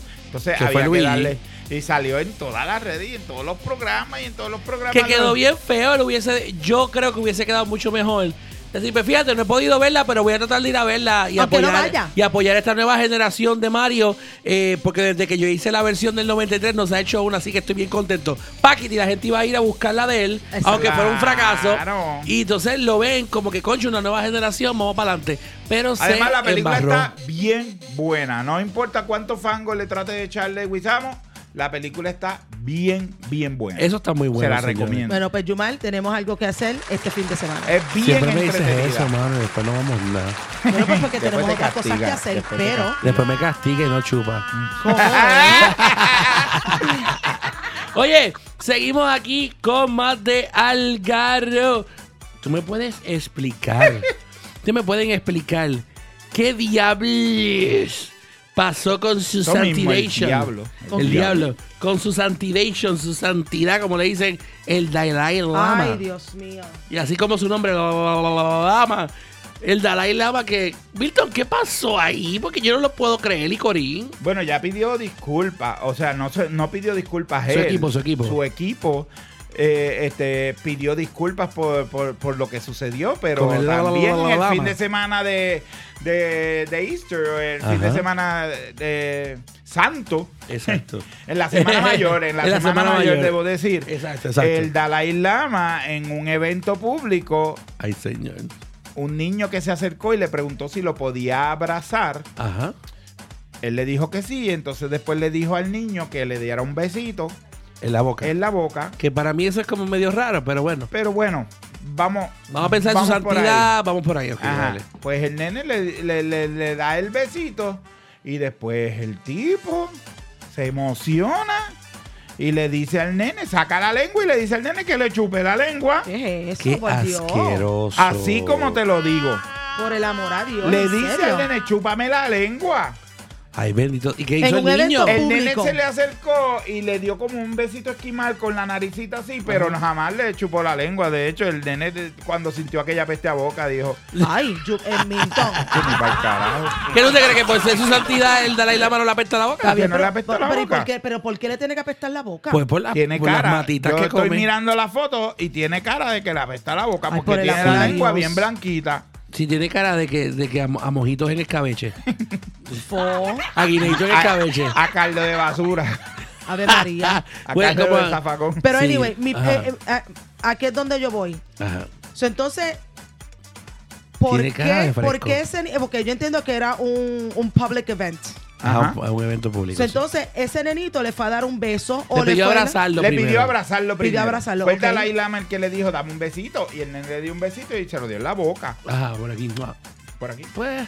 S1: Que
S5: entonces
S1: fue
S5: había que
S1: Luigi.
S5: darle y salió en todas las redes y en todos los programas y en todos los programas
S1: Que quedó
S5: Lo-
S1: bien feo, lo hubiese, yo creo que hubiese quedado mucho mejor. Decir, pues fíjate, no he podido verla, pero voy a tratar de ir a verla y
S4: Aunque no
S1: apoyar,
S4: vaya.
S1: y apoyar esta nueva generación de Mario, eh, porque desde que yo hice la versión del 93 nos ha hecho una, así que estoy bien contento. Paquiti, la gente iba a ir a buscar la de él,
S4: Exacto.
S1: aunque fuera un fracaso.
S5: Claro.
S1: Y entonces lo ven como que, concho, una nueva generación, vamos para adelante. Pero se
S5: Además, la película
S1: embarró.
S5: está bien buena. No importa cuánto fango le trate de echarle Guisamo, La película está bien, bien buena.
S1: Eso está muy bueno.
S5: Se la
S1: señores.
S5: recomiendo.
S4: Bueno, pues Yumal, tenemos algo que hacer este fin de semana.
S5: Es bien
S1: Siempre me dices
S5: entretenida.
S1: eso, mano, y después no vamos nada.
S4: Bueno, pues porque
S5: Después
S4: tenemos
S5: te
S4: otras cosas que
S5: castiga,
S4: hacer,
S5: después te
S4: pero...
S1: Después me castiga y no chupa.
S4: ¿Cómo?
S1: Oye, seguimos aquí con más de Algarro. ¿Tú me puedes explicar? ¿Ustedes me pueden explicar qué diablos pasó con su
S5: Eso mismo, el
S1: santidation?
S5: diablo.
S1: El,
S5: El
S1: diablo. Con su santidation, su santidad, como le dicen, el Dalai Lama.
S4: Ay, Dios mío.
S1: Y así como su nombre, Lama. El Dalai Lama que... Milton, ¿qué pasó ahí? Porque yo no lo puedo creer, y Corín.
S5: Bueno, ya pidió disculpas, o sea, no, se- no pidió disculpas
S1: Su
S5: él.
S1: equipo, su equipo.
S5: Su equipo eh, este, pidió disculpas por, por- por lo que sucedió, pero
S1: Con el la, la, la,
S5: también
S1: la, la,
S5: el fin
S1: lama.
S5: de semana de, de, de Easter, el fin
S1: Ajá.
S5: de semana de Santo,
S1: Exacto.
S5: en la semana mayor, en la, semana, mayor, debo decir,
S1: Exacto, exacto.
S5: el Dalai Lama en un evento público,
S1: Ay, señor.
S5: un niño que se acercó y le preguntó si lo podía abrazar.
S1: Ajá.
S5: Él le dijo que sí, entonces después le dijo al niño que le diera un besito
S1: En la boca.
S5: en la boca.
S1: Que para mí eso es como medio raro, pero bueno.
S5: Pero bueno, vamos.
S1: Vamos a pensar en su
S5: vamos por
S1: santidad. Vamos por ahí. ok,
S5: ahí. Ajá.
S1: dale.
S5: Pues el nene le, le- le- le da el besito y después el tipo se emociona y le dice al nene, saca la lengua y le dice al nene que le chupe la lengua.
S4: ¿Qué es eso,
S1: Qué
S4: por Dios?
S1: asqueroso.
S5: Así como te lo digo.
S4: Por el amor a Dios.
S5: Le
S4: Ah, ¿en
S5: dice
S4: serio?
S5: al nene, chúpame la lengua.
S1: Ay, bendito. ¿Y qué
S4: En
S1: hizo
S4: un
S1: el niño?
S4: evento-
S5: El nene
S4: público.
S5: se le acercó y le dio como un besito esquimal con la naricita así, pero jamás le chupó la lengua. De hecho, el nene de- cuando sintió aquella peste a boca dijo,
S4: Ay, Yu- eh, Milton.
S5: "Que me va el carajo".
S1: ¿Qué no te crees que por ser su santidad el Dalai Lama no le apesta la boca?
S5: Está bien, no le apestó
S4: Pero-
S5: la
S4: pero, ¿y
S5: boca.
S4: por qué, pero ¿por qué le tiene que apestar la boca?
S1: Pues por, la-
S5: Tiene
S1: por las
S5: cara.
S1: matitas
S5: Yo
S1: que
S5: estoy
S1: come.
S5: mirando la foto y tiene cara de que le apesta la boca
S4: Ay,
S5: porque
S4: por el
S5: tiene
S4: amor
S5: la
S4: a
S5: lengua
S4: Dios.
S5: bien blanquita.
S1: Sí, tiene cara de que, de que a, mo- a mojitos en el cabeche.
S4: Fo.
S1: A guineito en el cabeche.
S5: A, a caldo de basura.
S4: Ave María.
S5: A
S1: Pues,
S5: caldo
S1: como-
S5: de zafacón.
S4: Pero
S1: Sí,
S4: anyway, mi-
S1: ajá.
S4: eh, eh, a- aquí es donde yo voy.
S1: Ajá.
S4: So, entonces, ¿por
S1: Tiene cara de
S4: qué,
S1: fresco.
S4: por qué ese ni- Porque yo entiendo que era un, un public event.
S1: Ajá,
S5: Ajá.
S1: a un evento público.
S4: So, entonces, ese nenito le fue a dar un beso o
S1: Te
S4: le
S1: pidió
S4: fue a-
S1: abrazarlo
S5: le
S1: primero.
S5: pidió abrazarlo
S4: Pidió
S5: primero.
S4: abrazarlo,
S5: Fue el
S4: ok.
S5: Dalai Lama el que le dijo, dame un besito. Y el nene le dio un besito y se lo dio en la boca.
S1: Ajá, por aquí. mua.
S5: Por aquí.
S1: Pues.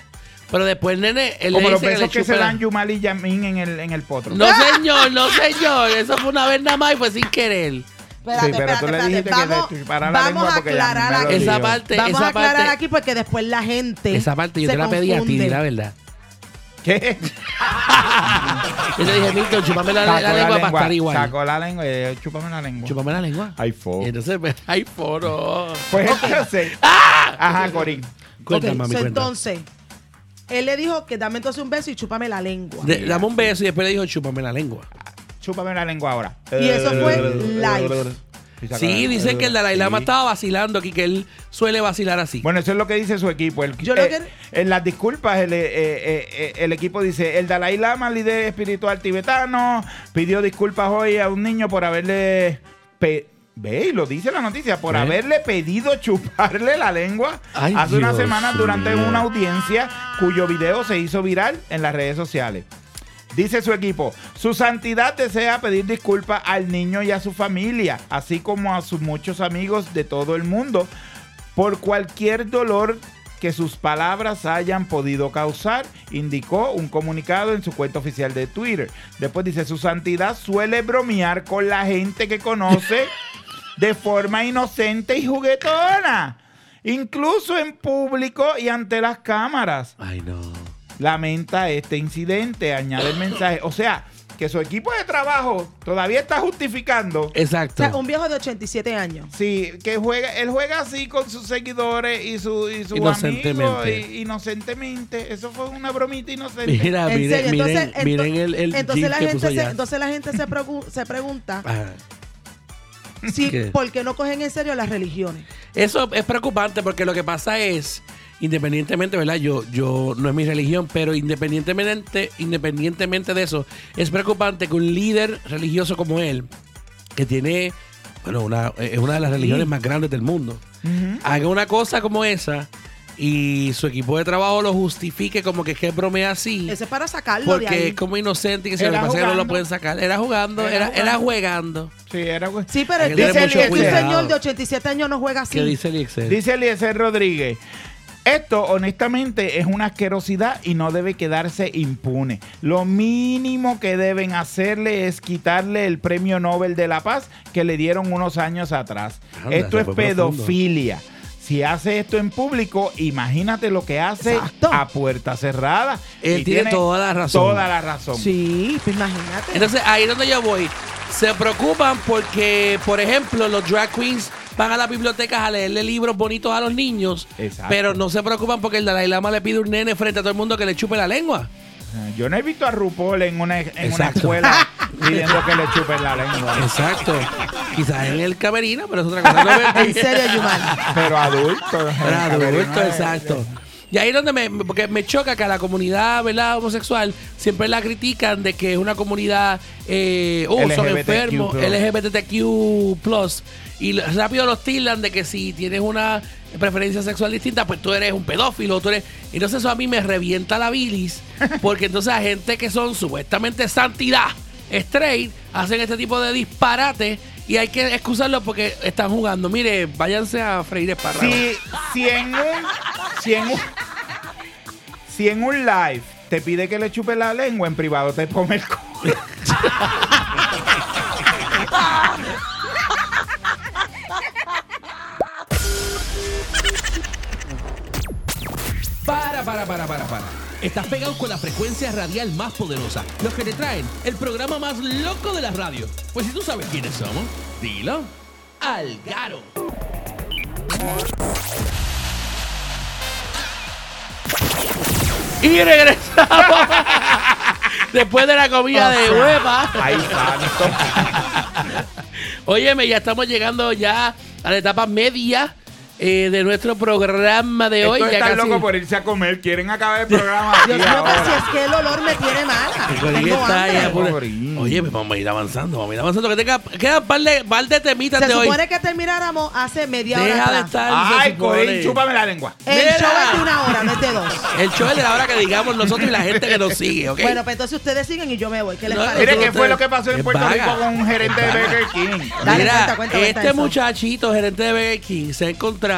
S1: Pero después, nene, él
S5: Como
S1: le
S5: los
S1: dice
S5: besos que,
S1: le
S5: se
S1: chupe la-
S5: dan Yumal y Yamin en el, en el potro.
S1: No,
S4: ¡Ah!
S1: señor, no, señor. Eso fue una vez nada más y fue sin querer.
S4: Espérate,
S5: Sí, pero tú le
S4: espérate,
S5: dijiste
S4: espérate.
S5: que te
S4: Vamos,
S5: chupará la
S4: vamos
S5: lengua
S4: a
S5: porque ya
S4: aclarar
S5: me lo
S4: aquí.
S5: digo.
S1: Esa parte,
S4: Vamos
S1: esa
S4: a aclarar
S1: parte-
S4: aquí porque después la gente.
S1: Esa parte yo
S4: se
S1: te la pedí a ti,
S4: confunde.
S1: di la verdad.
S5: ¿Qué?
S1: Yo te dije, Milton, chupame la, la
S5: Sacó
S1: lengua para estar igual.
S5: Sacó la lengua y dijo, chúpame la lengua.
S1: Chupame la lengua.
S5: Ay, fo.
S1: Y entonces, pues, ay, foro.
S5: Pues entonces.
S1: Ah.
S5: Ajá, Corín.
S1: Cuéntame,
S4: Ok,
S1: mami,
S4: so,
S1: cuéntame.
S4: Entonces, él le dijo que dame entonces un beso y chúpame la lengua.
S1: De- dame un beso y después le dijo, chúpame la lengua.
S5: Chúpame la lengua ahora.
S4: Y eso fue live.
S5: Y sacó
S1: Sí,
S5: la-
S1: dicen que el Dalai Lama
S5: Sí.
S1: estaba vacilando aquí, que él suele vacilar así.
S5: Bueno, eso es lo que dice su equipo. El-
S4: Yo lo
S5: eh,
S4: que-
S5: En las disculpas, el, eh, eh, eh, el equipo dice, el Dalai Lama, líder espiritual tibetano, pidió disculpas hoy a un niño por haberle... pe- Ve, y lo dice la noticia, por
S1: ¿Eh?
S5: haberle pedido chuparle la lengua
S1: Ay,
S5: hace unas
S1: Dios
S5: semanas durante
S1: mío.
S5: una audiencia cuyo video se hizo viral en las redes sociales. Dice su equipo, su santidad desea pedir disculpas al niño y a su familia, así como a sus muchos amigos de todo el mundo, por cualquier dolor que sus palabras hayan podido causar, indicó un comunicado en su cuenta oficial de Twitter. Después dice, su santidad suele bromear con la gente que conoce de forma inocente y juguetona, incluso en público y ante las cámaras
S1: Ay, no.
S5: lamenta este incidente, añade el mensaje. O sea, que su equipo de trabajo todavía está justificando. eh,
S4: O
S1: Exacto.
S4: sea, un viejo de 87 años.
S5: Sí, que juega, él juega así con sus seguidores y su y sus
S1: Inocentemente.
S5: amigos y- inocentemente. Eso fue una bromita inocente.
S1: Mira,
S4: En
S1: Ah, miren,
S4: serio,
S1: miren,
S4: entonces, ento-
S1: miren el, el
S4: entonces
S1: jeep
S4: la
S1: que
S4: gente
S1: puso
S4: se,
S1: allá.
S4: entonces la gente se, pregu- se pregunta
S1: Ajá.
S4: si
S1: ¿Qué?
S4: por qué no cogen en serio las religiones.
S1: Eso es preocupante porque lo que pasa es, independientemente, ¿verdad? Yo, yo no es mi religión, pero independientemente, independientemente de eso, es preocupante que un líder religioso como él, que tiene, bueno, una, es una de las religiones más grandes del mundo, haga una cosa como esa y su equipo de trabajo lo justifique como que es que bromea así.
S4: Ese es para sacarlo
S1: porque
S4: de ahí.
S1: es como inocente y que se lo
S5: Era
S1: que pasa es que no lo
S5: jugando.
S1: pueden sacar. Era jugando,
S5: Era
S1: era, era
S5: jugando.
S1: jugando.
S5: Sí, era güey.
S4: Sí, pero
S1: Hay
S4: es
S1: que
S4: que
S1: tener
S4: ese-
S1: mucho
S4: ese
S1: cuidado.
S4: señor de 87 años no juega
S1: ¿Qué
S4: así.
S1: dice el Excel?
S5: Dice Eliezer Rodríguez. Esto, honestamente, es una asquerosidad y no debe quedarse impune. Lo mínimo que deben hacerle es quitarle el premio Nobel de la Paz que le dieron unos años atrás.
S1: Anda,
S5: esto
S1: se
S5: es
S1: fue profundo.
S5: pedofilia. Si hace esto en público, imagínate lo que hace
S4: Exacto.
S5: a puerta cerrada.
S1: Él
S5: Y
S1: tiene toda la razón.
S5: Toda la razón.
S4: Sí, pues imagínate.
S1: Entonces ahí es donde yo voy. Se preocupan porque, por ejemplo, los drag queens van a las bibliotecas a leerle libros bonitos a los niños,
S5: Exacto.
S1: pero no se preocupan porque el Dalai Lama le pide un nene frente a todo el mundo que le chupe la lengua.
S5: Yo no he visto a RuPaul en una, en una
S1: Exacto.
S5: escuela pidiendo que le chupen la lengua.
S1: Exacto. Quizás en el camerino, pero es otra cosa. No me-
S4: en serio, Yumani.
S5: Pero adulto.
S1: Era adulto,
S5: Camerino, eh,
S1: exacto. Y ahí es donde me, me- porque me choca que a la comunidad ¿verdad? homosexual siempre la critican de que es una comunidad, eh, oh, son
S5: LGBTQ+.
S1: enfermos, LGBTQ. Y lo- rápido los tildan de que si tienes una preferencia sexual distinta, pues tú eres un pedófilo, tú eres. Entonces eso a mí me revienta la bilis, porque entonces a gente que son supuestamente santidad, straight, hacen este tipo de disparates y hay que excusarlos porque están jugando. Mire, váyanse a freír espárragos.
S5: si, si en un si en un si en un live te pide que le chupe la lengua en privado te come el culo.
S10: Para, para, para, para, para. Estás pegado con la frecuencia radial más poderosa. Los que te traen el programa más loco de la radio. Pues si tú sabes quiénes somos, dilo. Algaro.
S1: Y regresamos después de la comida de hueva.
S5: Ay, santo.
S1: Óyeme, ya estamos llegando ya a la etapa media eh, de nuestro programa de hoy.
S5: Estos
S1: Ya
S5: están
S1: casi-
S5: locos por irse a comer. Quieren acabar el programa aquí
S4: Dios mío, pero si
S5: ahora.
S4: es que el olor me tiene mala.
S1: El
S4: Tengo
S1: corillo está
S4: hambre.
S1: ahí a pura-
S5: Pobrín.
S1: Oye, pues vamos a ir avanzando, vamos a ir avanzando. Que tenga, quedan par de, par de temitas
S4: Se
S1: de hoy.
S4: supone que termináramos hace media hora
S1: Deja de
S4: atrás.
S1: estar. se
S5: Ay,
S1: supone.
S5: Corín, chúpame la lengua.
S4: El
S1: Mira.
S4: show es de una hora, no es de dos.
S1: El show es de la hora que digamos nosotros y la gente que nos sigue, ¿ok?
S4: Bueno, pues entonces ustedes siguen y yo me voy. ¿Qué les
S1: No,
S4: parece?
S5: Mire
S1: Eso
S5: qué
S1: no
S5: fue
S1: te-
S5: lo que pasó
S1: es
S5: en Puerto
S1: vaga.
S5: Rico con un gerente de Burger King.
S4: Dale,
S1: Mira,
S4: cuenta, cuenta, cuenta
S1: este
S4: eso.
S1: muchachito, gerente de Burger King, se ha encontrado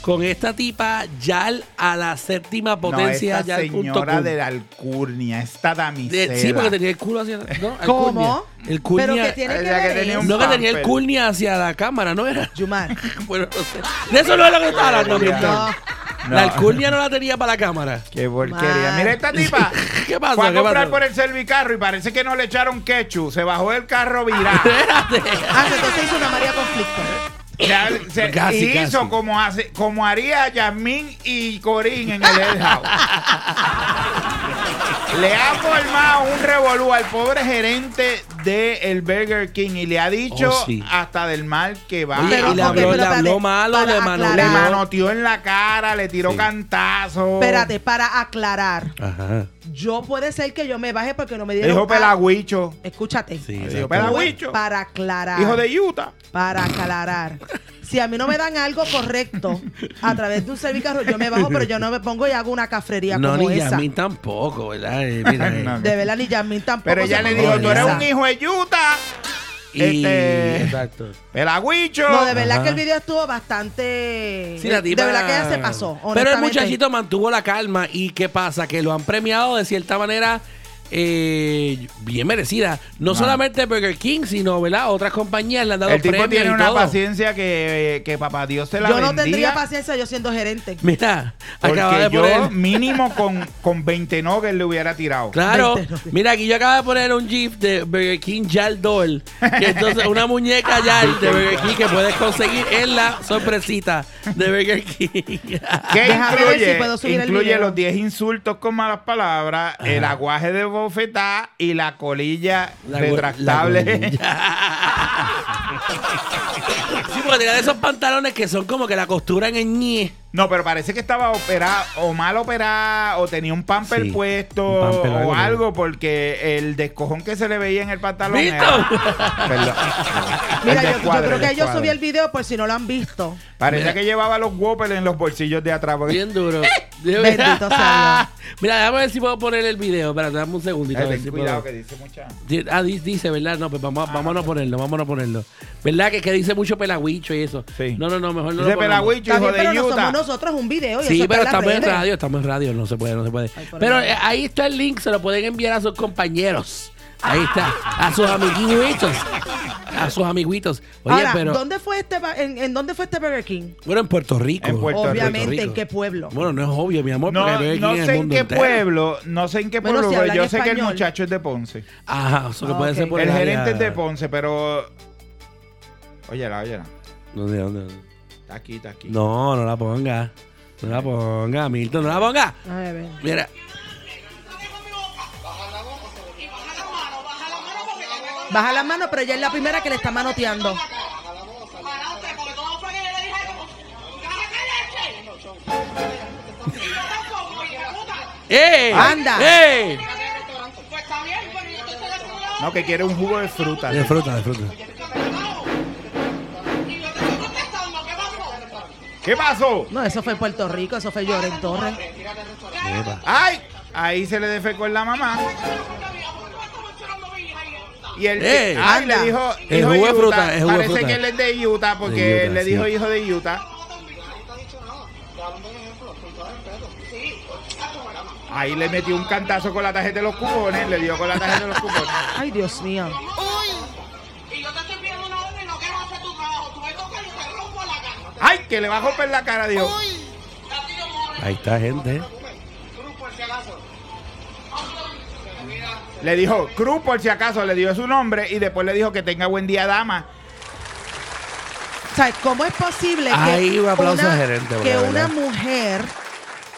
S1: con esta tipa ya al- a la séptima potencia.
S5: no,
S1: ya
S5: esta
S1: al punto
S5: señora
S1: cum.
S5: de la alcurnia, esta
S1: De-
S5: damisela.
S1: sí, porque tenía el culo hacia. No, al
S4: ¿Cómo?
S1: curnia. El
S4: Pero que
S1: curnia.
S4: tiene que
S5: Ella que
S4: ver
S5: tenía
S4: eso?
S5: un-
S1: No, que tenía el
S5: Pamper.
S1: curnia hacia la cámara, ¿no era?
S4: Yumar.
S1: Bueno, no sé. De eso no es lo que estaba hablando,
S5: No.
S1: Milton. La alcurnia no la tenía para la cámara.
S5: Qué porquería.
S4: Mal.
S5: Mira esta tipa.
S1: ¿Qué pasó?
S5: Fue a
S1: ¿Qué
S5: comprar
S1: pasó?
S5: por el servicarro y parece que no le echaron ketchup. Se bajó del carro virado.
S1: Espérate.
S4: Ah, que entonces hizo una María Conflicto.
S5: Se- se-
S1: Casi,
S5: y hizo
S1: casi.
S5: Como, hace, como haría Yasmín y Corín en el Hell House. le ha formado un revolú al pobre gerente del el Burger King y le ha dicho
S1: Oh, sí.
S5: hasta del mal que va.
S1: Oye,
S5: Le
S1: y le habló,
S4: pero
S1: le habló
S4: espérate,
S1: malo,
S4: para
S1: le manoleó.
S4: aclarar-
S5: manoteó en la cara, le tiró cantazos.
S4: Espérate, para aclarar,
S1: Ajá.
S4: yo puede ser que yo me baje porque no me
S5: Le
S4: dieron.
S5: Dijo
S4: a-
S5: pelagüicho.
S4: Escúchate.
S1: Sí,
S5: Le Dijo
S1: exacto.
S5: pelagüicho.
S4: Para aclarar.
S5: Hijo de Utah.
S4: Para aclarar. Si a mí no me dan algo correcto a través de un servicarro, yo me bajo, pero yo no me pongo y hago una cafrería
S1: No,
S4: como
S1: ni
S4: esa.
S1: Yasmin tampoco, ¿verdad? Eh, mira, eh.
S5: No, no.
S4: De verdad, ni Yasmin tampoco.
S5: Pero ella
S4: se
S5: le
S4: puso
S5: dijo,
S4: con
S5: tú eres
S4: esa.
S5: un hijo de Utah.
S1: Y-
S5: Este-
S1: Exacto.
S5: Pelagüicho.
S4: No, de verdad
S1: Ajá.
S4: que el video estuvo bastante.
S1: Sí, la tipa-
S4: De verdad que ella se pasó.
S1: Pero el
S4: honestamente.
S1: muchachito mantuvo la calma. ¿Y qué pasa? Que lo han premiado de cierta manera eh, bien merecida. No solamente Burger King, sino, ¿verdad? Otras compañías le han dado
S5: Ah. El tipo
S1: premios
S5: tiene
S1: y
S5: una
S1: todo.
S5: paciencia que, que papá Dios se la
S4: Yo no
S5: bendiga.
S4: tendría paciencia yo siendo gerente.
S1: Mira, acaba
S5: Porque
S1: de
S5: yo
S1: poner...
S5: mínimo con, con 20 nuggets le hubiera tirado.
S1: Claro,
S4: 20, no.
S1: mira aquí yo acabo de poner un GIF de Burger King Yal Doll, que entonces una
S4: Ah.
S1: muñeca Yal de Burger King que puedes conseguir en la sorpresita de Burger King.
S5: ¿Qué
S4: Déjame ver
S5: incluye?
S4: si puedo subir el
S5: incluye
S4: video.
S5: los 10 insultos con malas palabras, el aguaje de bofetada y la colilla
S1: La go-
S5: retractable.
S1: la Sí, porque tenía de esos pantalones que son como que la costuran en ñe.
S5: no, pero parece que estaba operada o mal operada o tenía un pamper
S1: Sí,
S5: puesto
S1: un pamper, algo,
S5: o algo porque el descojón que se le veía en el pantalón
S1: ¿Viste?
S5: era- Perdón.
S4: Mira,
S5: El
S4: yo, yo
S5: descuadre,
S4: creo
S5: el
S4: que yo
S5: descuadre.
S4: subí el video por si no lo han visto.
S5: Parecía que llevaba los Whoppers en los bolsillos de atrás. porque-
S1: Bien duro.
S4: Bendito sea
S1: Mira, déjame ver si puedo poner el video. Espérate, dame un segundito.
S5: Ay,
S1: a ver
S5: Eh, ten
S1: si
S5: cuidado
S1: puedo.
S5: que dice mucha.
S1: Di- Ah, di- dice, ¿verdad? No, pues vamos,
S5: Ah,
S1: vámonos a ponerlo, vámonos a ponerlo. ¿Verdad? Que, que dice mucho pelagüicho y eso.
S5: Sí.
S1: No, no, no, mejor no
S5: Dice
S1: lo ponemos.
S5: pelagüicho, hijo
S4: También, pero
S5: de
S4: no somos
S5: Utah.
S4: nosotros un video. y eso
S1: Sí,
S4: está
S1: pero
S4: en las
S1: estamos en
S4: redes.
S1: radio, estamos en radio, no se puede, no se puede.
S4: Ay, por
S1: pero
S4: favor.
S1: eh, ahí está el link, se lo pueden enviar a sus compañeros. Ahí está, a sus amiguitos. A sus amiguitos. Oye,
S4: Ahora,
S1: pero.
S4: ¿dónde fue este, ba- en, en dónde fue este Burger King?
S1: Bueno, en Puerto Rico.
S5: En Puerto Rico.
S4: Obviamente, ¿en
S1: Rico.
S4: qué pueblo?
S1: Bueno, no es obvio, mi amor,
S5: No,
S1: porque Burger King
S5: no
S1: es el
S5: sé en
S1: mundo
S5: qué
S1: entero.
S5: pueblo, no sé en qué
S4: Bueno,
S5: pueblo,
S4: si
S5: pero
S4: hablan
S5: yo sé que el
S4: español.
S5: muchacho es de Ponce.
S1: Ajá, eso que
S4: Ah,
S1: puede
S4: ok.
S1: ser por
S5: El
S1: área-
S5: gerente es de Ponce, pero. Óyela, óyela.
S1: ¿Dónde, dónde, dónde?
S5: Está aquí, está aquí.
S1: No, no la ponga. No la ponga, Milton, no la ponga.
S4: A ver, a ver.
S1: Mira.
S4: Baja la mano, pero ya es la primera que le está manoteando.
S1: ¡Eh!
S4: Anda.
S1: ¡Eh!
S5: No, que quiere un jugo de fruta.
S1: De fruta, de fruta.
S5: ¿Qué pasó?
S4: No, eso fue en Puerto Rico, eso fue Lloren Torres.
S5: ¡Ay! Ahí se le defecó en la mamá. Y el
S1: ¡Ey!
S5: ay,
S4: Anda.
S5: le dijo,
S1: Eh, El
S5: hijo
S1: jugo de
S5: Utah.
S1: fruta, el jugo de
S5: Parece
S1: fruta.
S5: que él es de Utah porque
S1: De Utah,
S5: le dijo
S1: sí.
S5: hijo de Utah. Ahí le metió un cantazo con la tarjeta de los cupones, le dio con la tarjeta de los cupones.
S4: Ay, Dios mío.
S5: ¡Ay! Que le va a romper la cara, Dios.
S1: Ahí está, gente.
S5: Le dijo, Cruz por si acaso, le dio su nombre y después le dijo que tenga buen día, dama.
S4: O sea, ¿cómo es posible
S1: Ahí
S4: que,
S1: un aplauso
S4: una,
S1: al gerente, porque
S4: que
S1: la
S4: una
S1: verdad.
S4: mujer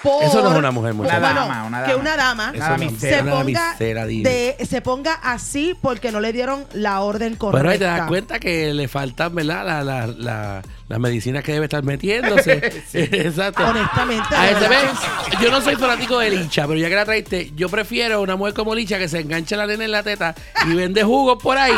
S4: por-
S1: Eso no es una mujer,
S4: por-
S1: muchacho.
S5: Una
S4: bueno,
S5: dama, una dama.
S4: que una dama
S5: Nada,
S1: Eso no-
S5: misera.
S4: se
S1: nada
S4: ponga,
S1: misera, dime.
S4: de- se ponga así porque no le dieron la orden correcta.
S1: Pero ahí te das cuenta que le faltan, ¿verdad? La, la, la, las medicinas que debe estar metiéndose. Exacto.
S4: Honestamente,
S1: Ahí
S4: de
S1: se ve.
S4: verdad
S1: Yo no soy fanático de Licha, pero ya que la traiste, yo prefiero una mujer como Licha que se engancha la nena en la teta y vende jugos por ahí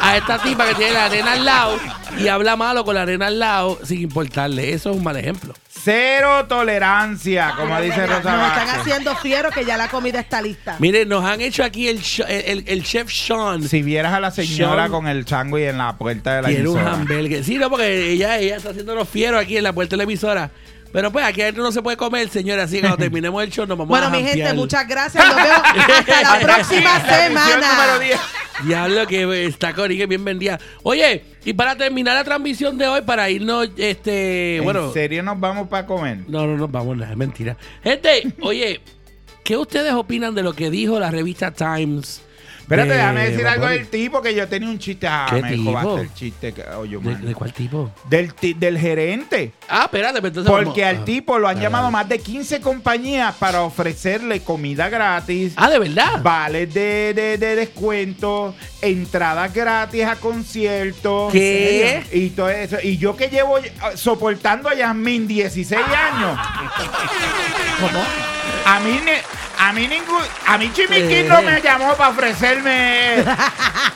S1: a esta tipa que tiene la nena al lado y habla malo con la nena al lado sin importarle. Eso es un mal ejemplo.
S5: Cero tolerancia, como dice Rosa
S4: Nos están
S5: Vázquez.
S4: haciendo fiero que ya la comida está lista.
S1: Miren, nos han hecho aquí el, sh- el, el- el chef Sean.
S5: Si vieras a la señora
S1: Sean-
S5: con el chango y en la puerta de la
S1: Quiero un
S5: emisora.
S1: hamburger. Sí, no, porque ella, ella está haciendo los fieros aquí en la puerta de la emisora. Pero pues aquí adentro no se puede comer, señora. Así que cuando terminemos el show nos vamos a
S4: Bueno, mi gente,
S1: jampear.
S4: muchas gracias. Nos vemos hasta la próxima
S5: La edición número
S4: semana.
S5: 10.
S1: Diablo que está Corique bien vendida. Oye, y para terminar la transmisión de hoy, para irnos, este,
S5: ¿En
S1: bueno.
S5: serio nos vamos para comer?
S1: No, no, no, vamos, nada, es mentira. Gente, oye, ¿qué ustedes opinan de lo que dijo la revista Times?
S5: Espérate,
S1: de
S5: déjame decir
S1: Bad
S5: algo
S1: Bunny?
S5: del tipo que yo tenía un chiste. Ah,
S1: ¿Qué
S5: me
S1: tipo?
S5: jodaste el chiste. que- oh, yo,
S1: ¿De,
S5: mano.
S1: de cuál tipo?
S5: Del, ti- del gerente.
S1: Ah, espérate, pero entonces.
S5: Porque
S1: vamos-
S5: al tipo lo han
S1: Ah,
S5: llamado
S1: dale.
S5: más de 15 compañías para ofrecerle comida gratis.
S1: Ah, de verdad.
S5: Vales de, de, de descuento, entradas gratis a conciertos.
S1: ¿Qué?
S5: Y todo eso. Y yo que llevo eh, soportando a Yasmin 16
S1: Ah.
S5: años. ¿Cómo? A mí, ni- a mí ningún. A mí Chimiquín
S1: Eh.
S5: no me llamó para ofrecerme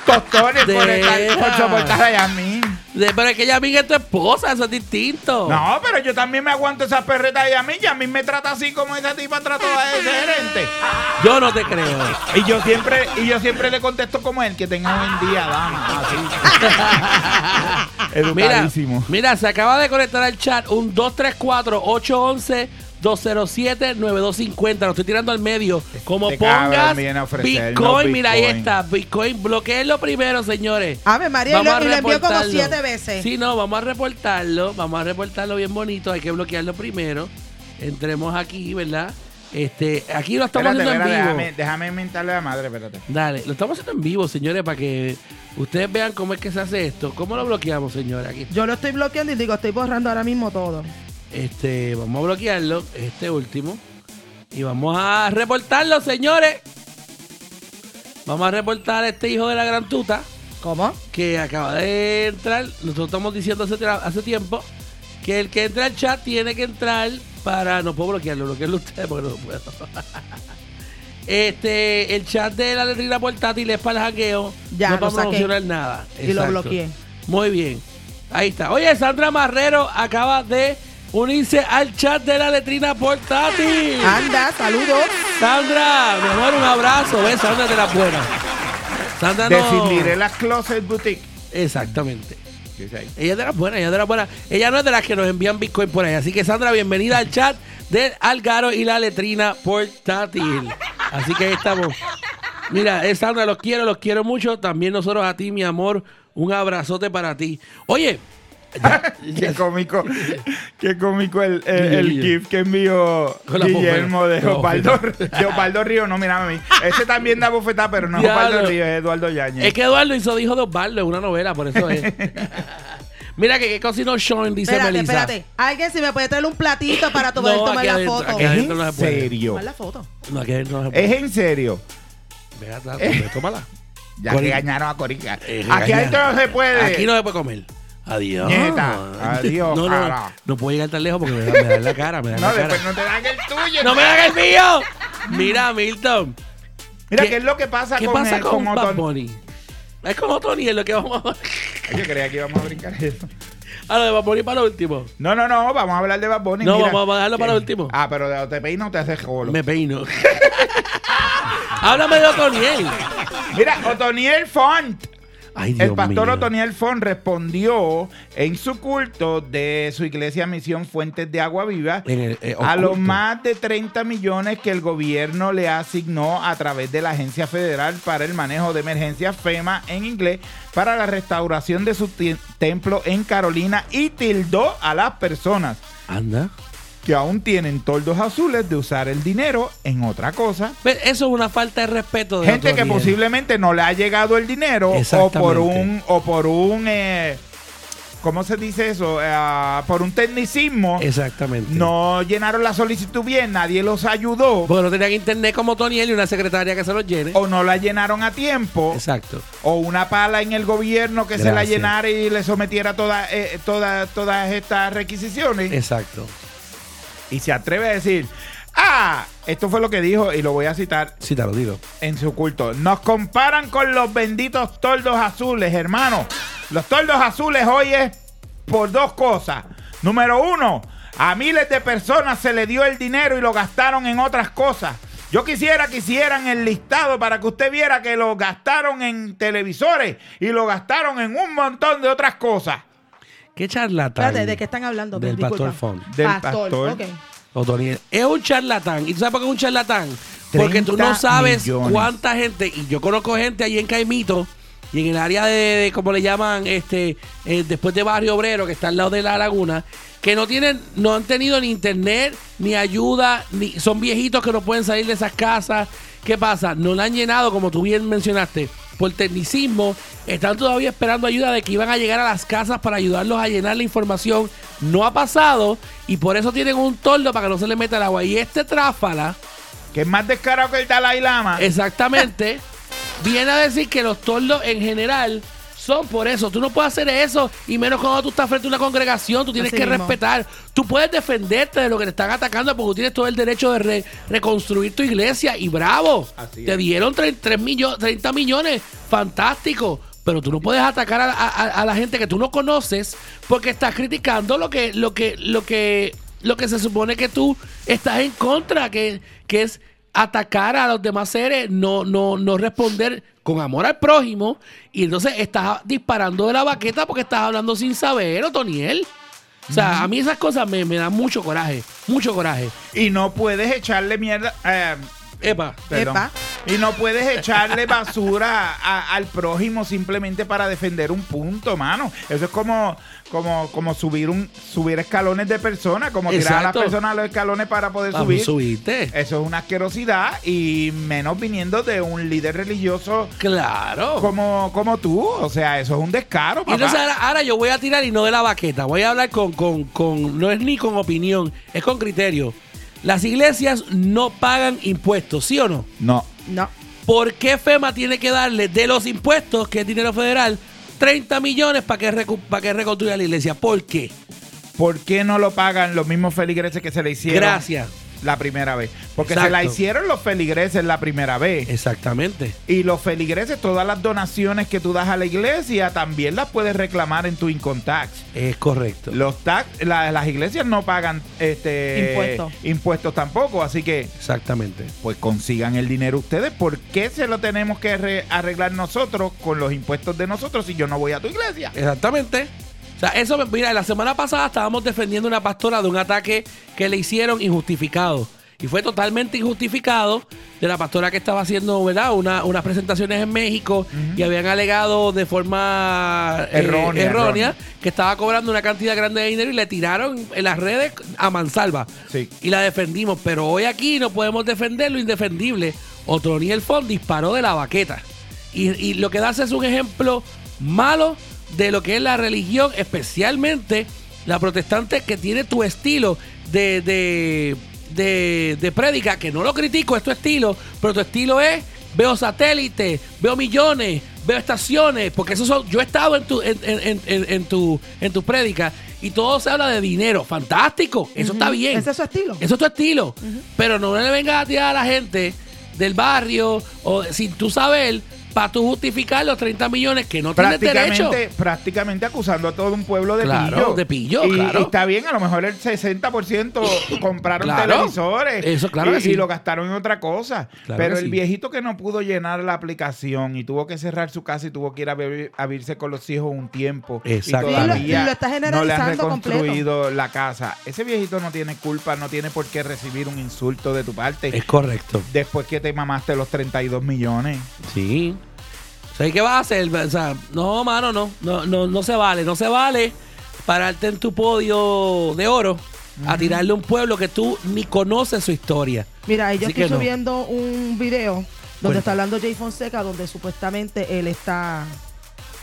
S5: tostones por, estar- por soportar a Yasmin.
S1: De- pero es que ella amiga es tu esposa, eso es distinto.
S5: No, pero yo también me aguanto esas perretas de Yasmin. Yasmin me trata así como esa tipa trató a ese gerente.
S1: Yo no te creo.
S5: Y yo siempre, y yo siempre le contesto como él, que tenga buen día, dama. Así.
S1: Mira,
S5: Educadísimo.
S1: mira, se acaba de conectar al chat un 234-811-207-9250. Lo estoy tirando al medio. Como
S5: Este
S1: pongas
S5: cabrón viene a ofrecernos
S1: Bitcoin, mira, ahí
S5: Bitcoin.
S1: está. Bitcoin, bloqueenlo primero, señores.
S4: Ave María, y
S1: Vamos
S4: lo,
S1: a
S4: y lo envió como
S1: reportarlo.
S4: siete veces.
S1: Sí, no, vamos a reportarlo. Vamos a reportarlo bien bonito. Hay que bloquearlo primero. Entremos aquí, ¿verdad? Este, aquí lo estamos
S5: Espérate,
S1: haciendo
S5: espérate,
S1: en vivo.
S5: déjame, déjame inventarle a la madre, espérate.
S1: Dale, lo estamos haciendo en vivo, señores, para que ustedes vean cómo es que se hace esto. ¿Cómo lo bloqueamos, señores? Aquí.
S4: Yo lo estoy bloqueando y digo, estoy borrando ahora mismo todo.
S1: Este, vamos a bloquearlo, este último. Y vamos a reportarlo, señores. Vamos a reportar a este hijo de la gran tuta
S4: ¿Cómo?
S1: que acaba de entrar. Nosotros estamos diciendo hace, tra- hace tiempo que el que entra al chat tiene que entrar para. No puedo bloquearlo, bloquearlo ustedes porque no puedo. Este, el chat de la letrina portátil es para el jangueo.
S4: Ya,
S1: no
S4: lo
S1: para
S4: saqué.
S1: promocionar nada.
S4: Y lo bloqueé.
S1: Muy bien. Ahí está. Oye, Sandra Marrero acaba de unirse al chat de la letrina portátil.
S4: Anda, saludos.
S1: Sandra, mi amor, un abrazo. Ves, Sandra de la buena. Sandra no.
S5: Decidiré las Closet Boutique.
S1: Exactamente.
S5: ¿Qué dice ahí?
S1: Ella es de las buenas, ella es de las buenas. Ella no es de las que nos envían Bitcoin por ahí. Así que Sandra, bienvenida al chat del Algaro y la letrina portátil. Así que ahí estamos. Mira, eh, Sandra, los quiero, los quiero mucho. También nosotros a ti, mi amor. Un abrazote para ti. Oye, ya- ya-
S5: Qué cómico, qué cómico el, el, el
S1: Guille.
S5: GIF que envió
S1: Con la
S5: Guillermo de
S1: bofeta. La
S5: Osvaldo, de Osvaldo Río. No, mira a mí. Ese también da bofetada, pero no es
S1: Diablo.
S5: Osvaldo Río, es Eduardo Yañez.
S1: es que Eduardo hizo dijo de Osvaldo en una novela, por eso es. Mira que qué cocinó Sean, dice
S4: Espérate,
S1: Melissa.
S4: espérate. Alguien si me puede traer un platito para
S1: No,
S4: poder tomar
S1: aquí
S4: la
S1: adentro,
S4: foto.
S1: aquí
S5: ¿Es
S1: adentro no se
S5: en
S1: puede.
S5: serio.
S4: Tomar la foto.
S1: No, que no se puede.
S5: Es en serio.
S1: Venga, tá- tá- tómala.
S5: Ya
S1: Cori-
S5: regañaron a Corica.
S1: Eh,
S5: Aquí
S1: regañaron.
S5: adentro no se puede.
S1: Aquí no se puede comer. Adiós.
S5: Nieta, adiós,
S1: No, no, no,
S5: cara.
S1: no puedo llegar tan lejos porque me da, me da en la cara. Me da en
S5: No,
S1: la
S5: después
S1: cara.
S5: no te dan el tuyo.
S1: ¡No me hagas el mío! Mira, Milton.
S5: Mira,
S1: ¿Qué-
S5: ¿qué, es lo que pasa
S1: ¿Qué
S5: con
S1: pasa
S5: el-
S1: con,
S5: con
S1: Bad
S5: Otón?
S1: Bunny? Es como Tony, es lo que vamos a
S5: Ay, Yo creía que íbamos a brincar eso.
S1: A lo de Bad Bunny para lo último.
S5: No, no, no, vamos a hablar de Bad Bunny.
S1: No, vamos a dejarlo para
S5: que-
S1: el último.
S5: Ah, pero de OTPI no te haces jolo.
S1: Me peino. Háblame de Otoniel.
S5: Mira, Otoniel Font.
S1: Ay, Dios
S5: El pastor
S1: mío.
S5: Otoniel Font respondió en su culto de su iglesia Misión Fuentes de Agua Viva
S1: En el, eh,
S5: a los
S1: oculto.
S5: más de 30 millones que el gobierno le asignó a través de la Agencia Federal para el Manejo de Emergencias FEMA en inglés para la restauración de su ti- templo en Carolina y tildó a las personas
S1: Anda.
S5: que aún tienen toldos azules de usar el dinero en otra cosa
S1: Ve, Eso es una falta de respeto de
S5: gente que
S1: Otoniel.
S5: posiblemente no le ha llegado el dinero o por
S1: Exactamente.
S5: un o por un eh, ¿cómo se dice eso? Eh, por un tecnicismo
S1: Exactamente.
S5: no llenaron la solicitud bien, nadie los ayudó
S1: Porque no tenían internet como Otoniel y una secretaria que se los llene.
S5: o no la llenaron a tiempo
S1: Exacto.
S5: o una pala en el gobierno que se la
S1: Gracias.
S5: llenara y le sometiera todas eh, todas todas estas requisiciones
S1: Exacto.
S5: y se atreve a decir Ah, esto fue lo que dijo y lo voy a citar
S1: Sí, te lo digo.
S5: en su culto. Nos comparan con los benditos toldos azules, hermano. Los toldos azules hoy es por dos cosas. Número uno, a miles de personas se le dio el dinero y lo gastaron en otras cosas. Yo quisiera que hicieran el listado para que usted viera que lo gastaron en televisores y lo gastaron en un montón de otras cosas.
S1: ¿Qué charlatán?
S4: Espérate, ¿de qué están hablando?
S1: Del
S4: Disculpa.
S1: pastor Font.
S5: Del
S4: pastor.
S5: pastor.
S4: ok.
S1: Otoniel. Es un charlatán. ¿Y tú sabes por qué es un charlatán? Porque tú no
S5: 30
S1: sabes
S5: millones.
S1: cuánta gente, y yo conozco gente allí en Caimito, y en el área de, de- como le llaman, este, eh, después de Barrio Obrero, que está al lado de la laguna, que no tienen, no han tenido ni internet, ni ayuda, ni son viejitos que no pueden salir de esas casas. ¿Qué pasa? No la han llenado, como tú bien mencionaste, por tecnicismo. Están todavía esperando ayuda de que iban a llegar a las casas para ayudarlos a llenar la información. No ha pasado y por eso tienen un toldo para que no se le meta el agua. Y este tráfala,
S5: Que es más descarado que el Dalai Lama.
S1: Exactamente. Viene a decir que los tordos en general son por eso. Tú no puedes hacer eso. Y menos cuando tú estás frente a una congregación. Tú tienes
S4: Así
S1: que
S4: mismo.
S1: respetar. Tú puedes defenderte de lo que te están atacando porque tú tienes todo el derecho de re- reconstruir tu iglesia. Y bravo.
S5: Así
S1: te
S5: es.
S1: dieron tre- tres millo- 30 millones. Fantástico. Pero tú no puedes atacar a, a- a- a la gente que tú no conoces porque estás criticando lo que, lo que, lo que, lo que se supone que tú estás en contra, que, que es atacar a los demás seres, no, no, no responder con amor al prójimo. Y entonces estás disparando de la baqueta porque estás hablando sin saber, Otoniel. O sea, a mí esas cosas me, me dan mucho coraje, mucho coraje.
S5: Y no puedes echarle mierda. eh,
S1: Epa.
S5: Perdón.
S4: Epa.
S5: Y no puedes echarle basura a- al prójimo simplemente para defender un punto, mano. Eso es como, como, como subir un, subir escalones de personas, como tirar a las
S1: Exacto.
S5: personas a los escalones para poder
S1: Vamos,
S5: subir.
S1: subiste.
S5: Eso es una asquerosidad y menos viniendo de un líder religioso
S1: Claro.
S5: como, como tú. O sea, eso es un descaro,
S1: Y entonces
S5: papá.
S1: ahora, ahora yo voy a tirar y no de la baqueta. Voy a hablar con, con, con. No es ni con opinión, es con criterio. Las iglesias no pagan impuestos, ¿sí o no?
S5: No.
S4: No.
S1: ¿Por qué FEMA tiene que darle de los impuestos, que es dinero federal, 30 millones para que, recu- para que reconstruya la iglesia? ¿Por qué?
S5: ¿Por qué no lo pagan los mismos feligreses que se le hicieron?
S1: Gracias.
S5: La primera vez. Porque se
S1: Exacto.
S5: la hicieron los feligreses la primera vez.
S1: Exactamente.
S5: Y los feligreses, todas las donaciones que tú das a la iglesia, también las puedes reclamar en tu income tax.
S1: Es correcto.
S5: Los tax, la- las iglesias no pagan este
S4: Impuestos.
S5: impuestos tampoco, así que
S1: Exactamente.
S5: pues consigan el dinero ustedes. ¿Por qué se lo tenemos que re- arreglar nosotros con los impuestos de nosotros si yo no voy a tu iglesia?
S1: Exactamente. O sea, eso, me- mira, la semana pasada estábamos defendiendo una pastora de un ataque que le hicieron injustificado. Y fue totalmente injustificado de la pastora que estaba haciendo, ¿verdad? Una- unas presentaciones en México y habían alegado de forma eh,
S5: Errónea, errónea.
S1: que estaba cobrando una cantidad grande de dinero y le tiraron en las redes a mansalva.
S5: Sí.
S1: Y la defendimos, pero hoy aquí no podemos defender lo indefendible. Otoniel Font disparó de la baqueta. Y, y lo que das es un ejemplo malo de lo que es la religión, especialmente la protestante que tiene tu estilo de, de, de, de prédica, que no lo critico, es tu estilo, pero tu estilo es veo satélites, veo millones, veo estaciones, porque eso son, yo he estado en tu, en, en- en- en- en tu, en tu prédica y todo se habla de dinero, fantástico, eso está bien.
S4: Ese es su estilo.
S1: Eso es tu estilo. Pero no le vengas a tirar a la gente del barrio o sin tú saber para tú justificar los 30 millones que no tienes derecho.
S5: prácticamente, prácticamente acusando a todo un pueblo de
S1: Claro,
S5: pillo.
S1: de pillo,
S5: y,
S1: claro.
S5: y está bien, a lo mejor el 60% compraron
S1: Claro.
S5: televisores
S1: Eso, claro
S5: y,
S1: que sí.
S5: y lo gastaron en otra cosa.
S1: Claro
S5: Pero
S1: que
S5: el
S1: sí.
S5: viejito que no pudo llenar la aplicación y tuvo que cerrar su casa y tuvo que ir a, vivir- a vivirse con los hijos un tiempo.
S1: Exacto.
S5: Y
S1: Y lo-
S5: todavía
S4: y lo está
S5: no le han
S4: generalizando completo.
S5: reconstruido la casa. Ese viejito no tiene culpa, no tiene por qué recibir un insulto de tu parte.
S1: Es correcto.
S5: Después que te mamaste los 32 millones.
S1: Sí. O sea, ¿y qué vas a hacer? O sea, no, mano, no. No, no, no se vale. No se vale pararte en tu podio de oro a tirarle a un pueblo que tú ni conoces su historia.
S4: Mira, y yo
S1: Así que
S4: estoy
S1: no.
S4: subiendo un video donde
S1: Cuenta.
S4: está hablando Jay Fonseca, donde supuestamente él está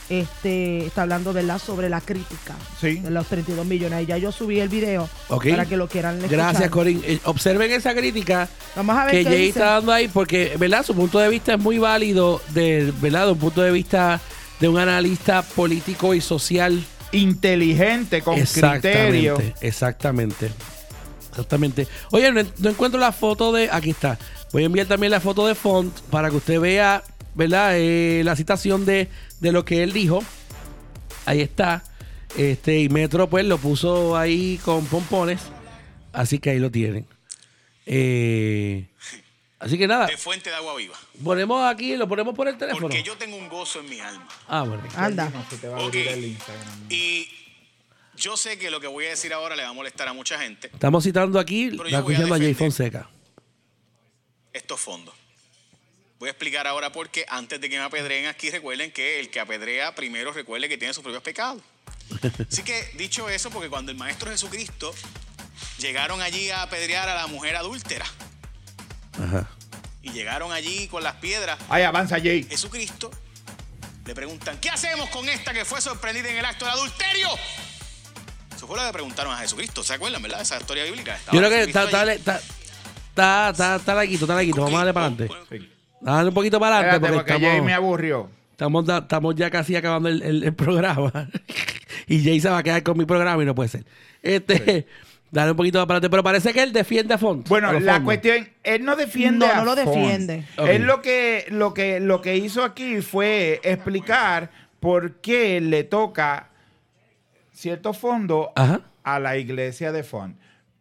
S4: este está hablando ¿verdad? sobre la crítica
S5: Sí.
S4: de los 32 millones. Y ya yo subí el video
S1: Ok.
S4: para que lo quieran escuchar.
S1: Gracias, Corín. Eh, Observen esa crítica
S4: Vamos a ver
S1: que
S4: qué
S1: Jay
S4: dice.
S1: está dando ahí, porque, ¿verdad? Su punto de vista es muy válido, de, ¿verdad? De un punto de vista de un analista político y social.
S5: Inteligente, con criterio.
S1: Exactamente. Exactamente. Oye, no, no encuentro la foto de. Aquí está. Voy a enviar también la foto de Font para que usted vea, ¿verdad? Eh, la citación de, de lo que él dijo. Ahí está. Este, y Metro, pues, lo puso ahí con pompones. Así que ahí lo tienen. Eh, así que nada,
S9: de fuente de agua viva.
S1: ponemos aquí, lo ponemos por el Ah. teléfono.
S9: Porque yo tengo un gozo en mi alma.
S1: Ah, bueno.
S4: Anda.
S9: Ok. Y yo sé que lo que voy a decir ahora le va a molestar a mucha gente.
S1: Estamos citando aquí,
S9: Pero
S1: la
S9: yo voy a
S1: escuchando a Jay
S9: defender.
S1: Fonseca.
S9: Estos fondos. Voy a explicar ahora por qué. Antes de que me apedreen aquí, recuerden que el que apedrea primero recuerde que tiene sus propios pecados. Así que dicho eso, porque cuando el Maestro Jesucristo llegaron allí a apedrear a la mujer adúltera
S1: Ajá.
S9: y llegaron allí con las piedras,
S5: Ay, avanza, Jay.
S9: Jesucristo, le preguntan, ¿qué hacemos con esta que fue sorprendida en el acto del adulterio? Eso fue lo que le preguntaron a Jesucristo, ¿se acuerdan, verdad? Esa historia bíblica. Estaba
S1: Yo creo que
S9: Jesucristo
S1: está, está,
S9: allí.
S1: está, está, está, está larguito, está larguito. Vamos a darle para adelante. Dale un poquito para
S5: Espérate,
S1: adelante
S5: porque,
S1: porque,
S5: Jay me
S1: estamos,
S5: aburrió.
S1: estamos, da- estamos ya casi acabando el, el- el programa. y Jay se va a quedar con mi programa y no puede ser. Este, dale un poquito para adelante. Pero parece que él defiende a Font.
S5: Bueno,
S1: a los
S5: la
S1: fondos.
S5: cuestión, él no defiende.
S4: No,
S5: a
S4: no lo
S5: Fon.
S4: defiende.
S1: Ok.
S5: Él lo que, lo, que, lo que hizo aquí fue explicar por qué le toca cierto fondo
S1: Ajá.
S5: a la iglesia de Fon.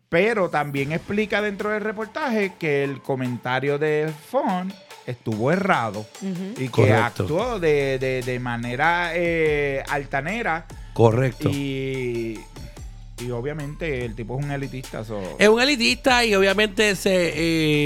S5: Pero también explica dentro del reportaje que el comentario de Fon estuvo errado y que
S1: Correcto.
S5: actuó de, de- de manera eh, altanera
S1: Correcto.
S5: y, y obviamente el tipo es un elitista. so-
S1: Es un elitista y obviamente se,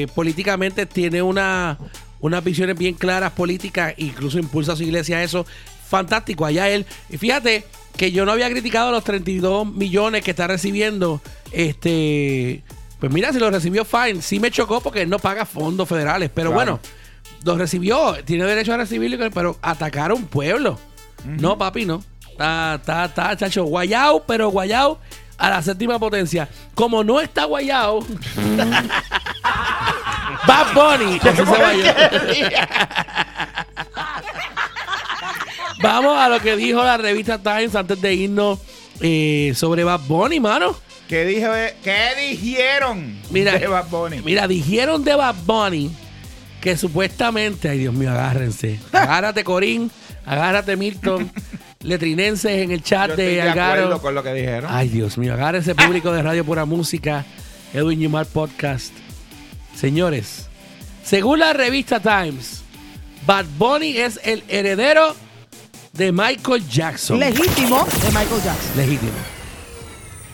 S1: eh, políticamente tiene una, unas visiones bien claras políticas, incluso impulsa a su iglesia a eso. Fantástico, allá él. Y fíjate que yo no había criticado los 32 millones que está recibiendo. Este, pues mira, si lo recibió Fine, sí me chocó porque él no paga fondos federales, pero
S5: Claro.
S1: bueno, los recibió, tiene derecho a recibirlo, pero atacar a un pueblo. No, papi, no. Está, está, está, chacho. Guayao, pero guayao a la séptima potencia. Como no está guayao, Bad Bunny. Así se va a llamar. Vamos a lo que dijo la revista Times antes de irnos eh, sobre Bad Bunny, mano.
S5: ¿Qué, dijo, ¿Qué dijeron
S1: Mira,
S5: de Bad Bunny?
S1: mira, dijeron de Bad Bunny que supuestamente, ay Dios mío, agárrense. Agárrate, Corín, agárrate, Milton, letrinenses en el chat
S5: Yo
S1: de
S5: estoy de
S1: Algaro. Ah.
S5: acuerdo con lo que dijeron.
S1: Ay, Dios mío, agárrese público de Radio Pura Música, Edwin Yumar Podcast. Señores, según la revista Times, Bad Bunny es el heredero de Michael Jackson.
S4: Legítimo de Michael Jackson.
S1: Legítimo.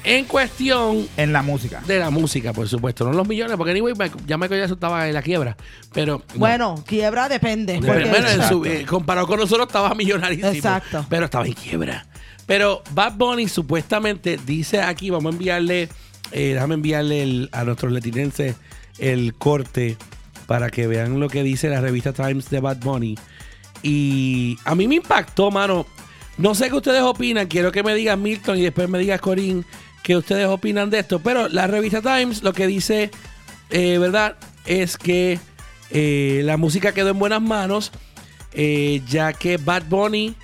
S1: En cuestión
S5: En la música.
S1: de la música, por supuesto, no los millones, porque anyway, Michael- ya Michael Jackson estaba en la quiebra, pero...
S4: Bueno, quiebra depende.
S1: Pero,
S4: porque-
S1: bueno, en su-
S5: Exacto.
S1: eh, comparado con nosotros estaba millonarísimo.
S4: Exacto.
S1: Pero estaba en quiebra. Pero Bad Bunny supuestamente dice aquí, vamos a enviarle, eh, déjame enviarle el- a nuestros letinenses el corte para que vean lo que dice la revista Times de Bad Bunny. Y a mí me impactó, mano. No sé qué ustedes opinan. Quiero que me digas Milton y después me digas Corín qué ustedes opinan de esto. Pero la revista Times lo que dice, eh, ¿verdad? Es que eh, la música quedó en buenas manos, eh, ya que Bad Bunny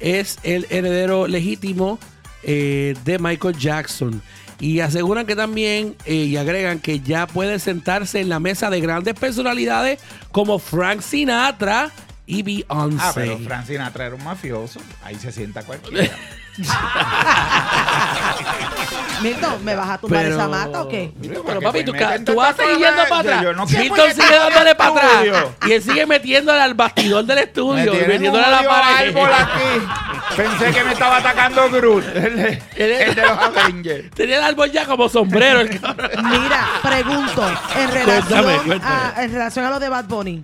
S1: es el heredero legítimo eh, de Michael Jackson. Y aseguran que también, eh, y agregan que ya puede sentarse en la mesa de grandes personalidades como Frank Sinatra y Beyoncé.
S5: Ah, pero Francina traer un mafioso. Ahí se sienta cualquiera.
S4: Milton, ¿me vas a tumbar
S1: Pero-
S4: esa mata o qué?
S1: Pero,
S5: ¿Para qué
S1: papi,
S5: te
S1: tú,
S5: meten
S1: ca- tú
S5: tanta
S1: vas
S5: palabra?
S1: siguiendo para
S5: Yo-
S1: atrás.
S5: yo no sé por
S1: Milton
S5: qué
S1: sigue
S5: tanto
S1: dándole para atrás.
S5: estudio.
S1: Y él sigue metiéndole al bastidor del
S5: Me
S1: estudio. y
S5: tienen un
S1: metiéndole a la
S5: odio
S1: pared.
S5: árbol aquí. Pensé que me estaba atacando Groot. El de, el de los Avengers.
S1: Tenía el árbol ya como sombrero. el cabrón.
S4: Mira, pregunto, en relación,
S1: Cuéntame, cuéntame.
S4: A, en relación a lo de Bad Bunny,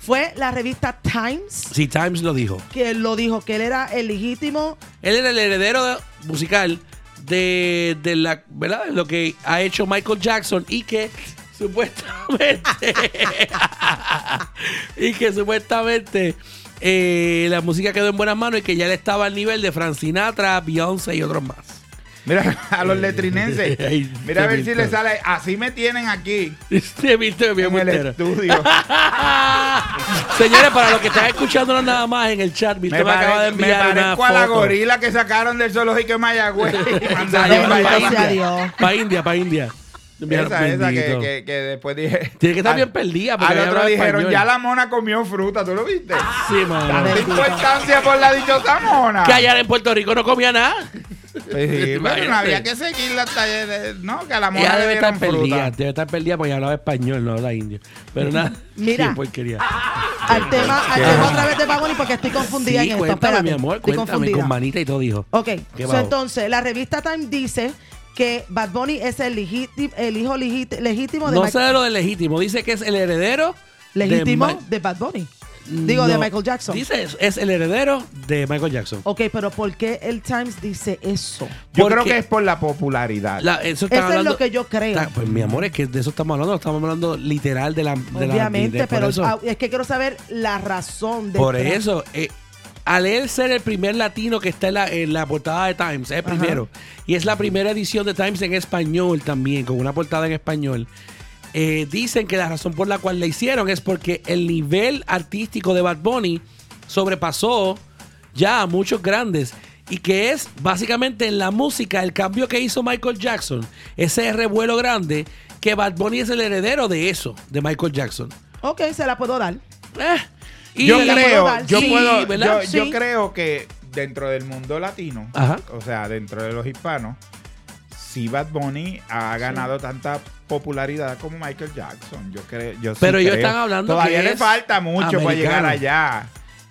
S4: ¿fue la revista Times
S1: Sí, Times lo dijo.
S4: que lo dijo que él era el legítimo?
S1: Él era el heredero de- musical de, de la, ¿verdad? De lo que ha hecho Michael Jackson y que supuestamente y que supuestamente eh, la música quedó en buenas manos y que ya él estaba al nivel de Frank Sinatra, Beyoncé y otros más.
S5: Mira a
S1: Eh,
S5: los letrinenses.
S1: Ay,
S5: Mira a ver si
S1: Milton.
S5: le sale. Así me tienen aquí
S1: Este Milton es bien
S5: en el
S1: mentero.
S5: estudio.
S1: Señores, para los que están escuchándonos nada más en el chat, Milton
S5: Me,
S1: me, acaba de
S5: pare- me
S1: enviar una
S5: parezco a
S1: foto.
S5: la gorila que sacaron del zoológico de Mayagüez. y mandaron
S4: Ay,
S5: para allá.
S4: gracias a Dios.
S1: Para India, para India.
S5: Esa, esa que,
S1: Bendito.
S5: que, que después dije.
S1: Tiene que estar
S5: Al-
S1: bien perdida, porque
S5: Al
S1: ella
S5: otro
S1: habla
S5: dijeron,
S1: español.
S5: ya la mona comió fruta, ¿tú lo viste?
S4: Ah,
S1: Sí, mano.
S5: Tanta importancia por la dichosa mona.
S1: Ah, Que allá en Puerto Rico no comía nada.
S5: Sí, pero
S1: Imagínate.
S5: no había que seguir la talla de- No, que a la mona
S1: Ella
S5: le
S1: debe
S5: dieron
S1: estar
S5: fruta.
S1: perdida, debe estar perdida porque ella hablaba español, no habla indio. Pero nada,
S4: Mira. ah,
S1: qué porquería.
S4: Al tema, al tema otra vez de Bad Bunny porque estoy confundida
S1: Sí,
S4: en esto.
S1: cuéntame,
S4: Espérate,
S1: mi amor,
S4: estoy
S1: cuéntame,
S4: confundida. Oh,
S1: con manita y todo dijo.
S4: Ok,
S1: Qué
S4: so,
S1: bajo.
S4: entonces la revista Time dice que Bad Bunny es el, legíti- el hijo legíti- legítimo de
S1: No sé
S4: Michael
S1: de lo de legítimo, dice que es el heredero de
S4: legítimo de,
S1: Ma- Mm,
S4: Bad Bunny. Digo, de
S1: No.
S4: Michael Jackson. Oh,
S1: Dice eso, es el heredero de Michael Jackson.
S4: Ok, pero ¿por qué el Times dice eso?
S5: Yo
S1: Porque-
S5: creo que es por la popularidad.
S1: La- eso están
S4: Eso
S1: hablando-
S4: es lo que yo creo.
S1: Está- pues mi amor, es que de eso estamos hablando, no estamos hablando literal de la de la-
S4: Obviamente,
S1: de- por
S4: pero
S1: eso.
S4: ah, es que quiero saber la razón de
S1: Por
S4: tra-
S1: eso, eh, al él ser el primer latino que está en la, en la portada de Times, es el primero. Y es la primera edición de Times en español también, con una portada en español. eh, dicen que la razón por la cual la hicieron es porque el nivel artístico de Bad Bunny sobrepasó ya a muchos grandes. Y que es básicamente en la música el cambio que hizo Michael Jackson, ese revuelo grande, que Bad Bunny es el heredero de eso, de Michael Jackson.
S4: Ok, se la puedo dar.
S1: Eh, y-
S5: yo
S4: la
S5: creo,
S4: puedo
S5: yo
S1: Sí,
S5: puedo,
S1: ¿verdad?
S5: yo, yo
S4: Sí.
S5: creo que dentro del mundo latino,
S1: Ajá.
S5: o sea, dentro de los hispanos, si Bad Bunny ha ganado tanta popularidad como Michael Jackson, yo creo, yo sí
S1: Pero ellos
S5: creo.
S1: están hablando
S5: todavía
S1: que
S5: le
S1: es
S5: falta mucho para
S1: americano.
S5: llegar allá.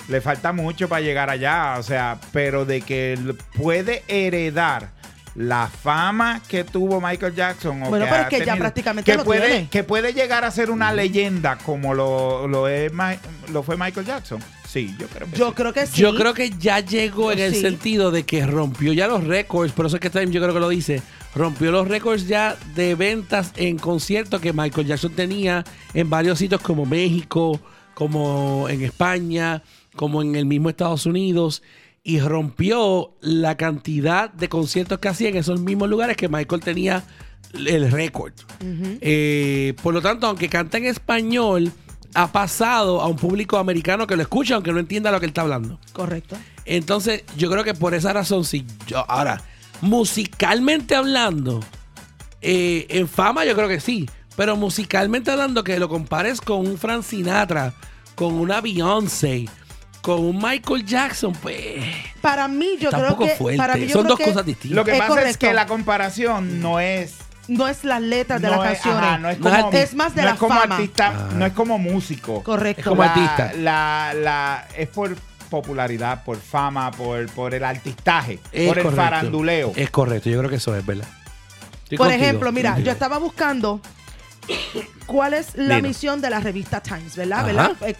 S5: Le falta mucho para llegar allá, o sea, pero de que él puede heredar la fama que tuvo Michael Jackson o
S4: Bueno,
S5: que
S4: pero
S5: ha
S4: es que ya
S5: tenido,
S4: prácticamente
S5: que
S4: lo
S5: puede,
S4: tiene.
S5: que puede llegar a ser una leyenda como lo, lo, es Ma- lo fue Michael Jackson. Sí, yo creo que
S4: Yo
S5: sí.
S4: creo que sí.
S1: Yo creo que ya llegó en el
S4: Sí.
S1: sentido de que rompió ya los récords, por eso es que Time yo creo que lo dice, rompió los récords ya de ventas en conciertos que Michael Jackson tenía en varios sitios como México, como en España, como en el mismo Estados Unidos. Y rompió la cantidad de conciertos que hacía en esos mismos lugares que Michael tenía el récord. Eh, por lo tanto, aunque canta en español, ha pasado a un público americano que lo escucha, aunque no entienda lo que él está hablando.
S4: Correcto.
S1: Entonces, yo creo que por esa razón, si yo, ahora, musicalmente hablando, eh, en fama yo creo que sí, pero musicalmente hablando, que lo compares con un Frank Sinatra, con una Beyoncé, con un Michael Jackson, pues
S4: Para mí, yo
S1: está un
S4: creo
S1: poco
S4: que.
S1: fuerte.
S4: Para mí, yo
S1: Son
S4: creo
S1: dos
S4: que
S1: cosas distintas.
S5: Lo que
S4: Es
S5: pasa es que
S4: correcto.
S5: la comparación no es.
S4: No es las letras de
S5: no
S4: las
S5: es-
S4: canciones.
S5: ajá, no es,
S1: No es
S5: como,
S1: arti-
S4: Es más de
S5: no
S4: la
S5: es como
S4: fama. Ah.
S5: artista, no es como músico.
S4: Correcto.
S1: Es como
S5: La-
S1: artista.
S5: La, la, es por popularidad, por fama, por, por el artistaje,
S1: Es
S5: por el
S1: correcto.
S5: faranduleo.
S1: Es correcto, yo creo que eso es, ¿verdad? Estoy
S4: Por
S1: contigo,
S4: ejemplo, mira,
S1: contigo.
S4: yo estaba buscando cuál es la
S1: Dino.
S4: misión de la revista Times, ¿verdad?
S1: Ajá.
S4: ¿verdad? Eh,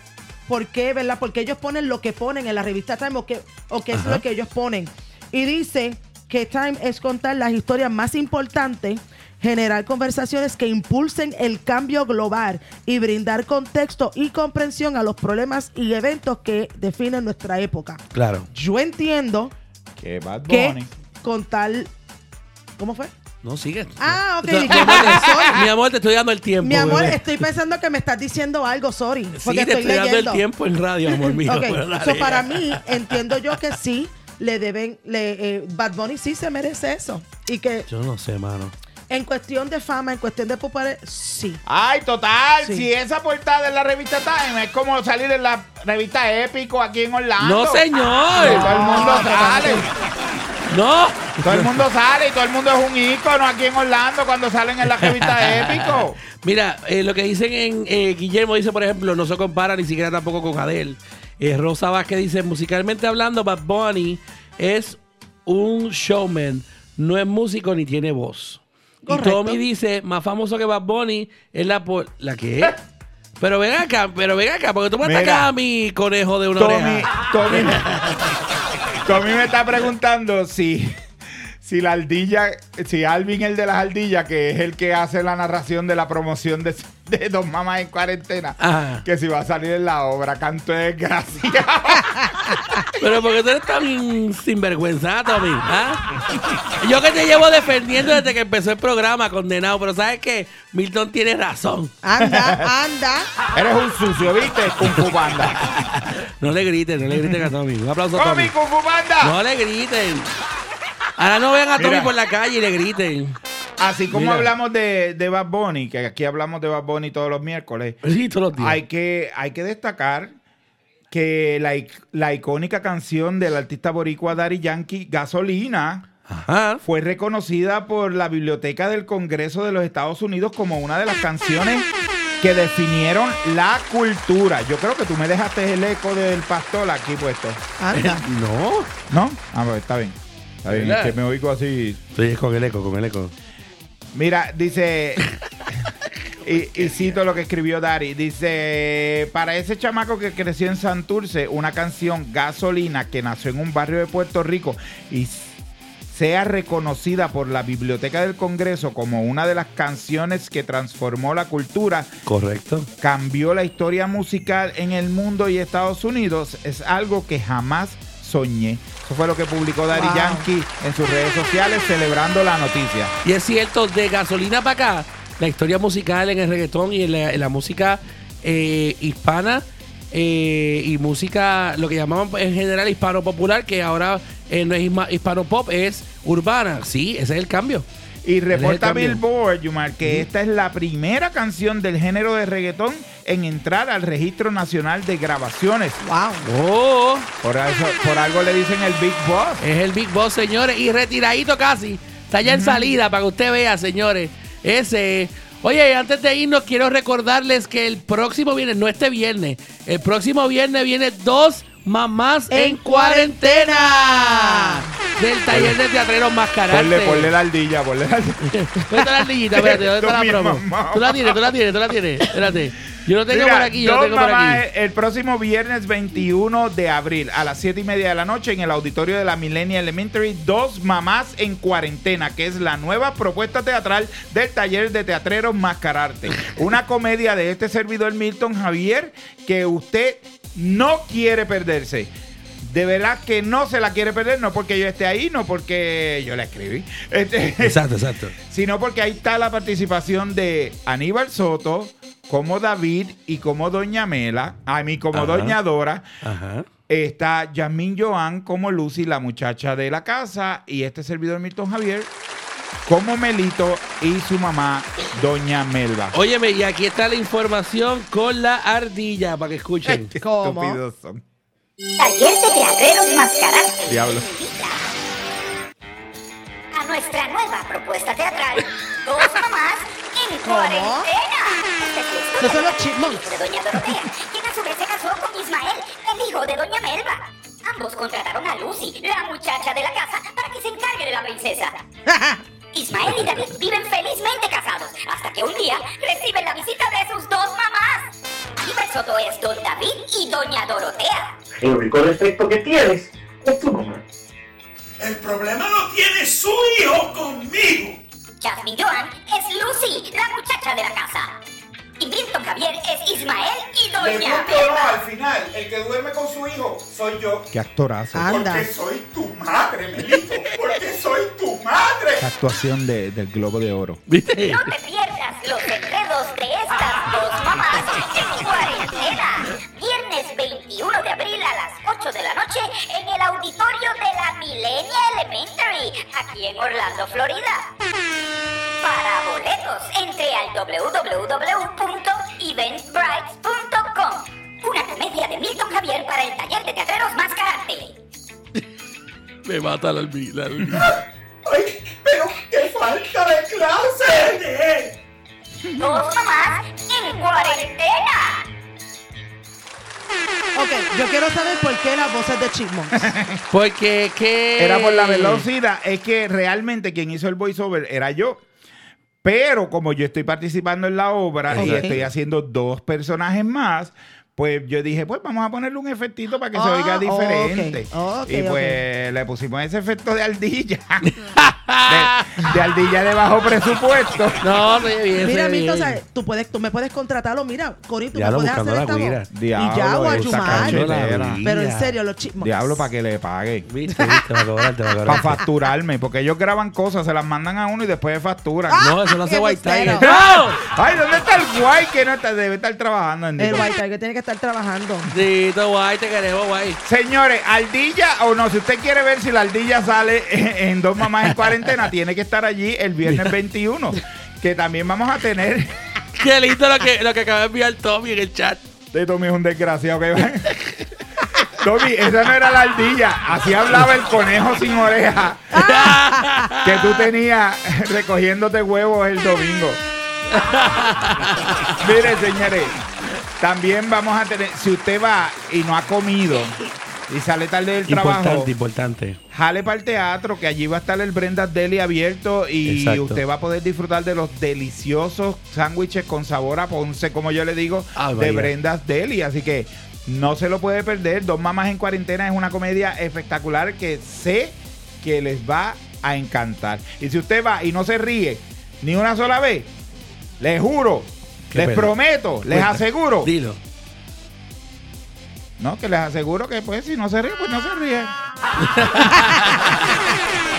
S4: ¿Por qué, verdad? Porque ellos ponen lo que ponen en la revista Time o qué, o qué es
S1: Ajá.
S4: lo que ellos ponen. Y dice que Time es contar las historias más importantes, generar conversaciones que impulsen el cambio global y brindar contexto y comprensión a los problemas y eventos que definen nuestra época.
S1: Claro.
S4: Yo entiendo
S5: Que Bad Bunny.
S4: que contar... ¿Cómo fue?
S1: No, sigue.
S4: Ah, ok,
S1: O sea,
S4: dije,
S1: mi, amor, te-
S4: sorry.
S1: mi amor, te estoy dando el tiempo.
S4: Mi amor,
S1: bebé.
S4: estoy pensando que me estás diciendo algo, sorry.
S1: Sí,
S4: Porque
S1: te
S4: estoy,
S1: estoy dando el
S4: leyendo.
S1: tiempo en radio, amor mío.
S4: Ok,
S1: Bueno, dale.
S4: so, para mí, entiendo yo que sí, le deben, le, eh, Bad Bunny sí se merece eso. Y que
S1: Yo no sé, mano.
S4: en cuestión de fama, en cuestión de popularidad, sí.
S5: Ay, total,
S4: Sí.
S5: si esa portada es la revista Time, es como salir en la revista Épico aquí en Orlando.
S1: No, señor.
S5: Que Todo el mundo sale.
S1: No.
S5: Todo el mundo sale y todo el mundo es un ícono aquí en Orlando cuando salen en la revista Épico.
S1: Mira, eh, lo que dicen en eh, Guillermo dice, por ejemplo, no se compara ni siquiera tampoco con Adele. Eh, Rosa Vázquez dice, musicalmente hablando, Bad Bunny es un showman, no es músico ni tiene voz.
S4: Correcto.
S1: Y Tommy dice, más famoso que Bad Bunny es la por... ¿La qué? pero ven acá, pero ven acá, porque tú me
S5: Mira.
S1: atacas a mi conejo de una
S5: Tommy,
S1: oreja.
S5: Tommy, Tommy me está preguntando si, si la ardilla, si Alvin, el de las ardillas, que es el que hace la narración de la promoción de, de Dos Mamás en Cuarentena,
S1: Ajá.
S5: que si va a salir en la obra, canto de desgracia.
S1: Pero porque tú eres tan sinvergüenza, Tommy. ¿ah? Yo que te llevo defendiendo desde que empezó el programa, condenado. Pero sabes que Milton tiene razón.
S4: Anda, anda.
S5: Eres un sucio, ¿viste? Kung Fu Panda.
S1: No le griten, no le griten a Tommy. Un aplauso a
S5: ¡Tommy,
S1: Tommy.
S5: Kung Fu Panda!
S1: No le griten. Ahora no vean a Tommy
S5: Mira.
S1: por la calle y le griten.
S5: Así como
S1: Mira.
S5: hablamos de, de Bad Bunny, que aquí hablamos de Bad Bunny todos los miércoles,
S1: Sí, todos los días.
S5: hay que, hay que destacar que la, ic- la icónica canción del artista boricua Daddy Yankee, Gasolina,
S1: Ajá.
S5: fue reconocida por la Biblioteca del Congreso de los Estados Unidos como una de las canciones que definieron la cultura. Yo creo que tú me dejaste el eco del pastor aquí puesto.
S4: Anda.
S1: No.
S5: ¿No? Ah, pues está bien. Está bien, es que me oigo así
S1: Estoy con el eco, con el eco.
S5: Mira, dice. Y, y cito lo que escribió Dari. Dice, para ese chamaco que creció en Santurce, una canción gasolina que nació en un barrio de Puerto Rico y s- sea reconocida por la Biblioteca del Congreso como una de las canciones que transformó la cultura,
S1: Correcto.
S5: cambió la historia musical en el mundo y Estados Unidos, es algo que jamás soñé. Eso fue lo que publicó Dari
S4: Wow.
S5: Yankee en sus redes sociales celebrando la noticia.
S1: Y es cierto, de gasolina para acá, la historia musical en el reggaetón y en la, en la música eh, hispana eh, y música, lo que llamaban en general hispano popular, que ahora eh, no es hisma- hispano pop, es urbana. Sí, ese es el cambio.
S5: Y
S1: el
S5: reporta
S1: cambio.
S5: Billboard, Yumar, que esta es la primera canción del género de reggaetón en entrar al Registro Nacional de Grabaciones.
S4: Wow.
S1: Oh,
S5: Por, eso- por algo le dicen el Big Boss.
S1: es el Big Boss, señores, y retiradito casi. Está ya en salida para que usted vea, señores. Ese es. Oye, y antes de irnos, quiero recordarles que el próximo viernes, no este viernes, el próximo viernes viene dos mamás en,
S4: En
S1: cuarentena del taller de teatreros mascarantes.
S5: Ponle, ponle la ardilla, ponle la ardilla.
S1: ¿Dónde está la ardillita? Espérate, ¿dónde está
S5: Esto
S1: la
S5: mi
S1: promo?
S5: mamá.
S1: Tú la tienes, tú la tienes, tú la tienes. Espérate. Yo lo tengo
S5: Mira,
S1: por aquí, yo lo
S5: dos
S1: tengo por
S5: mamás
S1: aquí.
S5: el- El próximo viernes 21 de abril a las 7 y media de la noche en el auditorio de la Millennium Elementary, Dos Mamás en Cuarentena, que es la nueva propuesta teatral del taller de teatreros Mascararte. Una comedia de este servidor Milton Javier que usted no quiere perderse. de verdad que no se la quiere perder, no porque yo esté ahí, no porque yo la escribí, este,
S1: Exacto, exacto.
S5: sino porque ahí está la participación de Aníbal Soto, como David y como Doña Mela, a mí como
S1: Ajá.
S5: Doña Dora.
S1: Ajá.
S5: Está Yasmín Joan como Lucy, la muchacha de la casa, y este servidor Milton Javier como Melito y su mamá, Doña Melba.
S1: Óyeme, y aquí está la información con la ardilla para que escuchen.
S5: Qué
S4: ¿Cómo?
S5: estúpidos son.
S11: Taller de Teatreros Mascarat
S5: Diablo.
S11: a nuestra nueva propuesta teatral, Dos Mamás en Cuarentena.
S4: Esos son los chipmunks.
S11: de Doña Dorotea, quien a su vez se casó con Ismael, el hijo de Doña Melba. Ambos contrataron a Lucy, la muchacha de la casa, para que se encargue de la princesa. Ismael y David viven felizmente casados, hasta que un día reciben la visita de sus dos mamás. Aníbal Soto es Don David y Doña Dorotea.
S12: El único defecto que tienes es tu mamá.
S7: El problema lo tiene su hijo conmigo.
S11: Jasmine Joan es Lucy, la muchacha de la casa. Y Milton Javier es Ismael y Doña Pepa.
S12: final, el que duerme con su hijo soy yo.
S5: Qué actorazo.
S4: Anda.
S12: soy tu madre, Melito. Porque soy tu madre.
S5: Esta actuación de- del Globo de Oro.
S1: ¿Viste?
S11: No te pierdas los secretos de estas dos mamás en cuarentena. Viernes 21 de abril a las 8 de la noche en el auditorio de la Millennia Elementary, aquí en Orlando, Florida. Para boletos, entre al www.eventbrite.com. Una comedia de Milton Javier para el taller de teatreros Mascarante.
S1: Me mata la albi- la albina.
S12: Ay, pero qué falta de clase.
S11: Dos mamás en cuarentena.
S4: Ok, yo quiero saber por qué las voces de chipmunks.
S1: Porque que.
S5: Era por la velocidad. Es que realmente quien hizo el voiceover era yo. Pero como yo estoy participando en la obra y
S4: Ok.
S5: estoy haciendo dos personajes más, pues yo dije, pues vamos a ponerle un efectito para que se
S4: Ah,
S5: oiga
S4: ok,
S5: diferente.
S4: ok,
S5: y
S4: ok.
S5: pues le pusimos ese efecto de ardilla. de, de ardilla de bajo presupuesto.
S1: No, se oye bien.
S4: Mira,
S1: se oye
S4: Milton,
S1: bien.
S4: ¿sabes? tú, puedes, tú me puedes contratarlo. Mira, Cori, tú
S1: Ya
S4: me
S1: lo
S4: puedes
S1: buscando
S4: hacer
S1: la
S4: esta voz.
S1: güira.
S4: Y ya,
S5: Diablo, esa
S4: Guayumar.
S5: cachetera.
S4: Pero en serio, los chipmunks.
S5: Diablo para que le paguen.
S1: Viste, viste, me acordé, me acordé.
S5: Para facturarme, porque ellos graban cosas, se las mandan a uno y después facturan.
S4: Ah,
S1: No, eso lo hace
S4: Qué
S1: White Tiger.
S4: bustero.
S1: ¡No!
S5: Ay, ¿dónde está el guay que no está? Debe estar trabajando en
S4: El
S5: Disney.
S4: White Tiger tiene que estar trabajando.
S1: Dito, guay, te queremos, guay.
S5: Señores, ardilla o no, si usted quiere ver si la ardilla sale en, en Dos Mamás en Cuarentena, tiene que estar allí el viernes 21, que también vamos a tener.
S1: Qué lindo lo que, lo que acaba de enviar Tommy en el chat.
S5: De Tommy es un desgraciado que va. Tommy, esa no era la ardilla, así hablaba el conejo sin oreja que tú tenías recogiéndote huevos el domingo. Mire, señores, también vamos a tener, si usted va y no ha comido y sale tarde del trabajo,
S1: Importante, importante.
S5: jale para el teatro, que allí va a estar el Brenda's Deli abierto y
S1: Exacto.
S5: usted va a poder disfrutar de los deliciosos sándwiches con sabor a ponce, como yo le digo,
S1: Ah,
S5: de
S1: vaya.
S5: Brenda's Deli. Así que no se lo puede perder. Dos mamás en cuarentena es una comedia espectacular que sé que les va a encantar. Y si usted va y no se ríe ni una sola vez, les juro,
S1: Qué
S5: les
S1: pena.
S5: prometo, les
S1: Cuenta.
S5: aseguro.
S1: Dilo.
S5: No, que les aseguro que pues si no se ríe, pues no se ríe.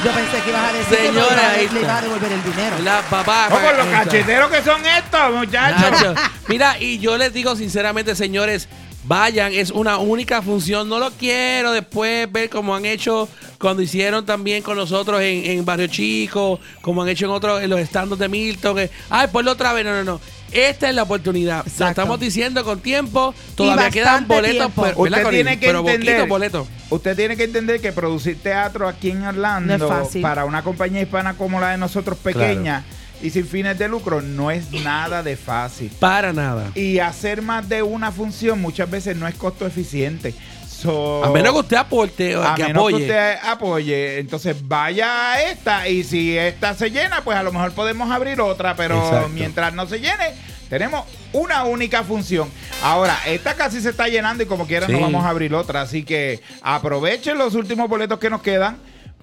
S4: Yo pensé que ibas a decir que
S1: Señora,
S4: me iba a-
S1: ahí
S4: le iba
S1: está.
S4: a devolver el dinero.
S1: La papá.
S5: No, con los
S1: Esa.
S5: cacheteros que son estos, muchachos.
S1: Ah, pues, Nacho. Mira, y yo les digo sinceramente, señores, vayan, es una única función. No lo quiero después ver como han hecho cuando hicieron también con nosotros en, en Barrio Chico, como han hecho en otros, en los estandos de Milton. que, Ay, ponlo otra vez. No, no, no. Esta es la oportunidad. La
S4: Exacto.
S1: estamos diciendo con tiempo. Todavía
S4: bastante
S1: quedan boletos.
S4: tiempo.
S1: pero- ¿verdad,
S5: Usted
S1: Corín?
S5: tiene que
S1: pero
S5: entender.
S1: poquitos boletos.
S5: Usted tiene que entender que producir teatro aquí en Orlando
S4: No es fácil.
S5: para una compañía hispana como la de nosotros pequeña y sin fines de lucro no es nada de fácil.
S1: Para nada.
S5: Y hacer más de una función muchas veces no es costo eficiente. So-
S1: A menos que usted aporte o
S5: a
S1: que
S5: menos
S1: apoye.
S5: que usted apoye, entonces vaya a esta y si esta se llena, pues a lo mejor podemos abrir otra, pero
S1: Exacto.
S5: mientras no se llene, tenemos una única función. Ahora, esta casi se está llenando y como quiera
S1: Sí.
S5: no vamos a abrir otra, así que aprovechen los últimos boletos que nos quedan.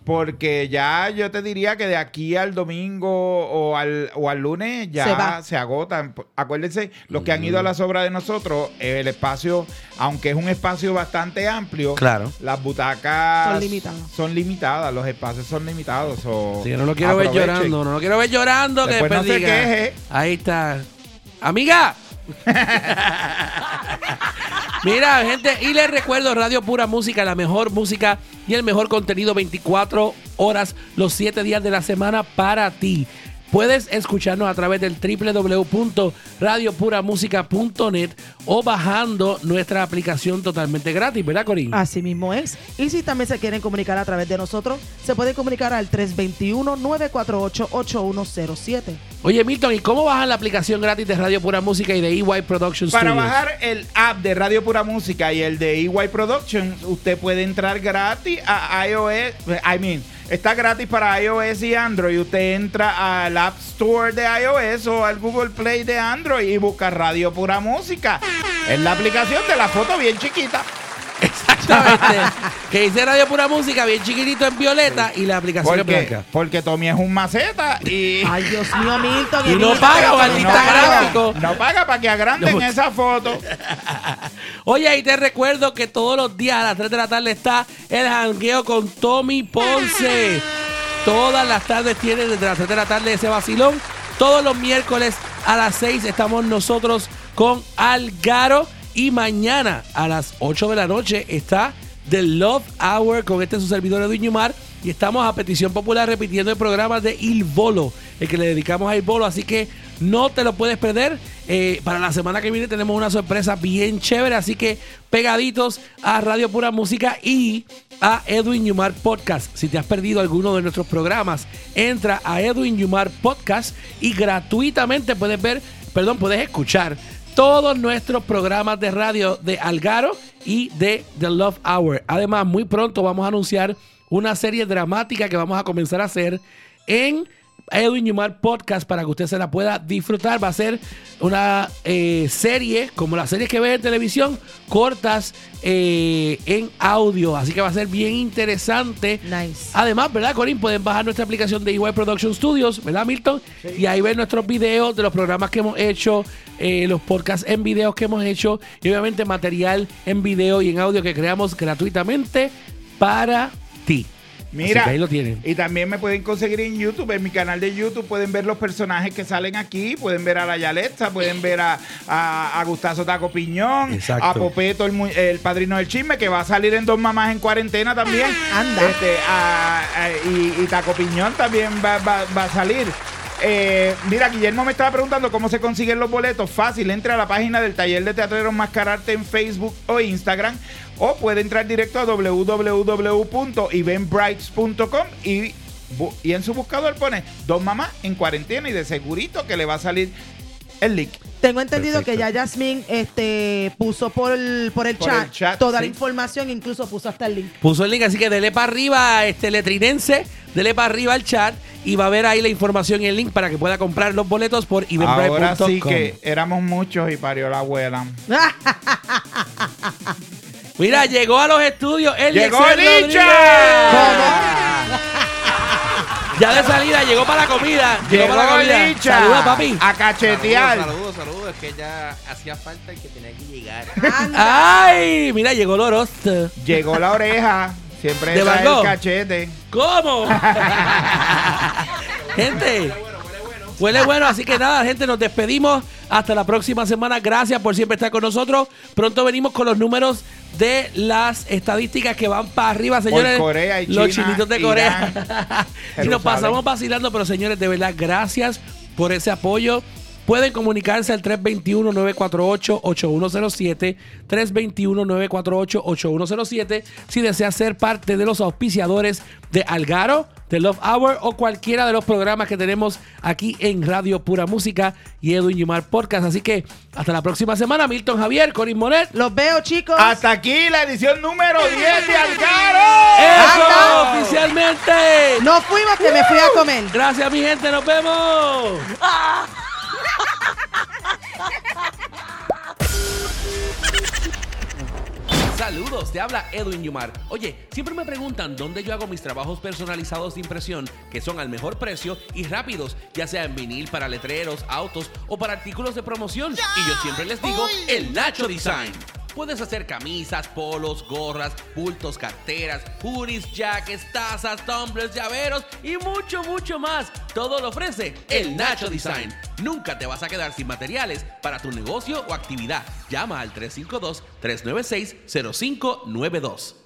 S5: Porque ya yo te diría que de aquí al domingo o al, o al lunes
S4: Se
S5: ya
S4: va.
S5: se, agotan. Acuérdense, los que han ido a las obras de nosotros, eh, el espacio, aunque es un espacio bastante amplio,
S1: Claro.
S5: las butacas
S4: Son limitadas.
S5: son limitadas, los espacios son limitados. o
S1: Si no lo quiero ver
S5: aprovechen.
S1: llorando, no lo quiero ver llorando,
S5: Después
S1: que
S5: no se
S1: después diga,
S5: queje.
S1: Ahí está. Amiga. Mira, gente, y les recuerdo Radio Pura Música, la mejor música y el mejor contenido 24 horas los 7 días de la semana para ti. Puedes escucharnos a través del www.radiopuramusica.net o bajando nuestra aplicación totalmente gratis, ¿verdad, Corín?
S4: Así mismo es. Y si también se quieren comunicar a través de nosotros, se pueden comunicar al 321-948-8107.
S1: Oye, Milton, ¿y cómo bajan la aplicación gratis de Radio Pura Música y de EY Productions?
S5: Para bajar el app de Radio Pura Música y el de EY Productions, usted puede entrar gratis a iOS. I mean, está gratis para iOS y Android. Usted entra al App Store de iOS o al Google Play de Android y busca Radio Pura Música. Es la aplicación de la foto bien chiquita.
S1: Exactamente. que dice Radio Pura Música, bien chiquitito en violeta y la aplicación es
S5: Porque,
S1: blanca.
S5: porque Tommy es un maceta y.
S4: Ay, Dios mío, Milton.
S1: Y no
S4: Emilio.
S1: paga,
S5: no
S1: maldita
S5: paga,
S1: gráfico.
S5: no paga para que agranden
S1: No.
S5: esa foto.
S1: Oye, ahí te recuerdo que todos los días a las 3 de la tarde está el jangueo con Tommy Ponce. Todas las tardes tiene desde las 3 de la tarde ese vacilón. Todos los miércoles a las 6 estamos nosotros con Algaro. Y mañana a las 8 de la noche está The Love Hour con este su servidor Edwin Yumar. Y estamos a petición popular repitiendo el programa de Il Bolo, el que le dedicamos a Il Bolo. Así que no te lo puedes perder. Eh, para la semana que viene tenemos una sorpresa bien chévere. Así que pegaditos a Radio Pura Música y a Edwin Yumar Podcast. Si te has perdido alguno de nuestros programas, entra a Edwin Yumar Podcast y gratuitamente puedes ver, perdón, puedes escuchar todos nuestros programas de radio de Algaro y de The Love Hour. Además, muy pronto vamos a anunciar una serie dramática que vamos a comenzar a hacer en Edwin Yumar Podcast para que usted se la pueda disfrutar. Va a ser una eh, serie, como las series que ve en televisión, cortas eh, en audio. Así que va a ser bien interesante.
S4: Nice.
S1: Además, ¿verdad, Corín? Pueden bajar nuestra aplicación de EY Production Studios, ¿verdad, Milton? Y ahí ver nuestros videos de los programas que hemos hecho, eh, los podcasts en videos que hemos hecho y obviamente material en video y en audio que creamos gratuitamente para ti.
S5: Mira,
S1: Así que ahí lo tienen.
S5: y también me pueden conseguir en YouTube, en mi canal de YouTube pueden ver los personajes que salen aquí, pueden ver a la Yaleta, pueden ver a, a, a Gustazo Taco Piñón,
S1: Exacto.
S5: a Popeto, el, mu- el padrino del chisme, que va a salir en Dos Mamás en Cuarentena también.
S4: Anda.
S5: Este, a- a- y, y Taco Piñón también va, va- va a salir. Eh, mira, Guillermo me estaba preguntando cómo se consiguen los boletos. Fácil, entra a la página del Taller de Teatreros Mascararte en Facebook o Instagram. O puede entrar directo a www.eventbrights.com y, bu- y en su buscador pone Dos Mamás en Cuarentena y de segurito que le va a salir el link.
S4: Tengo entendido que ya Yasmin este, puso por el, por el,
S5: Por
S4: chat,
S5: el chat,
S4: toda
S5: sí.
S4: la información, incluso puso hasta el link.
S1: Puso el link, así que dele para arriba, este letrinense, dele para arriba al chat y va a ver ahí la información y el link para que pueda comprar los boletos por eventbrite.com.
S5: Ahora sí que éramos muchos y parió la abuela.
S1: Mira, llegó a los estudios el
S5: ¡Llegó
S1: Eliezer
S5: Licha!
S1: Rodríguez. Ya de salida, llegó para la comida. Llegó, para la
S5: Llegó
S1: comida.
S5: Licha
S1: Saluda, papi.
S5: a cachetear.
S13: Saludos, saludos, saludos. Es que ya hacía falta y que tenía que llegar.
S5: Ah.
S1: Ay, mira, llegó Loros.
S5: Llegó la oreja. Siempre
S1: ¿De Van
S5: trae
S1: Gogh?
S5: el cachete.
S1: ¿Cómo? gente. Huele bueno, así que nada, gente, nos despedimos. Hasta la próxima semana. Gracias por siempre estar con nosotros. Pronto venimos con los números de las estadísticas que van para arriba, señores.
S5: Corea y
S1: los
S5: China,
S1: chinitos de
S5: Irán,
S1: Corea. y
S5: Jerusalén.
S1: nos pasamos vacilando, pero señores, de verdad, gracias por ese apoyo. Pueden comunicarse al 321-948-8107. 321-948-8107. Si desea ser parte de los auspiciadores de Algaro, de Love Hour o cualquiera de los programas que tenemos aquí en Radio Pura Música y Edwin Yumar Podcast. Así que hasta la próxima semana. Milton Javier, Corin Monet.
S4: Los veo, chicos.
S5: Hasta aquí la edición número 10 de
S1: ¡Eh! ¡Eso!
S5: Alcaro.
S1: ¡Oficialmente!
S4: No fuimos que me fui a comer.
S1: Gracias, mi gente. Nos vemos. Saludos, te habla Edwin Yumar. Oye, siempre me preguntan dónde yo hago mis trabajos personalizados de impresión, que son al mejor precio y rápidos, ya sea en vinil para letreros, autos o para artículos de promoción. Y yo siempre les digo, el Nacho Design. Puedes hacer camisas, polos, gorras, bultos, carteras, hoodies, jackets, tazas, tumblers, llaveros y mucho, mucho más. Todo lo ofrece el Nacho Design. Nunca te vas a quedar sin materiales para tu negocio o actividad. Llama al 352-396-0592.